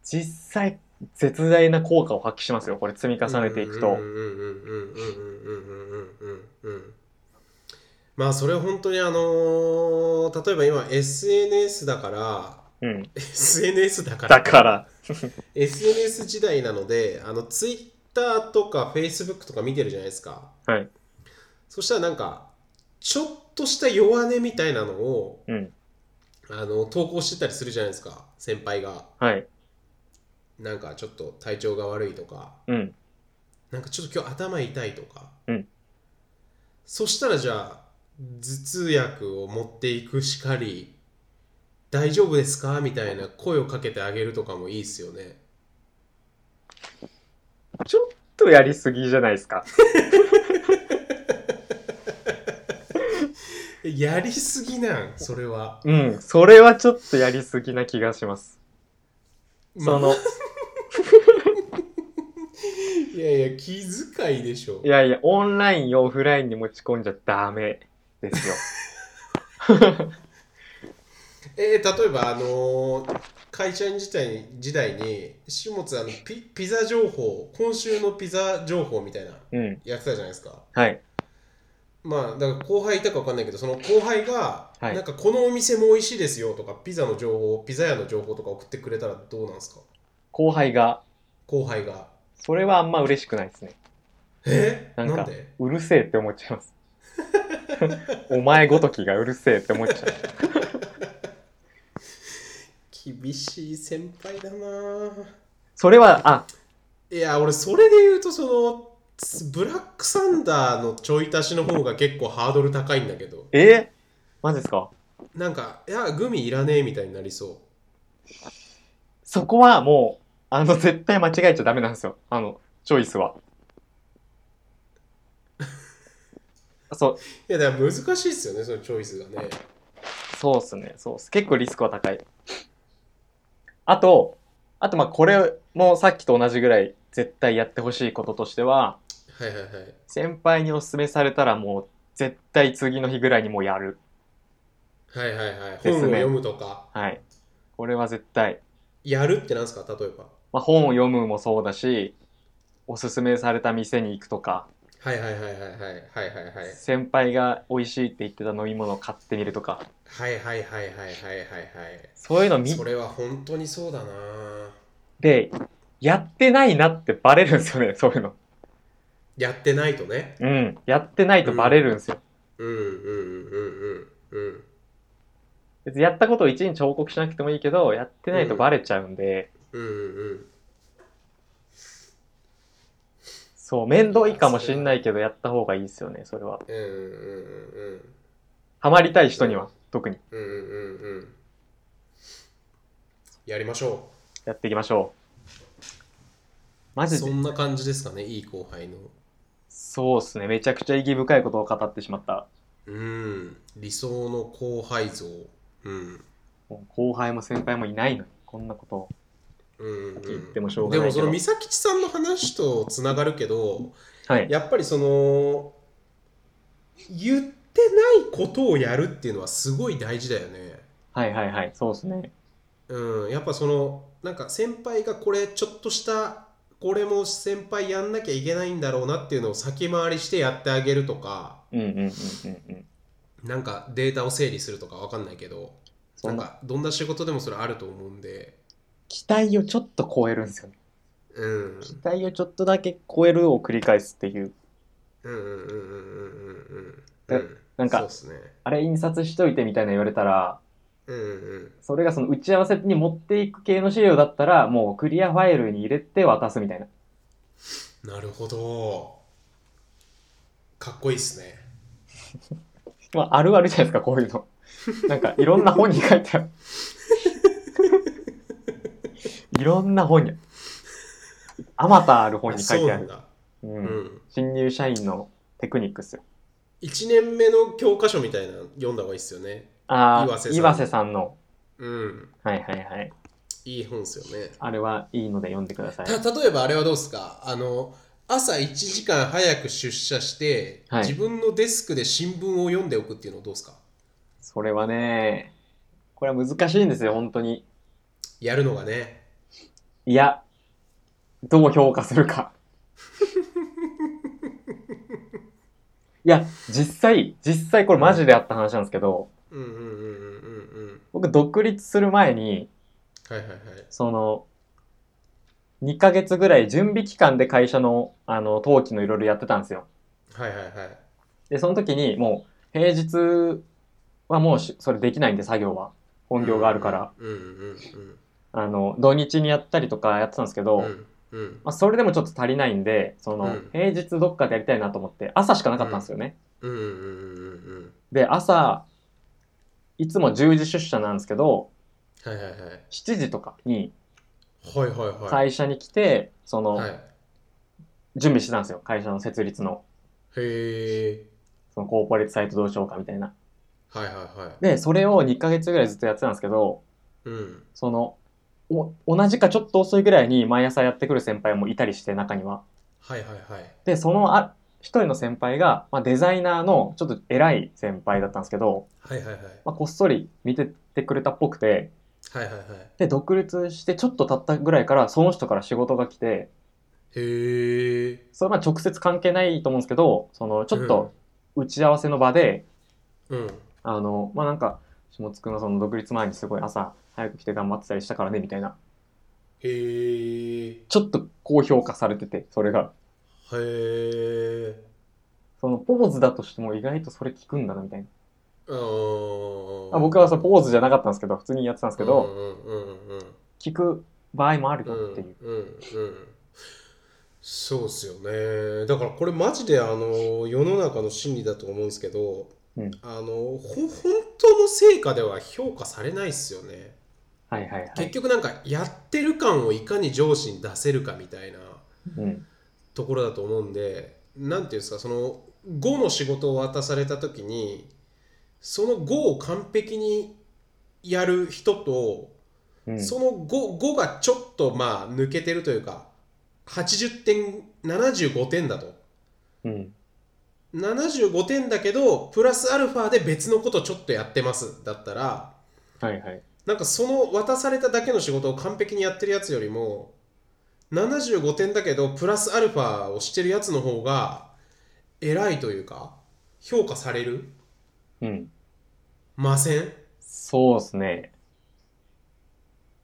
Speaker 1: 実際、絶大な効果を発揮しますよ。これ積み重ねていく
Speaker 2: うん
Speaker 1: と
Speaker 2: う。んうんうんうんうんうんうんうんうんまあそれ本当にあのー例えば今 SNS だから
Speaker 1: うん。
Speaker 2: SNS だから
Speaker 1: だから、
Speaker 2: SNS 時代なのであの Twitter とか Facebook とか見てるじゃないですか
Speaker 1: はい
Speaker 2: そしたらなんかちょっとした弱音みたいなのを
Speaker 1: うん。
Speaker 2: あの投稿してたりするじゃないですか先輩が
Speaker 1: はい。
Speaker 2: なんかちょっと体調が悪いとか
Speaker 1: うん。
Speaker 2: なんかちょっと今日頭痛いとか、
Speaker 1: うん
Speaker 2: そしたらじゃあ頭痛薬を持っていくしかり大丈夫ですかみたいな声をかけてあげるとかもいいっすよね
Speaker 1: ちょっとやりすぎじゃないですか。
Speaker 2: やりすぎなんそれは
Speaker 1: うん。それはちょっとやりすぎな気がします。
Speaker 2: ま
Speaker 1: そ
Speaker 2: あ
Speaker 1: の、
Speaker 2: いやいや気遣いでしょ
Speaker 1: いやいや、オンラインをオフラインに持ち込んじゃダメですよ。
Speaker 2: えー例えばあのー会社員時代に時代に下津あのピピザ情報今週のピザ情報みたいな
Speaker 1: うん。
Speaker 2: やってたじゃないですか
Speaker 1: はい。
Speaker 2: まあ、だから後輩いたか分かんないけどその後輩が、
Speaker 1: はい
Speaker 2: なんかこのお店も美味しいですよとかピザの情報ピザ屋の情報とか送ってくれたらどうなんですか
Speaker 1: 後輩が、
Speaker 2: 後輩が
Speaker 1: それはあんま嬉しくないですね。
Speaker 2: え
Speaker 1: な
Speaker 2: なん
Speaker 1: か
Speaker 2: んで
Speaker 1: うるせえって思っちゃい ます。お前ごときがうるせえって思っちゃう。
Speaker 2: 厳しい先輩だなあ
Speaker 1: それは、あ、
Speaker 2: いや俺それで言うとそのブラックサンダーのちょい足しの方が結構ハードル高いんだけど
Speaker 1: えー、マジですか
Speaker 2: なんかいやグミいらねえみたいになりそ
Speaker 1: そこはもう、あの、絶対間違えちゃダメなんですよ。あの、チョイスは。 そう、
Speaker 2: ういやだから難しいっすよねそのチョイスがね
Speaker 1: そうっすね、そうっす。結構リスクは高い。あと、あとまあこれもさっきと同じぐらい絶対やってほしいこととしては、
Speaker 2: はいはいはい
Speaker 1: 先輩にお勧めされたらもう絶対次の日ぐらいにもうやる。
Speaker 2: はいはいはい
Speaker 1: すね
Speaker 2: 本を読むとか
Speaker 1: はい。これは絶対。
Speaker 2: やるってなんですか例えば
Speaker 1: まあ、本を読むもそうだし、おすすめされた店に行くとか、
Speaker 2: はいはいはいはいはいはいはいはい
Speaker 1: 先輩が美味しいって言ってた飲み物を買ってみるとか、
Speaker 2: はいはいはいはいはいはい
Speaker 1: そういうの
Speaker 2: はい
Speaker 1: 見
Speaker 2: それは本当にそうだな
Speaker 1: て、やってないなってバレるんですよね、 そういうの。
Speaker 2: やってないとね
Speaker 1: うん。やってないとバレるんですよ。
Speaker 2: うんうんうんうんうん
Speaker 1: 別にやったことを一日報告しなくてもいいけど、やってないとバレちゃうんで、
Speaker 2: うんうんうん
Speaker 1: そう、面倒いかもしんないけど、やった方がいいですよね、それは。
Speaker 2: うんうんうんうん
Speaker 1: ハマりたい人には、特に。
Speaker 2: うんうんうんうんやりましょ
Speaker 1: やっていきましょう。マ
Speaker 2: う
Speaker 1: ジ
Speaker 2: そ
Speaker 1: で、
Speaker 2: んな感じですかねいい後輩の
Speaker 1: そうっすね。めちゃくちゃ意義深いことを語ってしまった。
Speaker 2: うん理想の後輩像うん
Speaker 1: もう後輩も先輩もいないのに、こんなことを。
Speaker 2: うんうん
Speaker 1: 言ってもしょうが
Speaker 2: で
Speaker 1: ない
Speaker 2: も
Speaker 1: けど
Speaker 2: その美咲さんの話とつながるけど
Speaker 1: はい。
Speaker 2: やっぱりその言ってないことをやるっていうのはすごい大事だよね。
Speaker 1: はいはいはい。そうですね。
Speaker 2: うん、やっぱそのなんか先輩がこれちょっとしたこれも先輩やんなきゃいけないんだろうなっていうのを先回りしてやってあげるとか
Speaker 1: うんうんうんうんうん。
Speaker 2: なんかデータを整理するとかわかんないけど
Speaker 1: そ
Speaker 2: なんん
Speaker 1: な
Speaker 2: かどんな仕事でもそれあると思うんで、
Speaker 1: 期待をちょっと超えるんですよね。
Speaker 2: うん、
Speaker 1: 期待をちょっとだけ超えるを繰り返すっていう。
Speaker 2: うんうんうんうんうんうんう
Speaker 1: え
Speaker 2: ん
Speaker 1: なんか
Speaker 2: そうっすね
Speaker 1: あれ印刷しといてみたいな言われたら、
Speaker 2: うんうん
Speaker 1: それがその打ち合わせに持っていく系の資料だったら、もうクリアファイルに入れて渡すみたいな。
Speaker 2: うんなるほどかっこいいっすね
Speaker 1: まあ、あるあるじゃないですか、こういうの。 なんか、いろんな本に書いてある。 いろんな本に。あまたある本に書いてあ
Speaker 2: そう
Speaker 1: る。
Speaker 2: なんだ、
Speaker 1: う
Speaker 2: うんん、
Speaker 1: 新入社員のテクニックっすよ。
Speaker 2: 1年目の教科書みたいなの読んだ方がいいっすよね
Speaker 1: ああ、
Speaker 2: 岩瀬さん
Speaker 1: 岩瀬さんの。
Speaker 2: うん
Speaker 1: はいはいはい。
Speaker 2: いい本ですよね
Speaker 1: あれはいいので読んでください。
Speaker 2: た例えばあれはどうですかあの朝1時間早く出社して、
Speaker 1: はい
Speaker 2: 自分のデスクで新聞を読んでおくっていうのはどうですか
Speaker 1: それはね、これは難しいんですよ、本当に。
Speaker 2: やるのがね
Speaker 1: いや、どう評価するか。 いや、実際、実際これマジであった話なんですけど、
Speaker 2: うんうんうんうんうんうん
Speaker 1: 僕独立する前に、
Speaker 2: はいはいはい
Speaker 1: その、2ヶ月ぐらい準備期間で会社の、あの、登記のいろいろやってたんですよ。
Speaker 2: はいはいはい
Speaker 1: で、その時にもう、平日はもうしそれできないんで、作業は。本業があるから。
Speaker 2: うんうんうん
Speaker 1: あの、土日にやったりとかやってたんですけど、
Speaker 2: うんうん
Speaker 1: まあ、それでもちょっと足りないんで、その、
Speaker 2: うん
Speaker 1: 平日どっかでやりたいなと思って、朝しかなかったんですよね。
Speaker 2: うんうんうんうんうん
Speaker 1: で、朝、いつも10時出社なんですけど、
Speaker 2: はいはいはい
Speaker 1: 7時とかに
Speaker 2: はいはいはい
Speaker 1: 会社に来て、その、
Speaker 2: はい
Speaker 1: 準備してたんですよ。会社の設立の、
Speaker 2: へえ
Speaker 1: そのコーポレートサイトどうしようかみたいな。
Speaker 2: はいはいはい
Speaker 1: で、それを2ヶ月ぐらいずっとやってたんですけど、
Speaker 2: うん
Speaker 1: その、お同じかちょっと遅いぐらいに毎朝やってくる先輩もいたりして、中には。
Speaker 2: はいはいはい
Speaker 1: で、そのあ、一人の先輩が、まあ、デザイナーのちょっと偉い先輩だったんですけど、
Speaker 2: はいはいはい
Speaker 1: まあ、こっそり見ててくれたっぽくて、
Speaker 2: はいはいはい
Speaker 1: で、独立してちょっと経ったぐらいから、その人から仕事が来て、
Speaker 2: へえ
Speaker 1: それはまあ直接関係ないと思うんですけど、その、ちょっと打ち合わせの場で、
Speaker 2: うん
Speaker 1: あの、まあ、なんか、下津くんはその独立前にすごい朝早く来て頑張ってたりしたからね、みたいな。
Speaker 2: へえ
Speaker 1: ちょっと高評価されてて、それが。
Speaker 2: へえ
Speaker 1: その、ポーズだとしても意外とそれ効くんだな、みたいな。
Speaker 2: あー
Speaker 1: あ僕はさ、ポーズじゃなかったんですけど、普通にやってたんですけど、
Speaker 2: うんうんうんうん
Speaker 1: 聞く場合もある
Speaker 2: う
Speaker 1: よ
Speaker 2: ん
Speaker 1: っていう。
Speaker 2: うんうんそうですよねだからこれマジであの世の中の真理だと思うんですけど、
Speaker 1: うん
Speaker 2: あのほ本当の成果では評価されないですよね、
Speaker 1: はいはいは
Speaker 2: 結
Speaker 1: い。
Speaker 2: 局なんかやってる感をいかに上司に出せるかみたいな
Speaker 1: うん。
Speaker 2: ところだと思うんでなんていうんですかその5の仕事を渡された時にその5を完璧にやる人と
Speaker 1: うん。
Speaker 2: その 5, 5がちょっとまあ抜けてるというか80点75点だと
Speaker 1: うん。
Speaker 2: 75点だけどプラスアルファで別のことちょっとやってますだったら
Speaker 1: はいはい。
Speaker 2: なんかその渡されただけの仕事を完璧にやってるやつよりも75点だけどプラスアルファをしてるやつの方が偉いというか評価される
Speaker 1: うん。
Speaker 2: ません
Speaker 1: そうですね。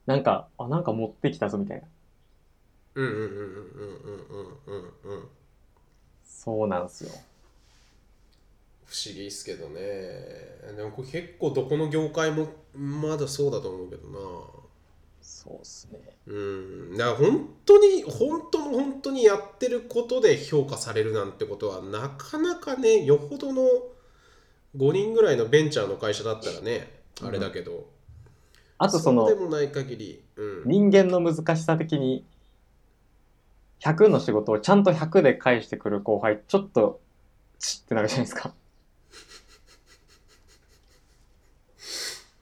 Speaker 1: なんか、あ、なんか持ってきたぞみたいな。
Speaker 2: うんうんうんうんうんうんうんうん
Speaker 1: そうなんですよ。
Speaker 2: 不思議ですけどねでもこれ結構どこの業界もまだそうだと思うけどな
Speaker 1: そうですね。
Speaker 2: うんだから本当に本当の本当にやってることで評価されるなんてことはなかなかねよほどの5人ぐらいのベンチャーの会社だったらねあれだけど、
Speaker 1: あとその
Speaker 2: うでもない限り、うん、
Speaker 1: 人間の難しさ的に100の仕事をちゃんと100で返してくる後輩ちょっとチッってなるじゃないですか。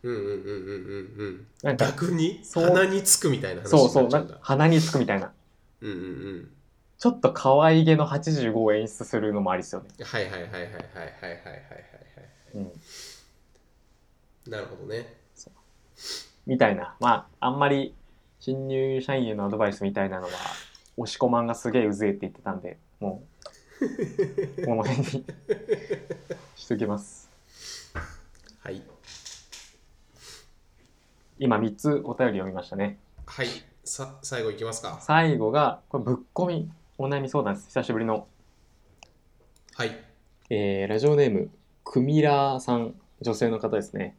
Speaker 2: うんうんうんうんうんうん
Speaker 1: なん か
Speaker 2: 逆に
Speaker 1: そう
Speaker 2: 鼻につくみたいな話
Speaker 1: そう
Speaker 2: に
Speaker 1: そ
Speaker 2: な
Speaker 1: う
Speaker 2: っち
Speaker 1: な
Speaker 2: ゃうんんだ
Speaker 1: か鼻につくみたいな
Speaker 2: うんうんうん
Speaker 1: ちょっと可愛げの85を演出するのもありですよね。
Speaker 2: はいはいはいはいはいはいはいはいはいはい
Speaker 1: うん、
Speaker 2: なるほどね
Speaker 1: みたいなまああんまり新入社員へのアドバイスみたいなのは押し込まんがすげえうぜえって言ってたんでもうこの辺にしときます。
Speaker 2: はい
Speaker 1: 今3つお便り読みましたね。
Speaker 2: はい、さ最後いきますか。
Speaker 1: 最後がこれぶっこみお悩み相談です久しぶりの。
Speaker 2: はい、
Speaker 1: えーラジオネームクミラーさん女性の方ですね、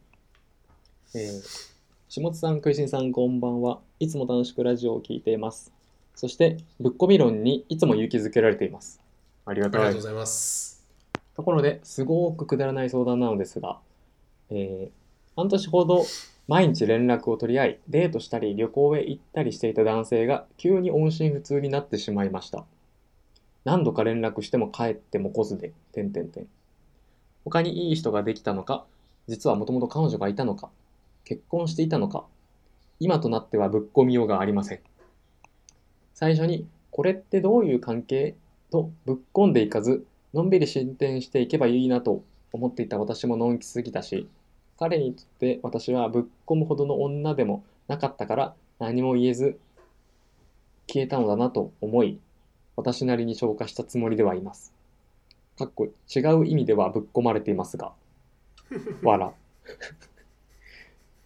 Speaker 1: えー下津さん、クイシンさん、こんばんは。いつも楽しくラジオを聞いています。そして、ぶっこみ論にいつも勇気づけられています。ありが
Speaker 2: あり
Speaker 1: たい
Speaker 2: がとうございます。
Speaker 1: ところで、すごくくだらない相談なのですが、えー半年ほど毎日連絡を取り合い、デートしたり旅行へ行ったりしていた男性が急に音信不通になってしまいました。何度か連絡しても帰っても来ずで、点点点。他にいい人ができたのか、実はもともと彼女がいたのか、結婚していたのか、今となってはぶっ込みようがありません。最初に、これってどういう関係とぶっ込んでいかず、のんびり進展していけばいいなと思っていた私ものんきすぎたし、彼にとって私はぶっ込むほどの女でもなかったから何も言えず消えたのだなと思い、私なりに消化したつもりではいます。かっこ違う意味ではぶっ込まれていますが、笑。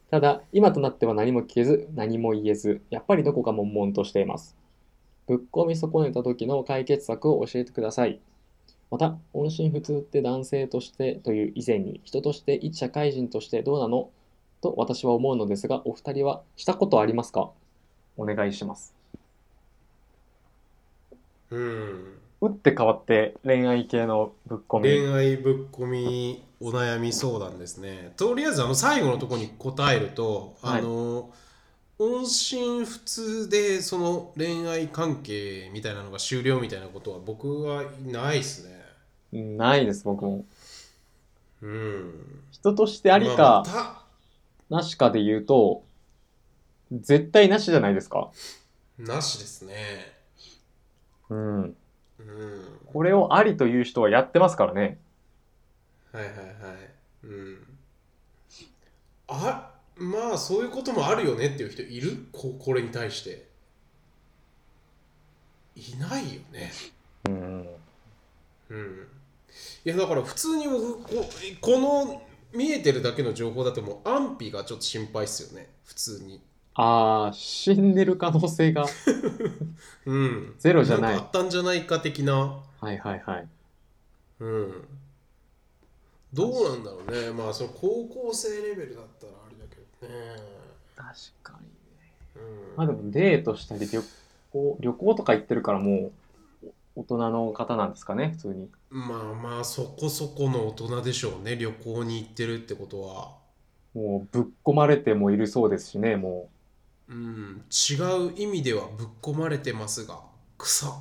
Speaker 1: ただ、今となっては何も聞けず、何も言えず、やっぱりどこか悶々としています。ぶっ込み損ねた時の解決策を教えてください。また、音信不通って男性としてという以前に、人として一社会人としてどうなのと私は思うのですが、お二人はしたことありますかお願いします。
Speaker 2: うん
Speaker 1: 打って変わって恋愛系のぶっ込み。
Speaker 2: 恋愛ぶっ込みお悩み相談ですねとりあえずあの最後のところに答えると、
Speaker 1: はい
Speaker 2: あの音信不通でその恋愛関係みたいなのが終了みたいなことは僕はないですね
Speaker 1: ないです、僕も。
Speaker 2: うん
Speaker 1: 人としてあり
Speaker 2: まあ
Speaker 1: か、
Speaker 2: ま
Speaker 1: なしかで言うと、絶対なしじゃないですか。
Speaker 2: たなしですね
Speaker 1: うん。
Speaker 2: うん
Speaker 1: これをありという人はやってますからね。
Speaker 2: はいはいはいうんあまあそういうこともあるよねっていう人いるここれに対していないよね
Speaker 1: うん。
Speaker 2: うんいやだから普通に僕ここの見えてるだけの情報だともう安否がちょっと心配っすよね普通に
Speaker 1: ああ、死んでる可能性が
Speaker 2: うん
Speaker 1: ゼロじゃない。
Speaker 2: んかあったんじゃないか的な
Speaker 1: はいはいはい。
Speaker 2: うんどうなんだろうねまあその高校生レベルだったらあれだけどね
Speaker 1: 確かに。
Speaker 2: うん
Speaker 1: まあでもデートしたり旅行、旅行とか行ってるからもう、お大人の方なんですかね、普通に。
Speaker 2: まあまあそこそこの大人でしょうね旅行に行ってるってことは
Speaker 1: もうぶっ込まれてもいるそうですしね、も
Speaker 2: うん違う意味ではぶっ込まれてますが草
Speaker 1: う。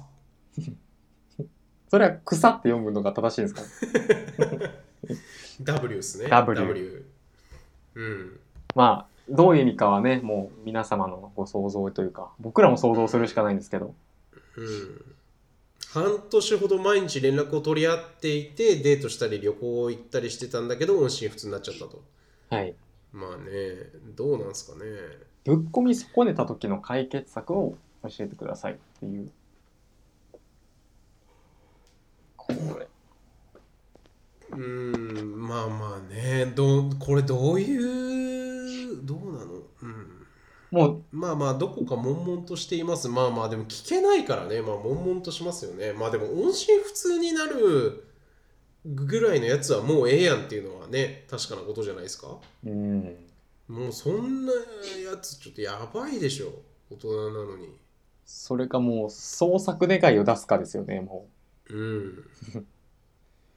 Speaker 1: それは草って読むのが正しいんですか
Speaker 2: W ですね
Speaker 1: W
Speaker 2: うん
Speaker 1: まあ、どういう意味かはね、もう皆様のご想像というか、僕らも想像するしかないんですけど。
Speaker 2: うん半年ほど毎日連絡を取り合っていてデートしたり旅行行ったりしてたんだけど音信不通になっちゃったと
Speaker 1: はい。
Speaker 2: まあねどうなんすかね
Speaker 1: ぶっ込み損ねた時の解決策を教えてくださいっていう。これ。
Speaker 2: うんまあまあねどうこれどういうどうなのうん
Speaker 1: もう、
Speaker 2: まあまあどこか悶々としていますまあまあでも聞けないからねまあ悶々としますよねまあでも音信不通になるぐらいのやつはもうええやんっていうのはね確かなことじゃないですか
Speaker 1: うん。
Speaker 2: もうそんなやつちょっとやばいでしょ大人なのに
Speaker 1: それかもう、創作願いを出すかですよね、も
Speaker 2: うん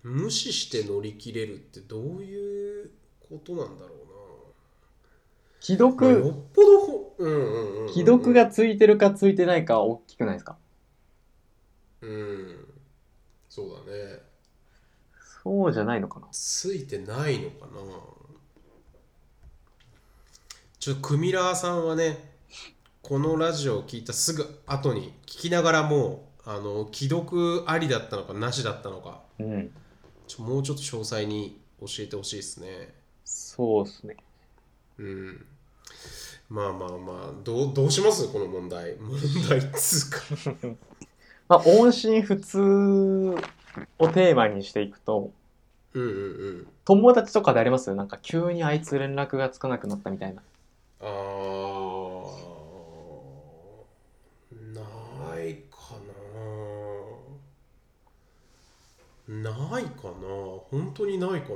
Speaker 2: 無視して乗り切れるってどういうことなんだろ
Speaker 1: う。既
Speaker 2: うな、まあ
Speaker 1: 読、
Speaker 2: よっぽどほうんうんうんうん、うん、
Speaker 1: 既読がついてるかついてないかは大きくないですか
Speaker 2: うんそうだね
Speaker 1: そうじゃないのかな
Speaker 2: ついてないのかなちょっとクミラーさんはねこのラジオを聞いたすぐ後に聞きながらもうあの既読ありだったのかなしだったのか
Speaker 1: うん。
Speaker 2: ちょもうちょっと詳細に教えてほしいですね
Speaker 1: そうですね。
Speaker 2: うんまあまあまあどうどうしますこの問題問題っつうか
Speaker 1: まあ、音信不通をテーマにしていくと、
Speaker 2: うんうんうん
Speaker 1: 友達とかでありますなんか急にあいつ連絡がつかなくなったみたいな。
Speaker 2: あーないかなないかな本当にないかな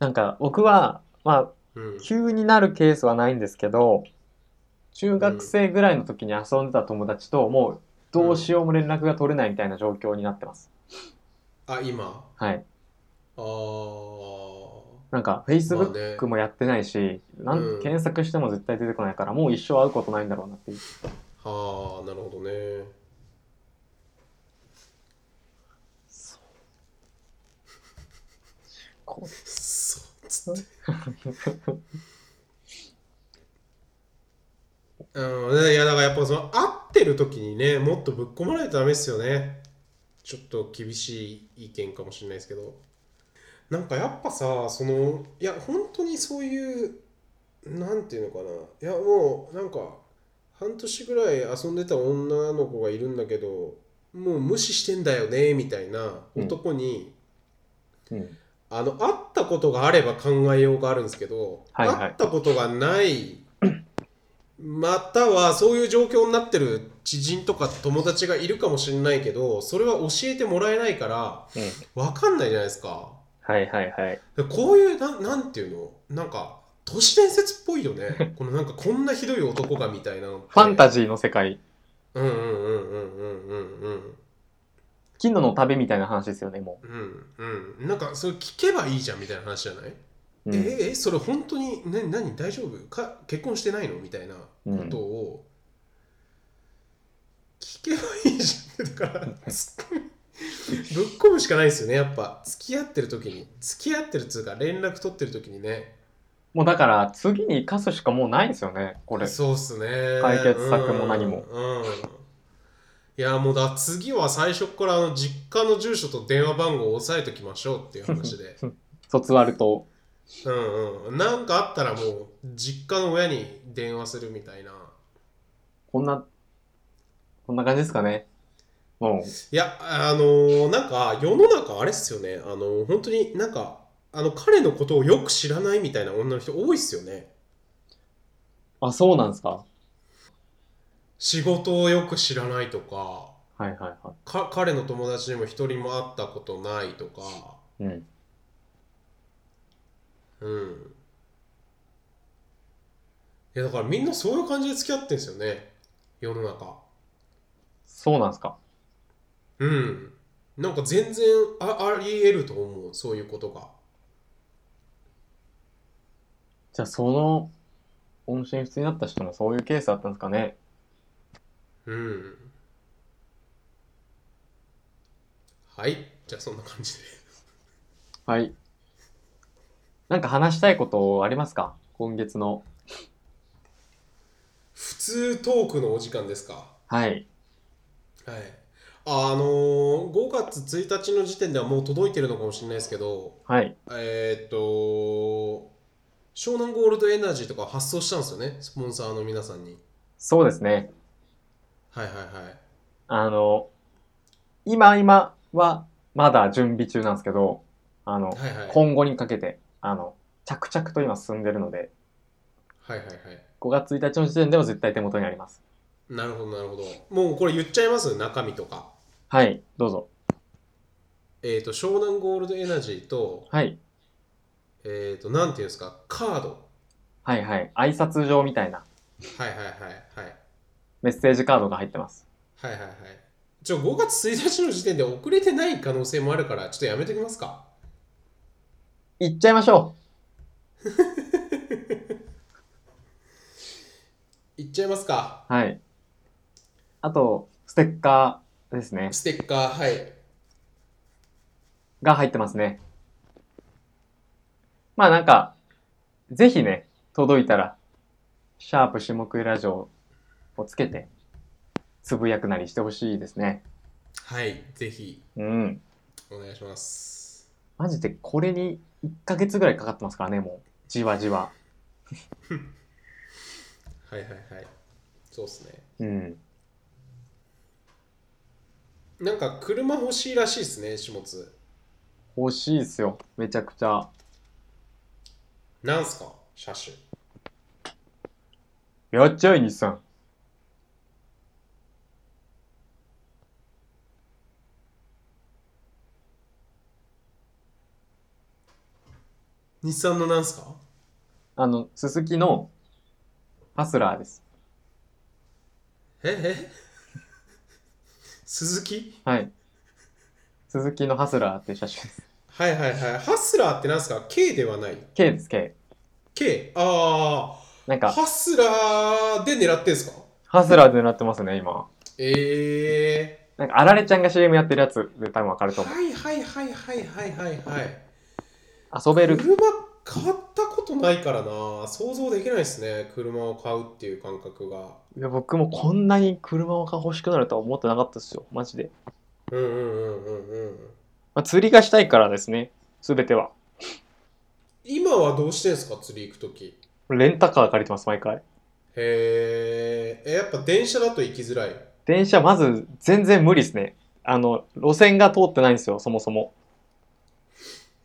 Speaker 1: なんか僕は、まあ、
Speaker 2: うん
Speaker 1: 急になるケースはないんですけど、中学生ぐらいの時に遊んでた友達と、もうどうしようも連絡が取れないみたいな状況になってます。
Speaker 2: あ今
Speaker 1: はい。
Speaker 2: あー
Speaker 1: なんか、
Speaker 2: まあね
Speaker 1: Facebook もやってないし、なん
Speaker 2: うん
Speaker 1: 検索しても絶対出てこないから、もう一生会うことないんだろうなっていう。
Speaker 2: はあなるほどね
Speaker 1: こ
Speaker 2: そうっつってうん、いやだからやっぱその会ってる時にねもっとぶっ込まないとダメですよねちょっと厳しい意見かもしれないですけどなんかやっぱさそのいや本当にそういうなんていうのかないやもうなんか半年ぐらい遊んでた女の子がいるんだけどもう無視してんだよねみたいな男に、
Speaker 1: うん
Speaker 2: あの会ったことがあれば考えようがあるんですけど、
Speaker 1: はいはい
Speaker 2: 会ったことがないまたはそういう状況になってる知人とか友達がいるかもしれないけどそれは教えてもらえないから
Speaker 1: うん
Speaker 2: 分かんないじゃないですか
Speaker 1: はいはいはい。
Speaker 2: こういうななんていうのなんか都市伝説っぽい よねこのなんかこんなひどい男がみたいなのって
Speaker 1: ファンタジーの世界、
Speaker 2: うんうんうんうんうんうんうん
Speaker 1: 絹の旅みたいな話ですよね、も
Speaker 2: うんうんなんかそれ聞けばいいじゃんみたいな話じゃな
Speaker 1: う。
Speaker 2: い、
Speaker 1: う
Speaker 2: え
Speaker 1: ん、
Speaker 2: えそれ本当にな何大丈夫か結婚してないのみたいなことを聞けばいいじゃんだ からつっぶっ込むしかないですよねやっぱ付き合ってる時に付き合ってるっつうか連絡取ってる時にね
Speaker 1: もうだから、次に生かすしかもうないですよね、これ。
Speaker 2: そうっすね
Speaker 1: 解決策も何も
Speaker 2: うん、うんいやもうだ次は最初っからあの実家の住所と電話番号を押さえときましょうっていう 話で
Speaker 1: 卒アルと。
Speaker 2: うんうん、なんかあったらもう実家の親に電話するみたいな
Speaker 1: こんな、こんな感じですかね。も
Speaker 2: いやあのーなんか世の中あれっすよねあのー本当になんかあの彼のことをよく知らないみたいな女の人多いっすよね
Speaker 1: う、あ、そうなんですか。
Speaker 2: 仕事をよく知らないとか
Speaker 1: はいはいは
Speaker 2: か彼の友達にも一人も会ったことないとか
Speaker 1: い。うん。
Speaker 2: うんいやだからみんなそういう感じで付き合ってんすよね世の中
Speaker 1: そうなんですか。
Speaker 2: うんなんか全然あありえると思うそういうことが
Speaker 1: じゃあ、その、音信不通になった人もそういうケースだったんですかね。
Speaker 2: うんはいじゃあそんな感じで
Speaker 1: はい。なんか話したいことありますか今月の。
Speaker 2: 普通トークのお時間ですか
Speaker 1: はい。
Speaker 2: はいあのー、5月1日の時点ではもう届いてるのかもしれないですけど
Speaker 1: はい。
Speaker 2: えーっと湘南ゴールドエナジーとか発送したんですよねスポンサーの皆さんに
Speaker 1: そうですね。
Speaker 2: はいはいはい
Speaker 1: あの、今今はまだ準備中なんですけど、あの、
Speaker 2: はいはい
Speaker 1: 今後にかけて、あの、着々と今進んでるので、
Speaker 2: はいはいはい
Speaker 1: 5月1日の時点では絶対手元にあります。
Speaker 2: なるほどなるほどもうこれ言っちゃいます中身とか
Speaker 1: はい、どうぞ。
Speaker 2: えーっと湘南ゴールドエナジーと
Speaker 1: はい、
Speaker 2: えーっとなんていうんですかカード
Speaker 1: はい、はい。挨拶状みたいな
Speaker 2: はいはいはいはい
Speaker 1: メッセージカードが入ってます。
Speaker 2: はいはいはいちょ5月1日の時点で遅れてない可能性もあるからちょっとやめときますか
Speaker 1: 行っちゃいましょ
Speaker 2: いっちゃいますか
Speaker 1: うはい。あと、ステッカーですね。
Speaker 2: ステッカーはい
Speaker 1: が入ってますね。まあなんか、ぜひね、届いたら、シャープ下食いラジオをつけて、つぶやくなりしてほしいですね。
Speaker 2: はいぜひ
Speaker 1: うん。
Speaker 2: お願いします
Speaker 1: マジでこれに1ヶ月ぐらいかかってますからね、もう。じわじわ。
Speaker 2: はいはいはいそうっすね
Speaker 1: うん。
Speaker 2: なんか車欲しいらしいですね始末
Speaker 1: 欲しいっすよ。めちゃくちゃ。
Speaker 2: なんすか車種
Speaker 1: やっちゃい、日産。
Speaker 2: 日産のなんすか
Speaker 1: あの、ススキの、ハスラーです。
Speaker 2: ええ鈴木
Speaker 1: はい。スズキのハスラーっていう車種です。
Speaker 2: はいはいはいハスラーってなんすか K ではない
Speaker 1: K です、K。
Speaker 2: K あ
Speaker 1: なん
Speaker 2: あ
Speaker 1: か、
Speaker 2: ハスラーで狙ってんすか
Speaker 1: ハスラーでなってますね、今。
Speaker 2: ええー
Speaker 1: なんか、あられちゃんが CM やってるやつで多分わかると思う。
Speaker 2: はいはいはいはいはいはいはい。
Speaker 1: 遊べる、
Speaker 2: 車買ったことないからな想像できないですね車を買うっていう感覚が
Speaker 1: いや僕もこんなに車が欲しくなるとは思ってなかったですよマジで、
Speaker 2: うんうんうんうんうん
Speaker 1: まあ、釣りがしたいからですね全ては
Speaker 2: 今はどうしてんすか釣り行く時
Speaker 1: レンタカー借りてます毎回
Speaker 2: へーえやっぱ電車だと行きづらい
Speaker 1: 電車まず全然無理ですねあの路線が通ってないんですよそもそも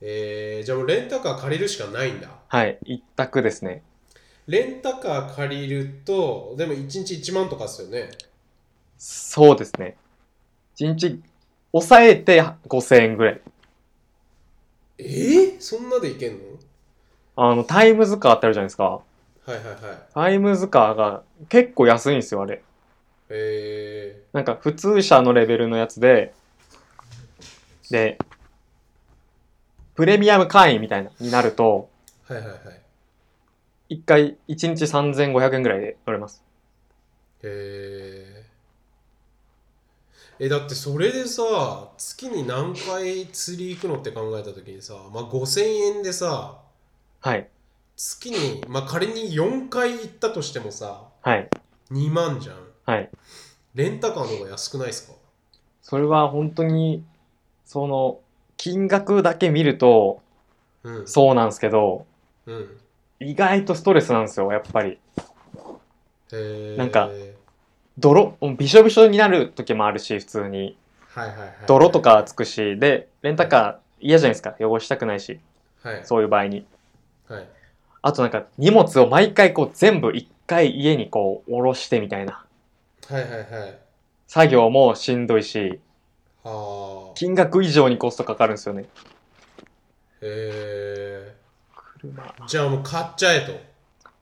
Speaker 2: えー、じゃあもうレンタカー借りるしかないんだ
Speaker 1: はい一択ですね
Speaker 2: レンタカー借りるとでも1日1万とかっすよね
Speaker 1: そうですね1日抑えて5000円ぐらい
Speaker 2: えー、そんなで行けんの
Speaker 1: あのタイムズカーってあるじゃないですか
Speaker 2: はいはいはい
Speaker 1: タイムズカーが結構安いんですよあれ
Speaker 2: え
Speaker 1: なんか普通車のレベルのやつで、で、プレミアム会員みたいな、になると、
Speaker 2: ー、はいはいはい
Speaker 1: 一回、一日3500円ぐらいで乗れます。
Speaker 2: えー、えだってそれでさ月に何回釣り行くのって考えた時にさ、まあ、5,000円でさ
Speaker 1: はい。
Speaker 2: 月に、まあ、仮に4回行ったとしてもさ
Speaker 1: はい。
Speaker 2: 2万じゃん
Speaker 1: はい。
Speaker 2: レンタカーの方が安くないですか
Speaker 1: それは本当に、その、金額だけ見ると、
Speaker 2: うん
Speaker 1: そうなんですけど、
Speaker 2: うん
Speaker 1: 意外とストレスなんですよ、やっぱり。
Speaker 2: えー、
Speaker 1: なんか泥、もうびしょびしょになる時もあるし、普通に。
Speaker 2: はいはいはいはい
Speaker 1: 泥とかつくし、で、レンタカー嫌じゃないですか。汚したくないし、
Speaker 2: はい
Speaker 1: そういう場合に。
Speaker 2: はい
Speaker 1: あとなんか荷物を毎回こう全部一回家にこう下ろしてみたいな
Speaker 2: はいはいはい
Speaker 1: 作業もしんどいし
Speaker 2: はあ
Speaker 1: 金額以上にコストかかるんですよね
Speaker 2: え
Speaker 1: 車
Speaker 2: ー、じゃあもう買っちゃえと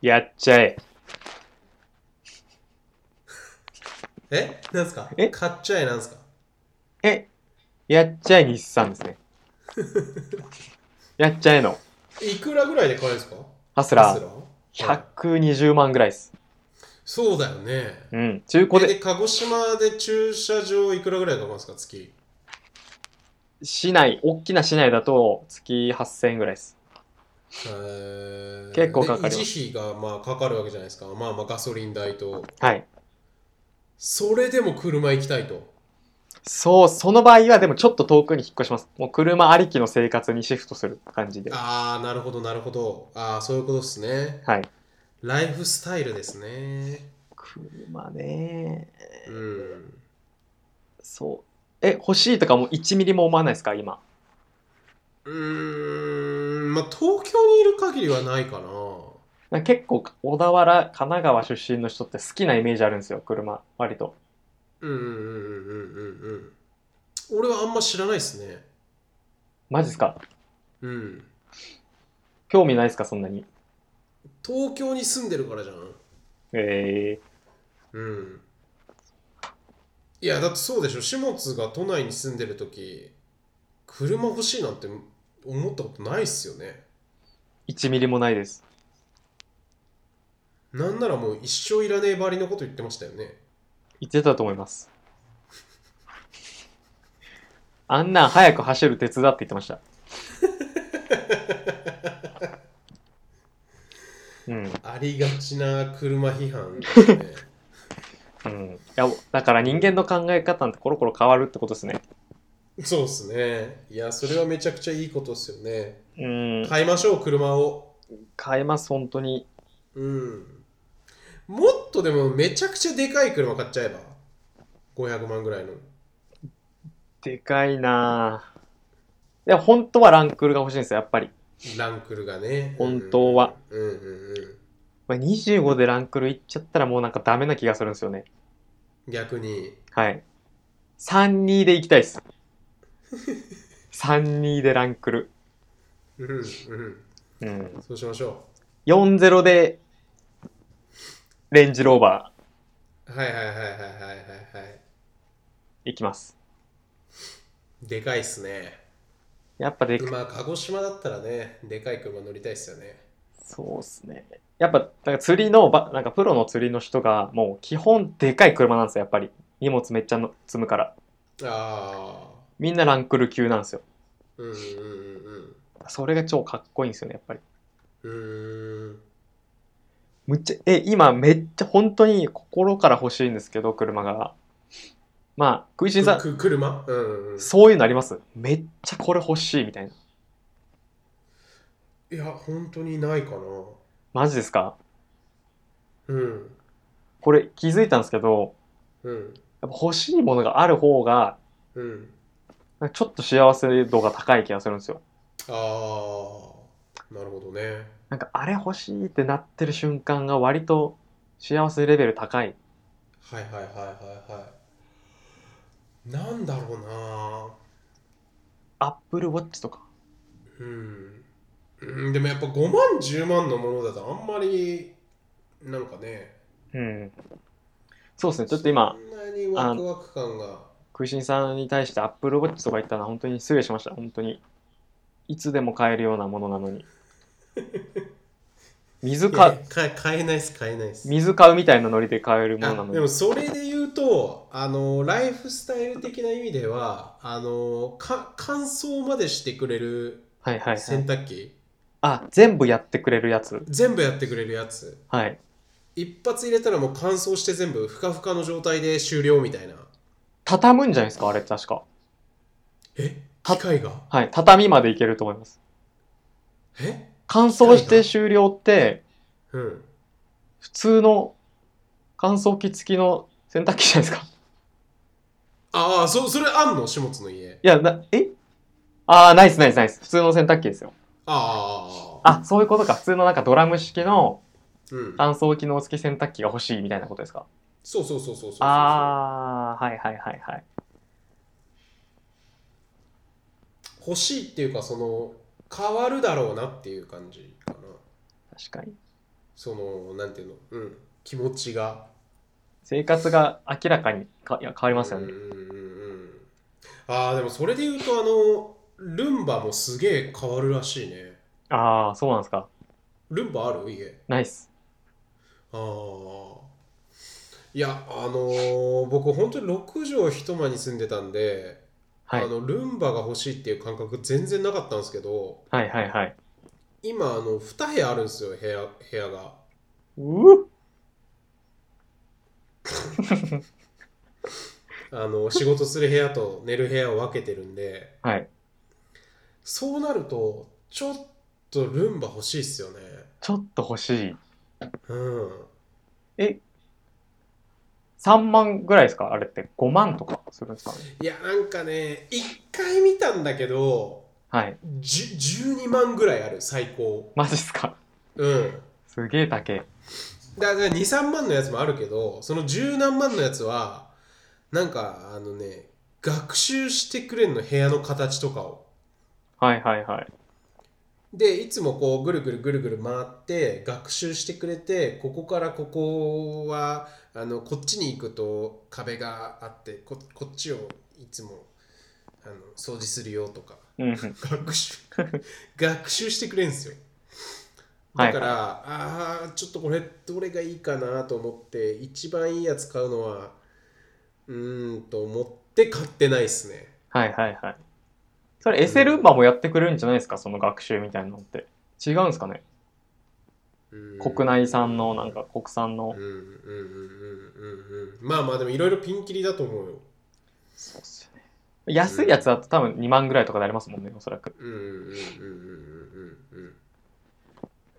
Speaker 1: やっちゃえ
Speaker 2: えなんすか
Speaker 1: え
Speaker 2: 買っちゃえなんすか
Speaker 1: えやっちゃえ日産です ねやっちゃえの
Speaker 2: いくらぐらいで買えるんですか
Speaker 1: ハス
Speaker 2: ハ
Speaker 1: ラ
Speaker 2: ス
Speaker 1: ー
Speaker 2: ラーはい
Speaker 1: 120万ぐらいです
Speaker 2: そうだよね。
Speaker 1: うん中
Speaker 2: こ
Speaker 1: 古
Speaker 2: れ
Speaker 1: で
Speaker 2: で鹿児島で駐車場いくらぐらいかかるんですか、月。
Speaker 1: 市内大きな市内だと月8000円ぐらいです
Speaker 2: へー
Speaker 1: 結構かかります
Speaker 2: で維持費がまあかかるわけじゃないですか。まあまあガソリン代と。
Speaker 1: はい
Speaker 2: それでも車行きたいと。
Speaker 1: そうその場合はでもちょっと遠くに引っ越しますもう車ありきの生活にシフトする感じでは
Speaker 2: ああ、なるほど、なるほど。ああ、そういうことですね。
Speaker 1: い
Speaker 2: ライフスタイルですね。
Speaker 1: 車ね
Speaker 2: うん。
Speaker 1: そうえ欲しいとかもう1ミリも思わないですか今
Speaker 2: うーん、まあ東京にいる限りはないかな。
Speaker 1: なんか結構小田原神奈川出身の人って好きなイメージあるんですよ車割と
Speaker 2: うんうんうんうんうんうん。俺はあんま知らないですね。
Speaker 1: マジですか
Speaker 2: うん。
Speaker 1: 興味ないですかそんなに
Speaker 2: 東京に住んでるからじゃん。
Speaker 1: え
Speaker 2: うん。いや、だってそうでしょ。始末が都内に住んでるとき、車欲しいなんて思ったことないっすよね。
Speaker 1: ー、1ミリもないです
Speaker 2: なんならもう一生いらねえばりのこと言ってましたよね。
Speaker 1: 言ってたと思います あんなん早く走る手伝って言ってましたうん
Speaker 2: ありがちな車批判ですね。
Speaker 1: うんいやだから人間の考え方ってコロコロ変わるってことですね
Speaker 2: そうっすね。いや、それはめちゃくちゃいいことっすよね。
Speaker 1: うん
Speaker 2: 買いましょう、車を。
Speaker 1: 変えます本当に
Speaker 2: うん。もっとでもめちゃくちゃでかい車買っちゃえば。500万ぐらいの。
Speaker 1: でかいなぁ。いや、本当はランクルが欲しいんですよ、やっぱり。
Speaker 2: ランクルがね。
Speaker 1: 本当は。
Speaker 2: うんうんうん。
Speaker 1: まあ25でランクルいっちゃったらもうなんかダメな気がするんですよね。
Speaker 2: 逆に。
Speaker 1: はい。32で行きたいです。32でランクル。
Speaker 2: うんうん。
Speaker 1: うん。
Speaker 2: そうしましょ
Speaker 1: 40でレンジローバ
Speaker 2: う。はいはいはいはいはいはいはい。
Speaker 1: ー行きます。
Speaker 2: でかいっすね。
Speaker 1: やっぱでか、
Speaker 2: まあ、鹿児島だったらね、でかい車乗りたいっすよね。
Speaker 1: そうっすね。やっぱ、なんか釣りのば、なんかプロの釣りの人がもう基本でかい車なんですよ、やっぱり。荷物めっちゃの積むから。
Speaker 2: ああ。
Speaker 1: みんなランクル級なんですよ。
Speaker 2: うんうんうんうん。
Speaker 1: それが超かっこいいんですよね、やっぱり。
Speaker 2: うーん
Speaker 1: むっちゃ、え、今めっちゃ本当に心から欲しいんですけど、車が。まあ、クイシンさん、
Speaker 2: く車うんうん
Speaker 1: そういうのありますめっちゃこれ欲しいみたいな。
Speaker 2: いや本当にないかな
Speaker 1: マジですか
Speaker 2: うん
Speaker 1: これ気づいたんですけど、
Speaker 2: うん
Speaker 1: やっぱ欲しいものがある方が、
Speaker 2: うん
Speaker 1: なんかちょっと幸せ度が高い気がするんですよ。
Speaker 2: ああなるほどね
Speaker 1: なんかあれ欲しいってなってる瞬間が割と幸せレベル高い。
Speaker 2: はいはいはいはいはいなんだろうな
Speaker 1: アップルウォッチとか。
Speaker 2: うん、うん、でもやっぱ5万10万のものだとあんまりなんかね
Speaker 1: うん。そうですね。ちょっと今、
Speaker 2: そんなにワクワク感が
Speaker 1: クイシンさんに対してアップルウォッチとか言ったのは本当に失礼しました。本当に。いつでも買えるようなものなの に。水
Speaker 2: いや
Speaker 1: か、
Speaker 2: 買え買えないっす買えないっす
Speaker 1: 水買うみたいなノリで買えるものな
Speaker 2: あ
Speaker 1: のに
Speaker 2: でも。それで言うとあのライフスタイル的な意味ではあのか乾燥までしてくれる
Speaker 1: はいはいは
Speaker 2: 洗
Speaker 1: い。
Speaker 2: 濯機、
Speaker 1: あ、全部やってくれるやつ。
Speaker 2: 全部やってくれるやつ
Speaker 1: はい。
Speaker 2: 一発入れたらもう乾燥して全部ふかふかの状態で終了みたいな
Speaker 1: 畳むんじゃないですかあれ確か。
Speaker 2: え
Speaker 1: た
Speaker 2: 機械が
Speaker 1: はい。畳までいけると思います。
Speaker 2: え
Speaker 1: 乾燥して終了って、
Speaker 2: うん
Speaker 1: 普通の乾燥機付きの洗濯機じゃないですか。
Speaker 2: ああそそれあんの始末の家
Speaker 1: いや、な、えああ、ナイスナイスナイス。普通の洗濯機ですよ。
Speaker 2: ああ
Speaker 1: あ、そういうことか。普通のなんかドラム式の
Speaker 2: うん
Speaker 1: 乾燥機能付き洗濯機が欲しいみたいなことですか
Speaker 2: そうそうそうそうそうそう
Speaker 1: ああ、はいはいはいはい。
Speaker 2: 欲しいっていうかその変わるだろうなっていう感じかな
Speaker 1: 確かに。
Speaker 2: そのなんていうのうん気持ちが
Speaker 1: 生活が明らかにかいや変わりますよ
Speaker 2: う
Speaker 1: ね。
Speaker 2: んうんうんうんああでもそれで言うとあのルンバもすげえ変わるらしいね
Speaker 1: ああ、そうなんですか。
Speaker 2: ルンバある家
Speaker 1: ナイス。
Speaker 2: ああいやあのー僕本当に6畳一間に住んでたんで、
Speaker 1: はい
Speaker 2: あ。のルンバが欲しいっていう感覚全然なかったんですけど
Speaker 1: はいはいはい。
Speaker 2: 今あの2部屋あるんですよ部屋部屋が
Speaker 1: うう
Speaker 2: あの仕事する部屋と寝る部屋を分けてるんで
Speaker 1: はい。
Speaker 2: そうなるとちょっとルンバ欲しいっすよね
Speaker 1: ちょっと欲しい。
Speaker 2: うん
Speaker 1: 3万ぐらいですかあれって5万とかするんですかね
Speaker 2: いやなんかね1回見たんだけど
Speaker 1: はい。
Speaker 2: じゅ12万ぐらいある最高
Speaker 1: マジっすか。
Speaker 2: うん
Speaker 1: すげえ高え。
Speaker 2: だから23万のやつもあるけどその十何万のやつはなんかあのね学習してくれんの部屋の形とかを
Speaker 1: はいはいはい。
Speaker 2: でいつもこうぐるぐるぐるぐる回って学習してくれてここからここはあのこっちに行くと壁があってここっちをいつもあの掃除するよとか
Speaker 1: うんうん。
Speaker 2: 学習学習してくれんすよ
Speaker 1: は
Speaker 2: だ
Speaker 1: い
Speaker 2: から、ああちょっとこれどれがいいかなと思って一番いいやつ買うのはうーんと思って買ってないっすね
Speaker 1: はいはいはい。それエセルンバもやってくれるんじゃないですか、その学習みたいなのって。違うんですかね
Speaker 2: うん
Speaker 1: 国内産の、なんか国産の
Speaker 2: うん。うんうんうんうんうんまあまあでもいろいろピンキリだと思うよ
Speaker 1: そうっすよね。安いやつだと多分2万ぐらいとかでありますもんね、おそらく。
Speaker 2: うんうんうんうんうんうんうん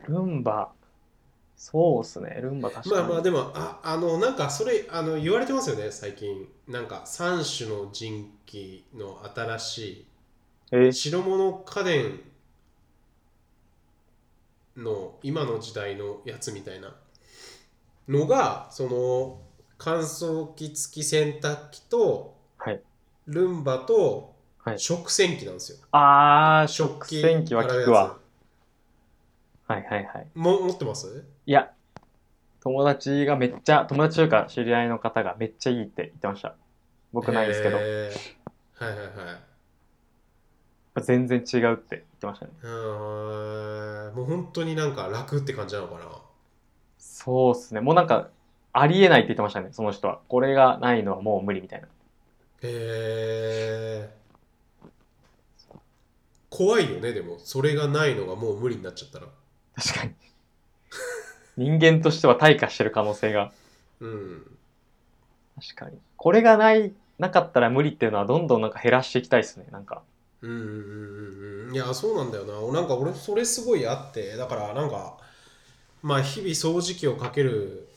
Speaker 1: ルンバ。そうっすね、ルンバ確か
Speaker 2: まあ
Speaker 1: に。
Speaker 2: まあでもああのなんかそれあの言われてますよね最近なんか3種の人気の新しい
Speaker 1: えー
Speaker 2: 白物家電の今の時代のやつみたいなのがその乾燥機付き洗濯機と
Speaker 1: はい
Speaker 2: ルンバと
Speaker 1: はい
Speaker 2: 食洗機なんですよ、
Speaker 1: あー、食洗機は
Speaker 2: 洗う
Speaker 1: 効く
Speaker 2: やつ
Speaker 1: わ。はいはいはい。
Speaker 2: も持ってます
Speaker 1: いや、友達がめっちゃ、友達というか知り合いの方がめっちゃいいって言ってました。僕ないですけど、やっ
Speaker 2: へーはいはいはい
Speaker 1: ぱ全然違うって言ってましたね。
Speaker 2: うーんもう本当になんか楽って感じなのかな
Speaker 1: そうっすね。もうなんか、ありえないって言ってましたね、その人は。これがないのはもう無理みたいな。
Speaker 2: へえ怖いよねでもそれがないのがもう無理になっちゃったら
Speaker 1: 確 かに。人間としては退化してる可能性が。
Speaker 2: うん
Speaker 1: 確かに。これがない、なかったら無理っていうのはどんどんなんか減らしていきたいですね。なんか。
Speaker 2: うんうんうんうんいやそうなんだよななんか俺それすごいあってだからなんかまあ日々掃除機をかける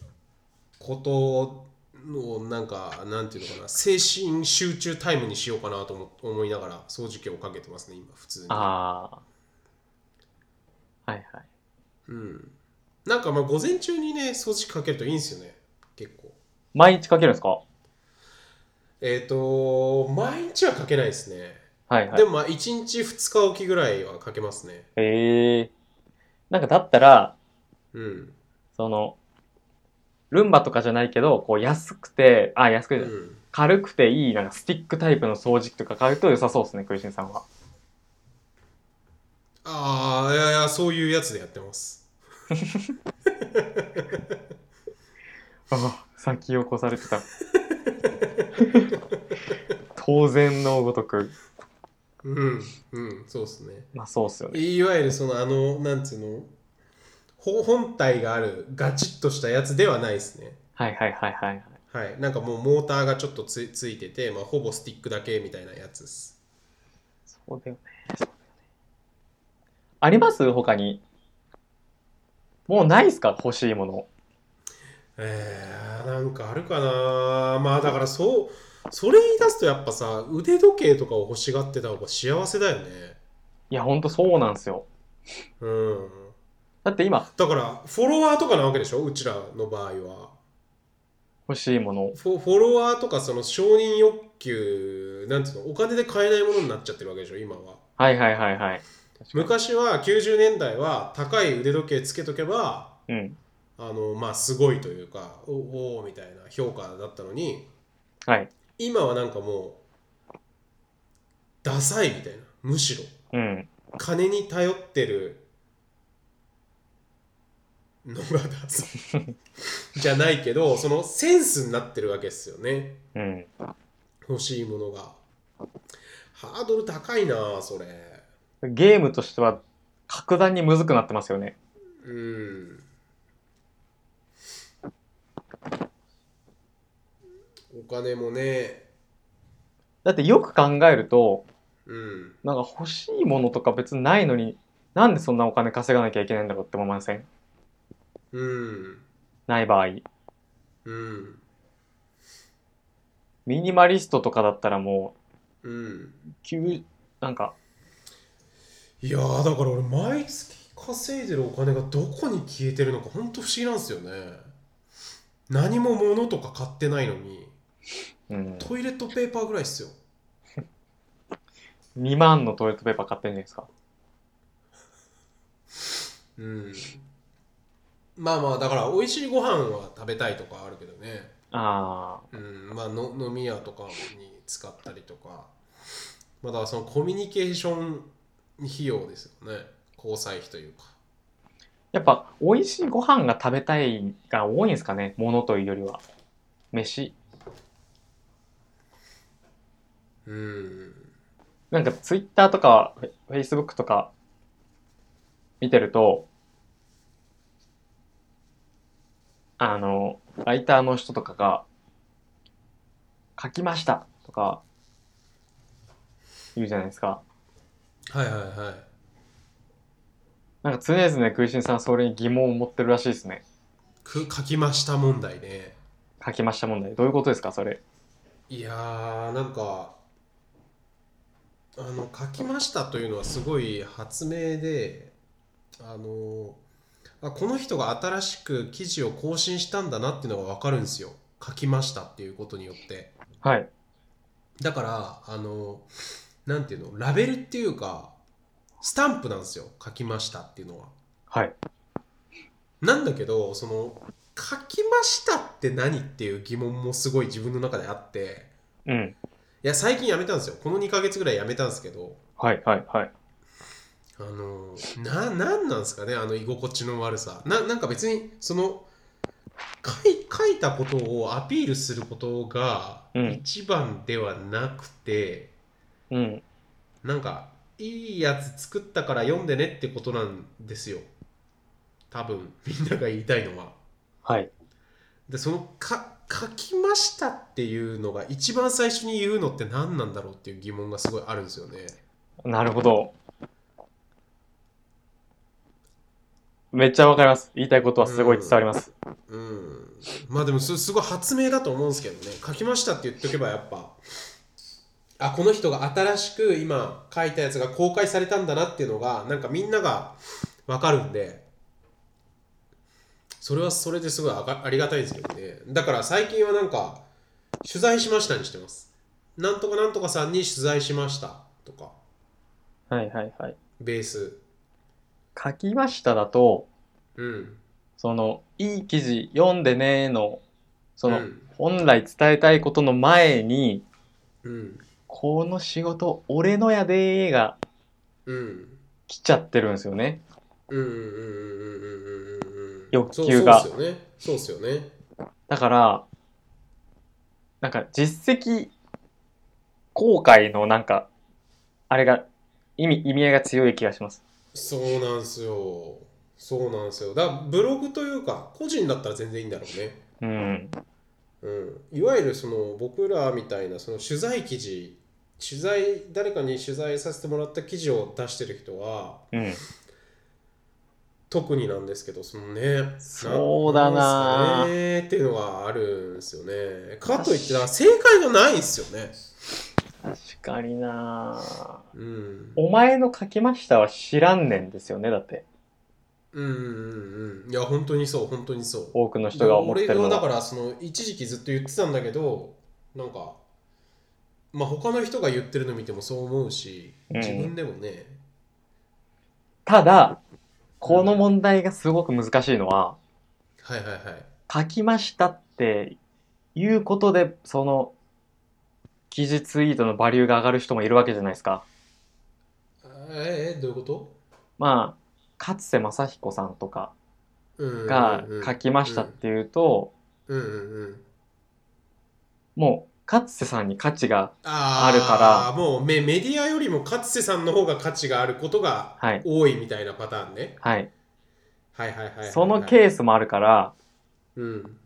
Speaker 2: ことのなんかなんていうのかな精神集中タイムにしようかなと思思いながら掃除機をかけてますね今普通に
Speaker 1: ああ。はいはい。
Speaker 2: うんなんかまあ午前中にね掃除機かけるといいんですよね結構
Speaker 1: 毎日かけるんですか
Speaker 2: えっ、と毎日はかけないですね、
Speaker 1: はいはい
Speaker 2: で。もまあ1日2日おきぐらいはかけますね
Speaker 1: ええなんかだったら、
Speaker 2: うん
Speaker 1: その、ルンバとかじゃないけど、こう安くて、あ、安く
Speaker 2: う
Speaker 1: て、
Speaker 2: ん
Speaker 1: 軽くていい、なんかスティックタイプの掃除機とか買うと良さそうですね、クリシンさんは。
Speaker 2: ああ、いやいや、そういうやつでやってます。
Speaker 1: ああ、先を越されて た。当然のごとく。
Speaker 2: うん、うん、そうですね。
Speaker 1: まあそうっすよね。
Speaker 2: いわゆる、その、あの、なんつうの、ほ本体があるガチッとしたやつではないですね。
Speaker 1: はいはいはいはいはい。
Speaker 2: はい。なんかもうモーターがちょっとつついてて、まあ、ほぼスティックだけみたいなやつです。
Speaker 1: そうだよね。そうだよね。あります他に。もうないっすか欲しいもの。
Speaker 2: えー、なんかあるかなまあ、だから、そう、それ言い出すとやっぱさ、腕時計とかを欲しがってた方が幸せだよね。
Speaker 1: いや、ほんとそうなんですよ。
Speaker 2: うん。
Speaker 1: だって今、
Speaker 2: だから、フォロワーとかなわけでしょうちらの場合は。
Speaker 1: 欲しいもの。
Speaker 2: フォフォロワーとかその承認欲求なんていうのお金で買えないものになっちゃってるわけでしょ今は
Speaker 1: はいはいはいはい。
Speaker 2: 昔は90年代は高い腕時計つけとけば
Speaker 1: うん。
Speaker 2: あのまあすごいというかおおーみたいな評価だったのに
Speaker 1: はい。
Speaker 2: 今はなんかもうダサいみたいなむしろ
Speaker 1: うん。
Speaker 2: 金に頼ってるのがダサ いじゃないけどそのセンスになってるわけですよね
Speaker 1: うん。
Speaker 2: 欲しいものがハードル高いなそれ
Speaker 1: ゲームとしては格段にむずくなってますよね。
Speaker 2: うんお金もね
Speaker 1: だってよく考えると、
Speaker 2: うん
Speaker 1: なんか欲しいものとか別にないのに、なんでそんなお金稼がなきゃいけないんだろうって思いません
Speaker 2: うん
Speaker 1: ない場合。
Speaker 2: うん
Speaker 1: ミニマリストとかだったらも
Speaker 2: うん
Speaker 1: う、急、なんか、
Speaker 2: いやーだから俺毎月稼いでるお金がどこに消えてるのかほんと不思議なんですよね何も物とか買ってないのに
Speaker 1: うん、
Speaker 2: トイレットペーパーぐらいっすよ
Speaker 1: 2万のトイレットペーパー買ってんじゃないですか。
Speaker 2: うんまあまあだから美味しいご飯は食べたいとかあるけどね
Speaker 1: あ
Speaker 2: うんまあ、の飲み屋とかに使ったりとか、まあだからそのコミュニケーション費用ですよね交際費というか
Speaker 1: ーやっぱ、美味しいご飯が食べたいが多いんですかね。ものというよりは。飯。
Speaker 2: うん
Speaker 1: なんか、ツイッターとか、フェイスブックとか、見てると、あの、ライターの人とかが、書きましたとか、言うじゃないですか。
Speaker 2: はいはいはい
Speaker 1: なんか常々クイシンさんはそれに疑問を持ってるらしいですね。
Speaker 2: く書きました問題ね
Speaker 1: 書きました問題。どういうことですか、それ。
Speaker 2: いやーなんかあの書きましたというのはすごい発明であのあこの人が新しく記事を更新したんだなっていうのが分かるんですよ書きましたっていうことによって
Speaker 1: はい。
Speaker 2: だからあのなんていうのラベルっていうかスタンプなんですよ書きましたっていうのは
Speaker 1: はい。
Speaker 2: なんだけどその書きましたって何っていう疑問もすごい自分の中であって
Speaker 1: うん。
Speaker 2: いや最近やめたんですよこの2ヶ月ぐらいやめたんですけど
Speaker 1: はい、はい、はい。
Speaker 2: あのななんなんですかねあの居心地の悪さななんか別にその書い書いたことをアピールすることが
Speaker 1: うん
Speaker 2: 一番ではなくて、
Speaker 1: うん。
Speaker 2: なんかいいやつ作ったから読んでねってことなんですよ多分みんなが言いたいのは
Speaker 1: はい。
Speaker 2: でそのか書きましたっていうのが一番最初に言うのって何なんだろうっていう疑問がすごいあるんですよね
Speaker 1: なるほど。めっちゃわかります。言いたいことはすごい伝わります。
Speaker 2: うんまあでもすすごい発明だと思うんですけどね書きましたって言っとけばやっぱあこの人が新しく今書いたやつが公開されたんだなっていうのがなんかみんなが分かるんでそれはそれですごいあがありがたいですけどねだから最近はなんか取材しましたにしてますなんとかなんとかさんに取材しましたとか
Speaker 1: はいはいはい。
Speaker 2: ベース
Speaker 1: 書きましただと、
Speaker 2: うん
Speaker 1: その、いい記事読んでねーの、その、
Speaker 2: うん
Speaker 1: 本来伝えたいことの前に、
Speaker 2: うん
Speaker 1: この仕事、俺のやでーが
Speaker 2: うん
Speaker 1: 来ちゃってるんですよね。
Speaker 2: うんうんうんうんうんうんうんうん
Speaker 1: 欲求が
Speaker 2: そうそうっすよねそうっすよね
Speaker 1: だから、なんか実績公開のなんか、あれが、意味、意味合いが強い気がします。
Speaker 2: そうなんすよそうなんすよだからブログというか個人だったら全然いいんだろうね
Speaker 1: うん。
Speaker 2: うんいわゆるその僕らみたいなその取材記事取材誰かに取材させてもらった記事を出してる人は
Speaker 1: うん。
Speaker 2: 特になんですけどそのね
Speaker 1: そうだなん
Speaker 2: すかねっていうのがあるんですよねかといってだから正解がないんすよね
Speaker 1: 確かにな
Speaker 2: うん
Speaker 1: お前の書きましたは知らんねんですよね、だって。
Speaker 2: うんうんうんいや本当にそう本当にそう
Speaker 1: 多くの人が思ってるの
Speaker 2: 俺がだ
Speaker 1: は。
Speaker 2: からその一時期ずっと言ってたんだけどなんかまあ他の人が言ってるの見てもそう思うし
Speaker 1: うん
Speaker 2: 自分でもね、
Speaker 1: ただ、この問題がすごく難しいのは、
Speaker 2: はいはいはい
Speaker 1: 書きましたっていうことで、その、記事ツイートのバリューが上がる人もいるわけじゃないですか。
Speaker 2: えー、どういうこと
Speaker 1: まあ、かつて正彦さんとか
Speaker 2: うんうんうん
Speaker 1: が書きましたっていうと、
Speaker 2: うんうんうん
Speaker 1: もう、かつてさんに価値が、
Speaker 2: あー
Speaker 1: あるから
Speaker 2: もうメメディアよりも勝瀬さんの方が価値があることが
Speaker 1: はい、
Speaker 2: 多いみたいなパターンね
Speaker 1: はい。
Speaker 2: はいはいはいはいはい
Speaker 1: そのケースもあるから、
Speaker 2: うん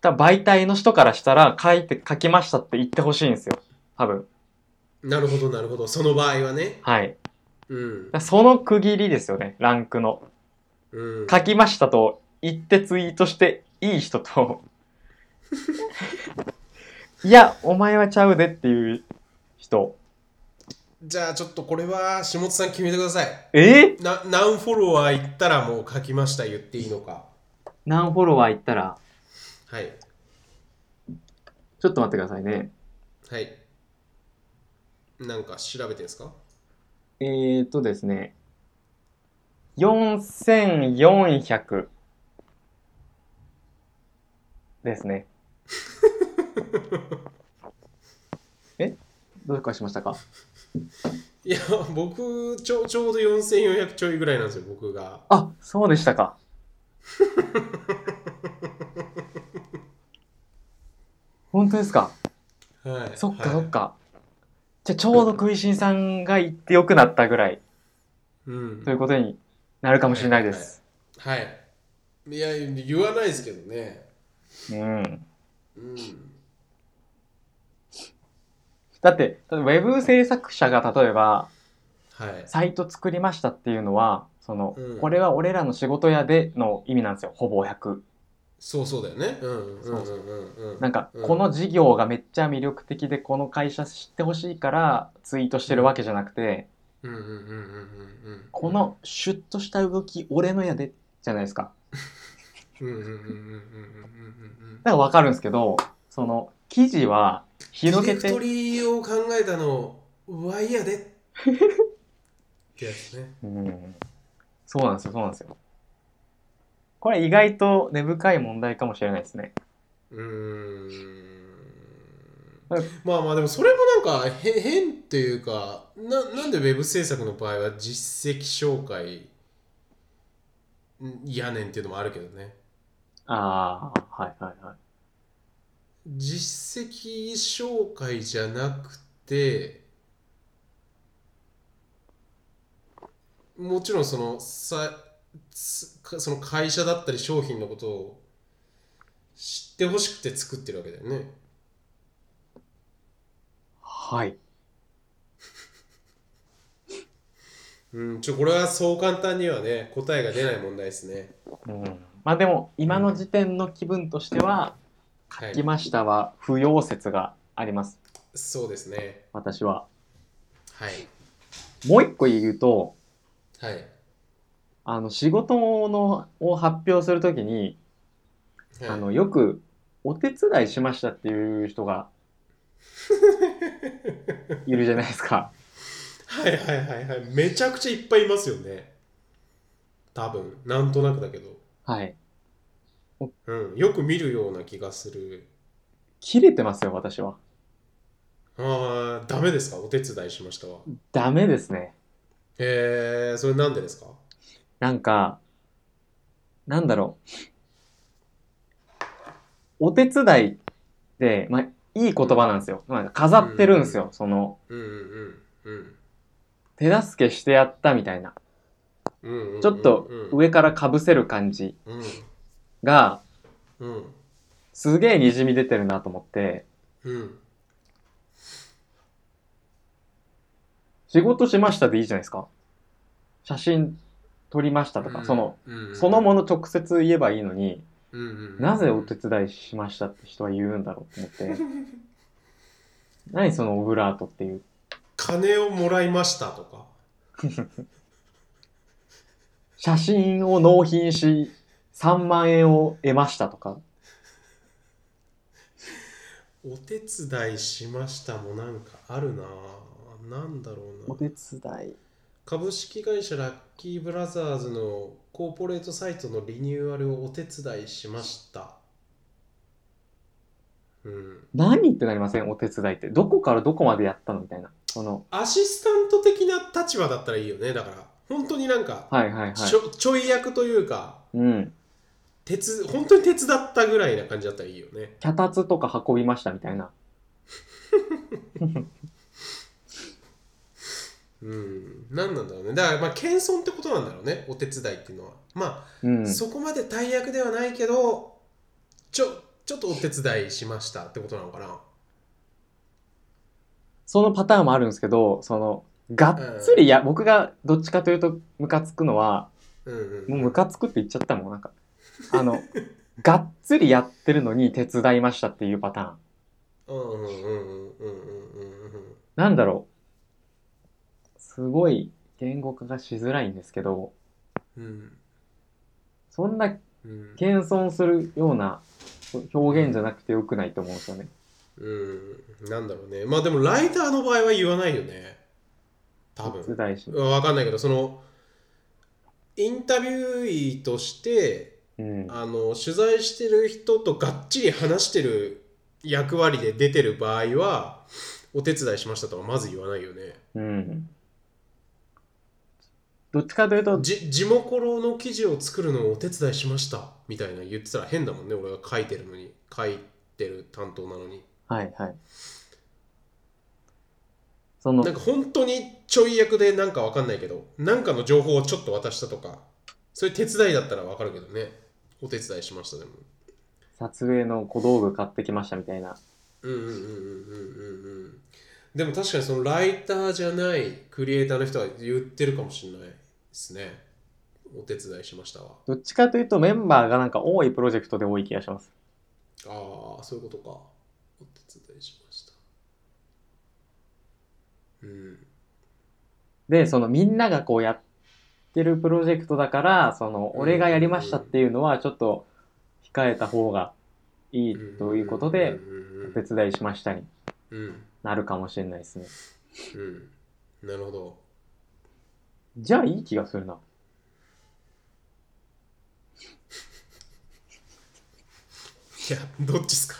Speaker 1: 多分媒体の人からしたら、書いて、書きましたって言ってほしいんですよ。多分。
Speaker 2: なるほどなるほどその場合はね
Speaker 1: はい。
Speaker 2: うん
Speaker 1: だからその区切りですよね、ランクの。
Speaker 2: うん
Speaker 1: 書きましたと言ってツイートしていい人 と、いや、お前はちゃうでっていう人。
Speaker 2: じゃあちょっとこれは下津さん決めてください
Speaker 1: え
Speaker 2: な何フォロワーいったらもう書きました言っていいのか
Speaker 1: 何フォロワーいったら、
Speaker 2: はい
Speaker 1: ちょっと待ってくださいね。
Speaker 2: はいなんか調べてんですか
Speaker 1: えーとですね、4400ですね。えどうかしましたか
Speaker 2: いや僕ちょちょうど4400ちょいぐらいなんですよ僕が
Speaker 1: あ、そうでしたか。本当ですか
Speaker 2: はい
Speaker 1: そっか
Speaker 2: は
Speaker 1: そ
Speaker 2: い
Speaker 1: っか。じゃあちょうど食いしんさんが言ってよくなったぐらい
Speaker 2: うん
Speaker 1: ということになるかもしれないです。
Speaker 2: はいいや言わないですけどね
Speaker 1: うん。
Speaker 2: うん
Speaker 1: だって、ウェブ制作者が例えば、
Speaker 2: はい
Speaker 1: サイト作りましたっていうのは、その、
Speaker 2: うん
Speaker 1: これは俺らの仕事屋での意味なんですよ、ほぼ100。
Speaker 2: そうそうだよねうんう
Speaker 1: そ
Speaker 2: ん
Speaker 1: う
Speaker 2: う
Speaker 1: そうん
Speaker 2: うんう
Speaker 1: なんんか、
Speaker 2: うん
Speaker 1: この事業がめっちゃ魅力的で、この会社知ってほしいからツイートしてるわけじゃなくて、
Speaker 2: うんうんうんうんうんうん
Speaker 1: このシュッとした動き、俺のやで、じゃないですか。
Speaker 2: うんうんうんうんうんうんうん
Speaker 1: だからわかるんですけど、その、記事は広げ
Speaker 2: ディレクト
Speaker 1: て、
Speaker 2: リーを考えたのワイヤーでってやつね
Speaker 1: うん、そうなんですよ、そうなんですよ。これ意外と根深い問題かもしれないですね。
Speaker 2: うーん
Speaker 1: はい
Speaker 2: まあまあでもそれもなんかへ変っていうかななんでウェブ制作の場合は実績紹介んやねんっていうのもあるけどね
Speaker 1: ああ、はいはいはい。
Speaker 2: 実績紹介じゃなくてもちろんそのさつかその会社だったり商品のことを知ってほしくて作ってるわけだよね
Speaker 1: はい。
Speaker 2: うんちょこれはそう簡単にはね答えが出ない問題ですね
Speaker 1: うん、まあでも今の時点の気分としては「
Speaker 2: はい
Speaker 1: 書きました」は不要説があります
Speaker 2: そうですね
Speaker 1: 私は。
Speaker 2: はい
Speaker 1: もう一個言うと
Speaker 2: はい
Speaker 1: あの仕事のを発表するときに
Speaker 2: はい
Speaker 1: あのよく「お手伝いしました」っていう人 がいるじゃないですか。
Speaker 2: はいはいはいはいめちゃくちゃいっぱいいますよね多分なんとなくだけど、
Speaker 1: はい。
Speaker 2: うん、よく見るような気がする
Speaker 1: 切れてますよ私は。
Speaker 2: あーダメですかお手伝いしましたわ
Speaker 1: ダメですね。
Speaker 2: えー、それなんでですか
Speaker 1: なんか、なんだろう。お手伝いって、まあ、いい言葉なんですよ。まあ、飾ってるんですよ。その、
Speaker 2: うんうんうん
Speaker 1: 手助けしてやったみたいな。
Speaker 2: うんうんうんうん
Speaker 1: ちょっと上から被せる感じ
Speaker 2: うん
Speaker 1: が、
Speaker 2: うん
Speaker 1: すげえにじみ出てるなと思って、
Speaker 2: うん
Speaker 1: 仕事しましたでいいじゃないですか。写真撮りましたとか、その、、
Speaker 2: うん
Speaker 1: そのもの直接言えばいいのに、
Speaker 2: うんうん
Speaker 1: なぜお手伝いしましたって人は言うんだろうと思 って。何そのオブラートっていう。
Speaker 2: 金をもらいましたとか
Speaker 1: 写真を納品し3万円を得ましたとか
Speaker 2: お手伝いしましたもなんかあるななんだろう
Speaker 1: お
Speaker 2: な
Speaker 1: 手伝い
Speaker 2: 株式会社ラッキーブラザーズのコーポレートサイトのリニューアルをお手伝いしました。うん。
Speaker 1: 何ってなりませんお手伝いってどこからどこまでやったのみたいなその
Speaker 2: アシスタント的な立場だったらいいよね。だから、本当になんか、
Speaker 1: はいはいはい
Speaker 2: ちょちょい役というか、
Speaker 1: うん
Speaker 2: 手つ本当に手伝ったぐらいな感じだったらいいよね。
Speaker 1: 脚立とか運びましたみたいな
Speaker 2: うん。何なんだろうね。だから、まあ、謙遜ってことなんだろうね。お手伝いっていうのは。まあ、
Speaker 1: うん
Speaker 2: そこまで大役ではないけど、ちょ、ちょっとお手伝いしましたってことなのかな。
Speaker 1: そのパターンもあるんですけどそのがっつりや、僕がどっちかというとムカつくのは
Speaker 2: うんうん。
Speaker 1: もうムカつくって言っちゃったもんなんかあ のがっつりやってるのに手伝いましたっていうパターン
Speaker 2: うんうんうんうんうんうんうん
Speaker 1: なんだろう。すごい言語化がしづらいんですけど、
Speaker 2: うん
Speaker 1: そんな
Speaker 2: うん
Speaker 1: 謙遜するような表現じゃなくてよくないと思うんですよね。
Speaker 2: うんなんだろうねまあでもライターの場合は言わないよね多
Speaker 1: 手
Speaker 2: 分
Speaker 1: 伝いし。
Speaker 2: わかんないけどそのインタビュー医として
Speaker 1: うん。
Speaker 2: あの取材してる人とがっちり話してる役割で出てる場合はお手伝いしましたとはまず言わないよね
Speaker 1: うん。どっちかというと、
Speaker 2: じ地元の記事を作るのをお手伝いしましたみたいな言ってたら変だもんね俺が書いてるのに書いてる担当なのに
Speaker 1: はいはい。その
Speaker 2: なん、か本当にちょい役でなんかわかんないけどなんかの情報をちょっと渡したとかそういう手伝いだったらわかるけどねお手伝いしましたでも
Speaker 1: 撮影の小道具買ってきましたみたいな。
Speaker 2: うんうんうんうんうんうんうんでも確かにそのライターじゃないクリエイターの人は言ってるかもしれないですねお手伝いしましたわ
Speaker 1: どっちかというとメンバーがなんか多いプロジェクトで多い気がします。
Speaker 2: ああそういうことかお手伝いしましたうん
Speaker 1: で、そのみんながこうやってるプロジェクトだから、その
Speaker 2: うん
Speaker 1: 俺がやりましたっていうのはちょっと控えた方がいいということで、
Speaker 2: うん
Speaker 1: お手伝いしましたに
Speaker 2: うんうん
Speaker 1: なるかもしれないですね。
Speaker 2: うんうんなるほど
Speaker 1: じゃあいい気がするな。
Speaker 2: いや、どっちですか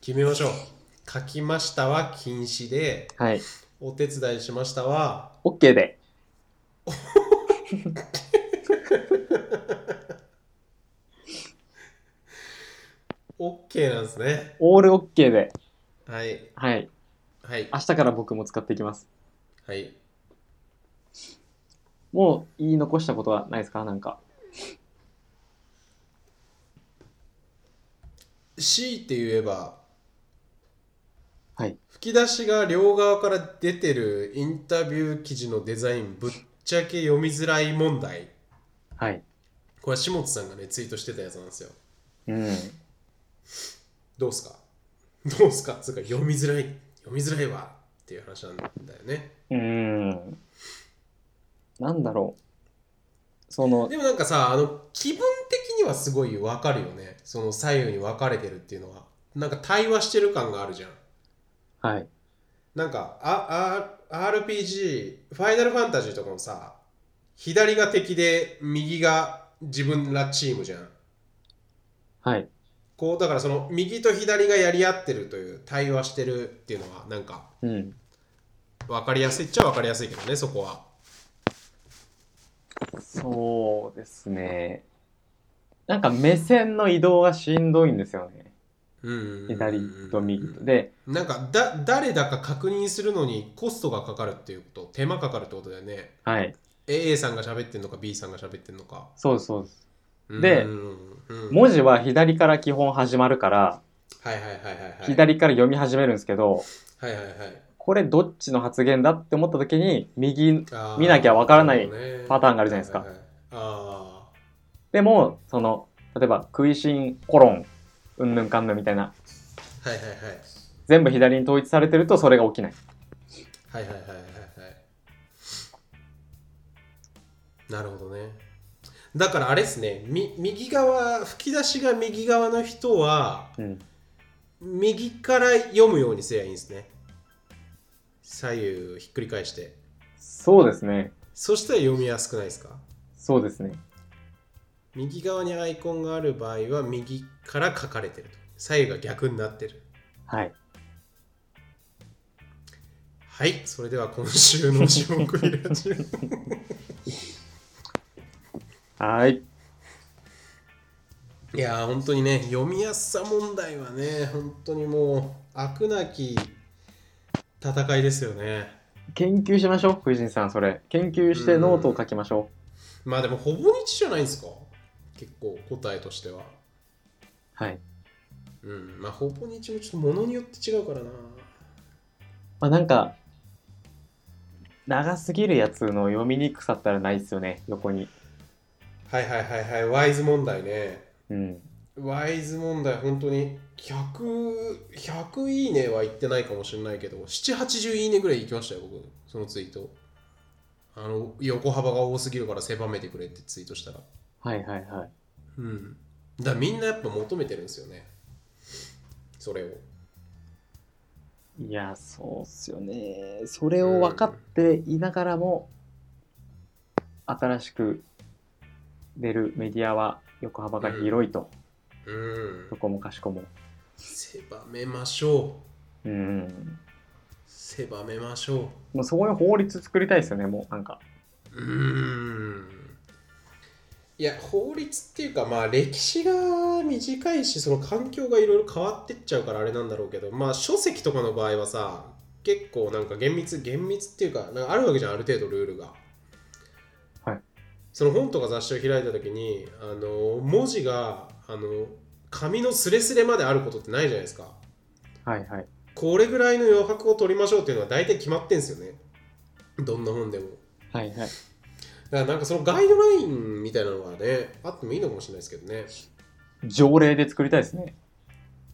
Speaker 2: 決めましょう。書きましたは禁止で、
Speaker 1: はい。
Speaker 2: お手伝いしましたは、
Speaker 1: OK で。
Speaker 2: OK なんですね。
Speaker 1: オール OK で。
Speaker 2: はい、
Speaker 1: はい。
Speaker 2: はい
Speaker 1: 明、日から僕も使っていきます。
Speaker 2: はい。
Speaker 1: もう言い残したことはないですかなんか。
Speaker 2: 強いて言えば、
Speaker 1: はい
Speaker 2: 吹き出しが両側から出てるインタビュー記事のデザインぶっちゃけ読みづらい問題
Speaker 1: はい。
Speaker 2: これは下本さんがねツイートしてたやつなんですよ
Speaker 1: うん。
Speaker 2: どうすかどうすかつうか読みづらい読みづらいわっていう話なんだよね
Speaker 1: うん。なんだろう。その、
Speaker 2: でもなんかさあの気分的にはすごい分かるよねその左右に分かれてるっていうのはなんか対話してる感があるじゃん
Speaker 1: はい。
Speaker 2: なんかああ RPG「ファイナルファンタジー」とかもさ左が敵で右が自分らチームじゃん
Speaker 1: はい。
Speaker 2: こうだからその右と左がやり合ってるという対話してるっていうのはなんか
Speaker 1: うん。
Speaker 2: 分かりやすいっちゃ分かりやすいけどねそこは
Speaker 1: そうですね。なんか目線の移動がしんどいんですよね。
Speaker 2: うんうんうんうん
Speaker 1: 左と右と。で、
Speaker 2: なんかだ誰だか確認するのにコストがかかるっていうこと手間かかるってことだよね
Speaker 1: はい。
Speaker 2: A さんが喋ってんのか B さんが喋ってんのか
Speaker 1: そうですそうです。で文
Speaker 2: 文
Speaker 1: 字は左から基本始まるから、
Speaker 2: はいはいはいはいはい
Speaker 1: 左から読み始めるんですけど、
Speaker 2: はいはいはい
Speaker 1: これどっちの発言だって思った時に、右、
Speaker 2: あー
Speaker 1: 見なきゃわからないパターンがあるじゃないですか
Speaker 2: はいはいはいあ
Speaker 1: でも、その、例えば、食いしんコロン、うんぬんかんぬんみたいな、
Speaker 2: ーはいはいはい
Speaker 1: 全部左に統一されてるとそれが起きない。
Speaker 2: はいはいはいはいはいなるほどねだからあれですねみ右側吹き出しが右側の人は
Speaker 1: うん。
Speaker 2: 右から読むようにすればいいんですね左右ひっくり返して
Speaker 1: そうですね。
Speaker 2: そしたら読みやすくないですか
Speaker 1: そうですね。
Speaker 2: 右側にアイコンがある場合は右から書かれてると左右が逆になってる
Speaker 1: はい。
Speaker 2: はいそれでは今週の種目イラジオ
Speaker 1: はい。
Speaker 2: いやー本当にね読みやすさ問題はね本当にもう飽くなき戦いですよね
Speaker 1: 研究しましょう、藤井さん、それ。研究してノートを書きましょ
Speaker 2: まあでもほぼ日じゃないですか結構答えとしては
Speaker 1: う。はい。
Speaker 2: うんまあほぼ日もちょっとものによって違うからな
Speaker 1: まあ、なんか、長すぎるやつの読みにくさったらないっすよね、横に。
Speaker 2: はいはいはいはいワイズ問題ね
Speaker 1: うん。
Speaker 2: ワイズ問題本当に100 100いいねは言ってないかもしれないけど780いいねぐらい行きましたよ僕そのツイートあの横幅が多すぎるから狭めてくれってツイートしたら
Speaker 1: はいはいはい。
Speaker 2: うん、だからみんなやっぱ求めてるんですよねそれを
Speaker 1: いや、そうっすよね。それを分かっていながらも、新しく出るメディアは横幅が広いと、
Speaker 2: うん
Speaker 1: どこもかしこも。
Speaker 2: 狭めましょう
Speaker 1: うん。
Speaker 2: 狭めましょ
Speaker 1: もうそういう法律作りたいですよね、もうなんか。
Speaker 2: ううんいや法律っていうかまあ歴史が短いしその環境がいろいろ変わってっちゃうからあれなんだろうけどまあ書籍とかの場合はさ結構なんか厳密厳密っていうかなんかあるわけじゃんある程度ルールが
Speaker 1: はい
Speaker 2: その本とか雑誌を開いた時にあの文字があの紙のすれすれまであることってないじゃないですか
Speaker 1: はいはい。
Speaker 2: これぐらいの余白を取りましょうっていうのは大体決まってんすよねどんな本でも
Speaker 1: はいはい。
Speaker 2: だからなんかそのガイドラインみたいなのはねあってもいいのかもしれないですけどね
Speaker 1: 条例で作りたいですね。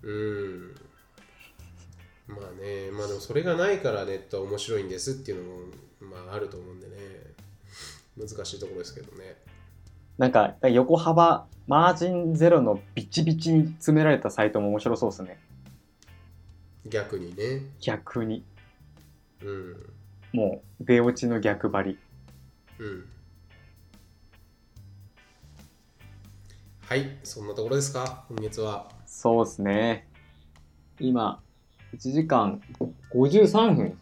Speaker 2: うんまあねまあでもそれがないからネットは面白いんですっていうのもまああると思うんでね難しいところですけどね
Speaker 1: なんか横幅マージンゼロのビチビチに詰められたサイトも面白そうですね
Speaker 2: 逆にね
Speaker 1: 逆に
Speaker 2: うん
Speaker 1: もう出落ちの逆張り
Speaker 2: うんはいそんなところですか今月は
Speaker 1: そうですね今1時間53分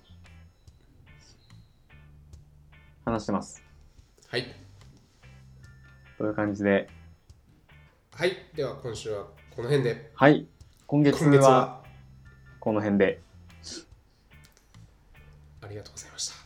Speaker 1: 話してます
Speaker 2: はい
Speaker 1: という感じで
Speaker 2: はいでは今週はこの辺で
Speaker 1: はい今月
Speaker 2: 今月
Speaker 1: は
Speaker 2: は
Speaker 1: この辺で
Speaker 2: ありがとうございました